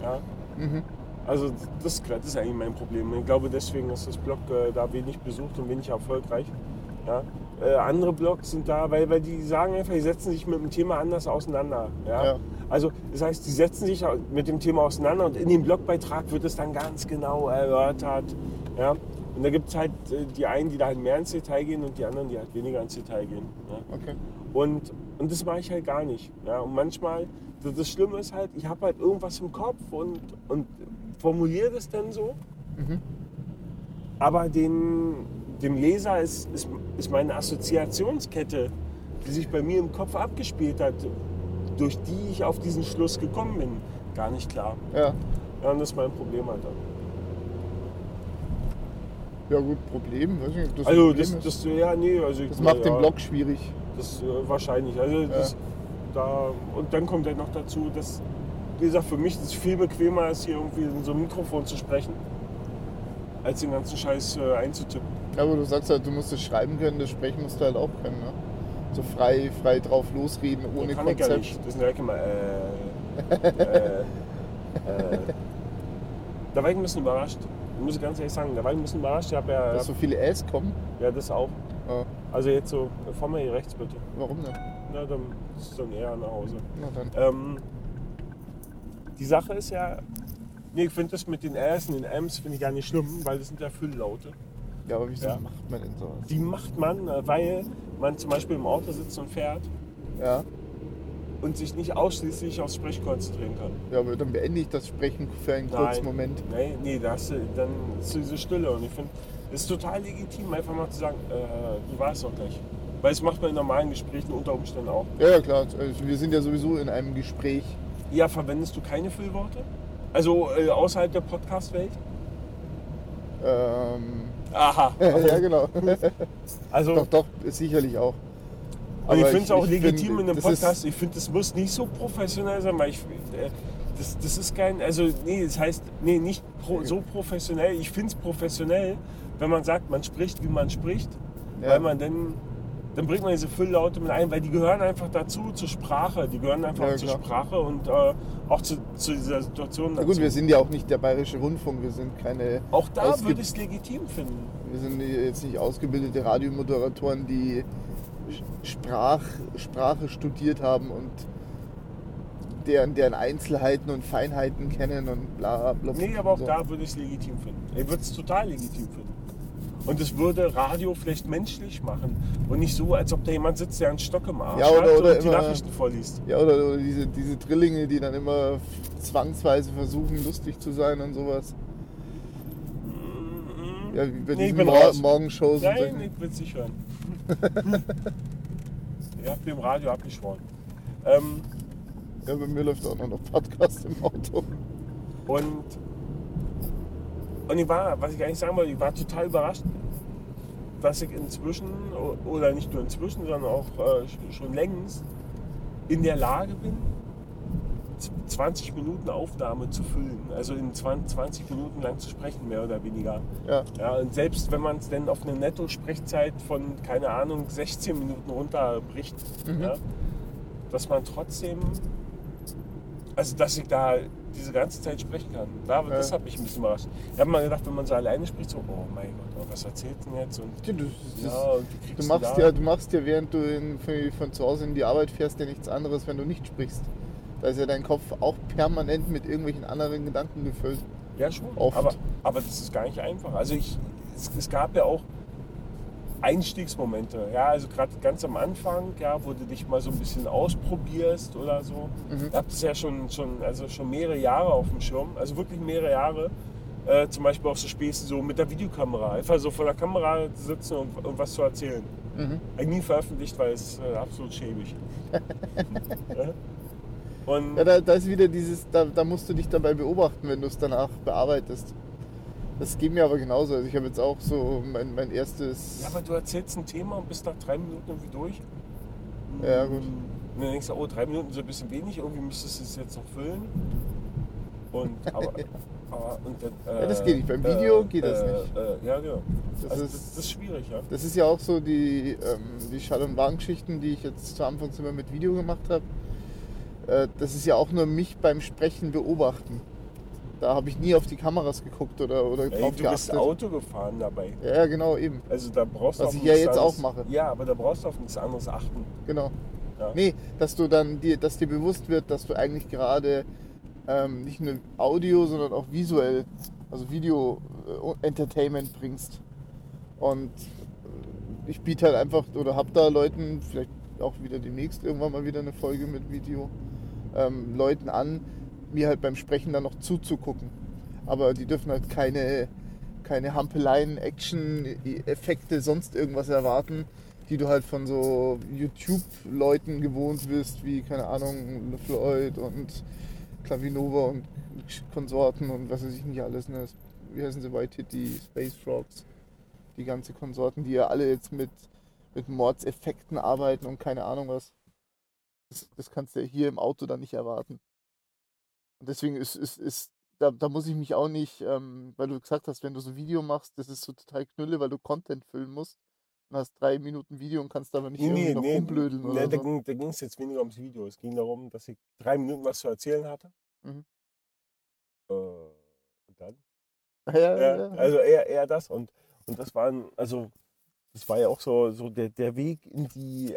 S2: Ja?
S1: mhm.
S2: Also das, das ist eigentlich mein Problem. Ich glaube deswegen ist das Blog äh, da wenig besucht und wenig erfolgreich. Ja? Äh, andere Blogs sind da, weil, weil die sagen einfach, die setzen sich mit dem Thema anders auseinander. Ja?
S1: Ja.
S2: Also das heißt, die setzen sich au- mit dem Thema auseinander und in dem Blogbeitrag wird es dann ganz genau erörtert. Ja? Und da gibt es halt äh, die einen, die da halt mehr ins Detail gehen und die anderen, die halt weniger ins Detail gehen. Ja?
S1: okay.
S2: Und, und das mache ich halt gar nicht. Ja? Und manchmal, das, das Schlimme ist halt, ich habe halt irgendwas im Kopf und, und formuliere das dann so.
S1: Mhm.
S2: Aber den, dem Leser ist, ist, ist meine Assoziationskette, die sich bei mir im Kopf abgespielt hat, durch die ich auf diesen Schluss gekommen bin, gar nicht klar.
S1: Ja.
S2: Ja, und das ist mein Problem halt dann.
S1: ja, gut, Problem. Weiß nicht, ob das ein
S2: Also,
S1: Problem
S2: das,
S1: ist.
S2: das, ja, nee, also ich,
S1: das macht
S2: ja,
S1: den Blog schwierig.
S2: Das äh, wahrscheinlich. Also das, da, und dann kommt ja noch dazu, dass, wie gesagt, für mich das viel bequemer ist, hier irgendwie in so einem Mikrofon zu sprechen, als den ganzen Scheiß äh, einzutippen.
S1: Ja, aber du sagst halt, du musst es schreiben können, das Sprechen musst du halt auch können. Ne? so frei, frei drauf losreden, ohne
S2: kann ich ja
S1: Konzept.
S2: nicht. Das merke ich mal. Äh, äh, äh. Da war ich ein bisschen überrascht. Muss ich ganz ehrlich sagen, da war ich ein bisschen überrascht. Ich habe ja,
S1: Dass so viele Äs kommen.
S2: ja das auch.
S1: Ja.
S2: Also jetzt so, äh, fahr mal hier rechts bitte.
S1: Warum denn?
S2: Na, dann ist es dann eher nach Hause.
S1: Na dann.
S2: Ähm, die Sache ist ja, nee, ich finde das mit den Rs und den Ms finde ich gar nicht schlimm, weil das sind ja Fülllaute.
S1: Ja, aber wieso
S2: Ja.
S1: macht man denn sowas?
S2: Die macht man, äh, weil man zum Beispiel im Auto sitzt und fährt
S1: Ja.
S2: und sich nicht ausschließlich aufs Sprech konzentrieren kann.
S1: ja, aber dann beende ich das Sprechen für einen kurzen Moment.
S2: Nee, nee da hast du, dann ist diese Stille. Und ich finde, es ist total legitim, einfach mal zu sagen, äh, wie war es doch gleich. Weil es macht man in normalen Gesprächen unter Umständen auch.
S1: Ja, ja, klar. Also wir sind ja sowieso in einem Gespräch.
S2: Ja, verwendest du keine Füllworte? Also äh, außerhalb der Podcast-Welt?
S1: Ähm,
S2: Aha.
S1: ja, genau.
S2: Also,
S1: doch, doch, sicherlich auch.
S2: Und ich
S1: Aber
S2: finde es auch
S1: ich
S2: legitim
S1: finde,
S2: in einem
S1: das
S2: Podcast. Ich finde, das muss nicht so professionell sein, weil ich. Äh, das, das ist kein. Also, nee, das heißt, nee, nicht pro, so professionell. Ich finde es professionell, wenn man sagt, man spricht, wie man spricht.
S1: Ja.
S2: Weil man dann. Dann bringt man diese Fülllaute mit ein, weil die gehören einfach dazu, zur Sprache. Die gehören einfach
S1: Ja,
S2: zur
S1: klar.
S2: Sprache und äh, auch zu, zu dieser Situation.
S1: Na
S2: Dazu.
S1: gut, wir sind ja auch nicht der Bayerische Rundfunk, wir sind keine.
S2: auch da
S1: ausge-
S2: würde ich es legitim finden.
S1: Wir sind jetzt nicht ausgebildete Radiomoderatoren, die Sprach, Sprache studiert haben und deren, deren Einzelheiten und Feinheiten kennen und bla bla bla.
S2: Nee, aber auch
S1: so.
S2: da würde ich es legitim finden. Ich würde es total legitim finden. Und es würde Radio vielleicht menschlich machen und nicht so, als ob da jemand sitzt, der einen Stock im Arsch
S1: Ja, oder-
S2: hat
S1: oder
S2: und die
S1: immer-
S2: Nachrichten vorliest.
S1: Ja, oder, oder diese, diese Drillinge, die dann immer zwangsweise versuchen, lustig zu sein und sowas. Ja, wie bei
S2: Nee, ich
S1: diesen
S2: bin
S1: Mor
S2: raus.
S1: Morgenshows und
S2: Nein,
S1: solchen.
S2: ich will es nicht hören. Ihr habt dem Radio abgeschworen. Ähm,
S1: Ja, bei mir läuft auch noch ein Podcast im Auto.
S2: und, und ich war, was ich eigentlich sagen wollte, ich war total überrascht, dass ich inzwischen, o- oder nicht nur inzwischen, sondern auch äh, sch- schon längst in der Lage bin, z- 20 Minuten Aufnahme zu füllen. Also in 20, 20 Minuten lang zu sprechen, mehr oder weniger.
S1: Ja,
S2: Ja, und selbst wenn man es denn auf eine Netto-Sprechzeit von, keine Ahnung, 16 Minuten runterbricht, ja,
S1: Mhm.
S2: dass man trotzdem, also dass ich da diese ganze Zeit sprechen kann. Da, Das
S1: Ja.
S2: hat mich ein bisschen überrascht. Ich habe mal gedacht, wenn man so alleine spricht, so, oh mein Gott, oh, was erzählt denn jetzt? Und,
S1: du, du,
S2: ja, und wie kriegst
S1: du, machst halt
S2: da?
S1: ja, du machst ja, während du in, von- von zu Hause in die Arbeit fährst, ja nichts anderes, wenn du nicht sprichst. Da ist ja dein Kopf auch permanent mit irgendwelchen anderen Gedanken gefüllt.
S2: Ja, schon.
S1: Oft.
S2: Aber, aber das ist gar nicht einfach. Also ich, es, es gab ja auch Einstiegsmomente. Ja, also gerade ganz am Anfang, ja, wo du dich mal so ein bisschen ausprobierst oder so.
S1: Mhm.
S2: Ich habe das ja schon, schon, also schon mehrere Jahre auf dem Schirm. Also wirklich mehrere Jahre. Äh, zum Beispiel auch so Späße so mit der Videokamera. Einfach so vor der Kamera zu sitzen und, und was zu erzählen.
S1: Mhm.
S2: Hab ich Nie veröffentlicht, weil es äh, absolut schäbig. ja? Und
S1: Ja, da, da ist wieder dieses, da, da musst du dich dabei beobachten, wenn du es danach bearbeitest. Das ging mir aber genauso. Also ich habe jetzt auch so mein, mein erstes.
S2: Ja, aber du erzählst ein Thema und bist nach drei Minuten irgendwie durch.
S1: Ja, gut.
S2: Und dann denkst du, oh, drei Minuten so ein bisschen wenig, irgendwie müsstest du es jetzt noch füllen. Und, aber, aber und dann, äh,
S1: Ja, das geht nicht. Beim Video
S2: äh,
S1: geht das
S2: äh,
S1: nicht.
S2: Äh, ja, genau.
S1: Das
S2: also,
S1: ist-
S2: das, das ist schwierig, ja.
S1: Das ist ja auch so die, ähm, die Schall- und Wagengeschichten, die ich jetzt zu Anfangs immer mit Video gemacht habe. Äh, das ist ja auch nur mich beim Sprechen beobachten. Da habe ich nie auf die Kameras geguckt oder, oder
S2: Ey,
S1: drauf
S2: du bist
S1: geachtet.
S2: Auto gefahren dabei.
S1: Ja, ja, genau, eben.
S2: Also da brauchst du
S1: Was
S2: auf
S1: ich ja
S2: nichts
S1: jetzt auch
S2: anderes-
S1: mache.
S2: Ja, aber da brauchst du auf nichts anderes achten.
S1: Genau.
S2: Ja.
S1: Nee, dass du dann dir, dass dir bewusst wird, dass du eigentlich gerade ähm, nicht nur Audio, sondern auch visuell, also Video äh, Entertainment bringst. Und äh, ich biete halt einfach oder hab da Leuten, vielleicht auch wieder demnächst irgendwann mal wieder eine Folge mit Video, ähm, Leuten an, mir halt beim Sprechen dann noch zuzugucken. Aber die dürfen halt keine, keine Hampeleien, Action, Effekte, sonst irgendwas erwarten, die du halt von so YouTube-Leuten gewohnt bist, wie, keine Ahnung, Floyd und Klavinova und Konsorten und was weiß ich nicht alles. Ne? Wie heißen sie White die Space Frogs, die ganze Konsorten, die ja alle jetzt mit, mit Mordseffekten arbeiten und keine Ahnung was. Das, das kannst du ja hier im Auto dann nicht erwarten. Und deswegen ist, ist, ist da, da muss ich mich auch nicht, ähm, weil du gesagt hast, wenn du so ein Video machst, das ist so total Knülle, weil du Content füllen musst. und hast drei Minuten Video und kannst aber nicht
S2: Nee,
S1: irgendwie
S2: nee,
S1: noch
S2: nee,
S1: rumblödeln
S2: nee,
S1: oder
S2: da
S1: so.
S2: ging es jetzt weniger ums Video. Es ging darum, dass ich drei Minuten was zu erzählen hatte.
S1: Mhm.
S2: Äh, und dann?
S1: Ja, ja,
S2: Ja,
S1: ja.
S2: also eher, eher das. Und, und das waren, also das war ja auch so, so der, der Weg in die,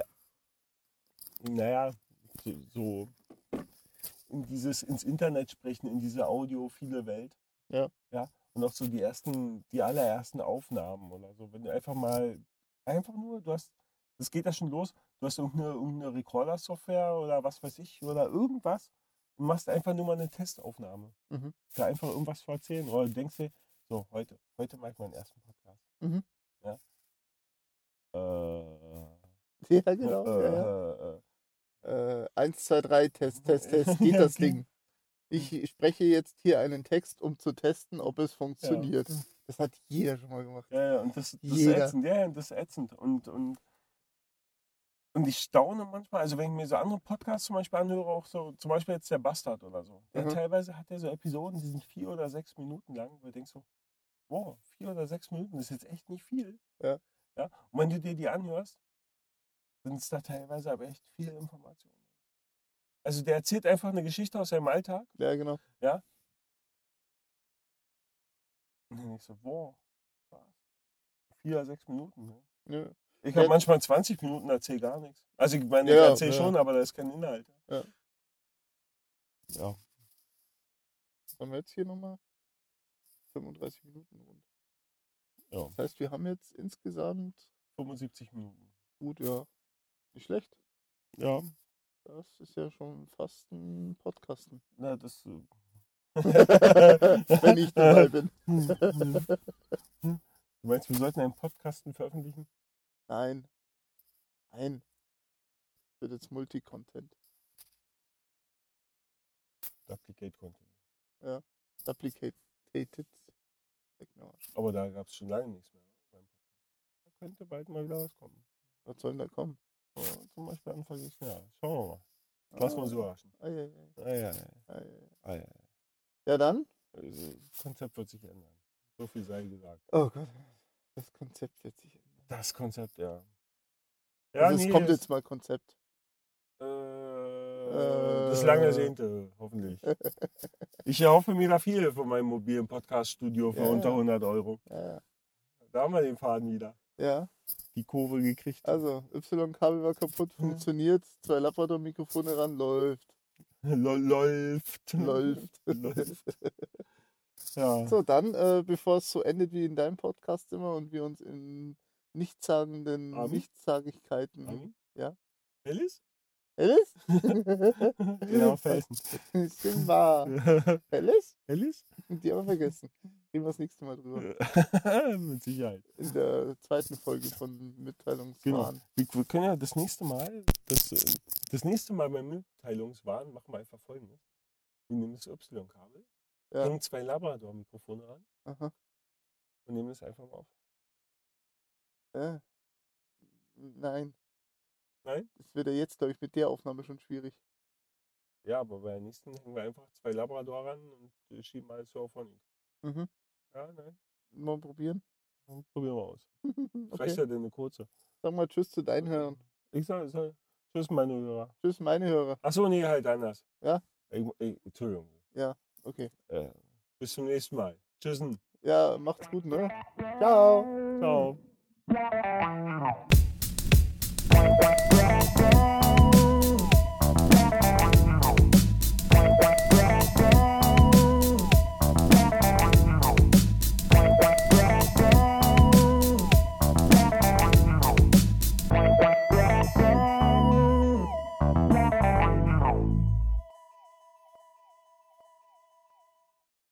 S2: naja, so, so in dieses ins Internet sprechen, in diese audiophile Welt.
S1: Ja.
S2: Ja. Und auch so die ersten, die allerersten Aufnahmen oder so. Wenn du einfach mal, einfach nur, du hast, das geht ja schon los, du hast irgendeine, irgendeine Recorder-Software oder was weiß ich oder irgendwas und machst einfach nur mal eine Testaufnahme.
S1: Mhm.
S2: Da einfach irgendwas zu erzählen. Oder du denkst dir, so, heute, heute mache ich meinen ersten Podcast.
S1: Mhm.
S2: Ja. Äh,
S1: ja genau. Ja, ja.
S2: äh, äh,
S1: Äh, 1, 2, 3, Test, Test, Test, geht
S2: Ja,
S1: das
S2: okay.
S1: Ding. Ich spreche jetzt hier einen Text, um zu testen, ob es funktioniert. Das hat jeder schon mal gemacht.
S2: Ja, ja, und das, das ist
S1: Jeder.
S2: ätzend. Ja, ja, das ist ätzend. Und, und, und ich staune manchmal, also wenn ich mir so andere Podcasts zum Beispiel anhöre, auch so, zum Beispiel jetzt der Bastard oder so. Der
S1: Mhm.
S2: teilweise hat ja so Episoden, die sind vier oder sechs Minuten lang, wo du denkst so, wow, vier oder sechs Minuten das ist jetzt echt nicht viel.
S1: Ja.
S2: ja? Und wenn du dir die anhörst, sind es da teilweise aber echt viele Informationen. Also der erzählt einfach eine Geschichte aus seinem Alltag
S1: Ja, genau.
S2: und dann denkst du, wow, krass. Vier oder sechs Minuten, ne?
S1: Ja.
S2: Ich habe
S1: Ja.
S2: manchmal 20 Minuten, erzähl gar nichts. Also ich meine, ich
S1: Ja,
S2: erzähl
S1: ja.
S2: schon, aber da ist kein Inhalt.
S1: Ja.
S2: Ja.
S1: Haben wir jetzt hier nochmal 35 Minuten rund.
S2: Ja.
S1: Das heißt, wir haben jetzt insgesamt
S2: 75 Minuten.
S1: gut, ja, nicht schlecht.
S2: Ja.
S1: Das ist ja schon fast ein Podcasten.
S2: Na, das. äh,
S1: Wenn ich
S2: halt.
S1: dabei bin.
S2: du meinst, wir sollten einen Podcasten veröffentlichen?
S1: Nein. Nein. Das wird jetzt Multicontent.
S2: Duplicate Content.
S1: Duplicated. Leck mir am Arsch.
S2: Aber da gab es schon lange nichts mehr. Da könnte bald mal wieder was kommen.
S1: Was soll denn da kommen?
S2: Ja, zum Beispiel Anfang des Jahres. Schauen wir mal. Lass
S1: Ah,
S2: uns überraschen.
S1: ei, ei, ei,
S2: Ah, ja, ja.
S1: ei, ei.
S2: Ah, ja.
S1: Ja, dann?
S2: Also, das Konzept wird sich ändern. So viel sei gesagt.
S1: Oh Gott. Das Konzept wird sich ändern.
S2: Das Konzept, ja.
S1: also es kommt
S2: das-
S1: jetzt mal Konzept.
S2: Äh, das lang ersehnte, hoffentlich. Ich erhoffe mir da viel von meinem mobilen Podcast-Studio für
S1: Ja,
S2: unter
S1: ja.
S2: 100 Euro.
S1: Ja,
S2: Da haben wir den Faden wieder.
S1: ja.
S2: Die Kurve gekriegt.
S1: also Y-Kabel war kaputt,
S2: Hm.
S1: funktioniert. Zwei Labrador-Mikrofone ran, läuft.
S2: Lo- Läuft.
S1: Läuft.
S2: Läuft. Ja.
S1: So, dann, äh, bevor es so endet wie in deinem Podcast immer und wir uns in nichtssagenden
S2: Armin?
S1: Nichtssagigkeiten.
S2: Armin?
S1: Ja.
S2: Hm? Alice?
S1: Alice?
S2: genau, Felsen.
S1: Stimmt war. Alice?
S2: Alice?
S1: Die haben wir vergessen. Reden wir das nächste Mal drüber.
S2: Mit Sicherheit.
S1: In der zweiten Folge
S2: Genau.
S1: von Mitteilungswahn.
S2: Wir, wir können ja das nächste Mal, das, äh, das nächste Mal beim Mitteilungswahn machen wir einfach folgendes. Wir nehmen das Y-Kabel,
S1: Ja.
S2: hängen zwei Labrador-Mikrofone ran
S1: Aha.
S2: und nehmen das einfach mal auf.
S1: Ja. Nein.
S2: Nein?
S1: Das wird ja jetzt, glaube ich, mit der Aufnahme schon schwierig.
S2: Ja, aber bei der nächsten hängen wir einfach zwei Labrador ran und äh, schieben alles so auf Honig.
S1: Mhm.
S2: Ja, nein.
S1: Mal probieren.
S2: Dann probieren wir aus.
S1: Okay.
S2: Reicht ja denn eine kurze.
S1: Sag mal Tschüss zu deinen Hörern.
S2: Ich sage, sag, tschüss, meine Hörer.
S1: Tschüss, meine Hörer.
S2: Achso, nee, halt anders.
S1: Ja?
S2: Ich, ich, Entschuldigung.
S1: Okay.
S2: Äh, bis zum nächsten Mal. Tschüssen.
S1: Ja, macht's gut, ne? Ciao.
S2: Ciao.
S4: Yeah.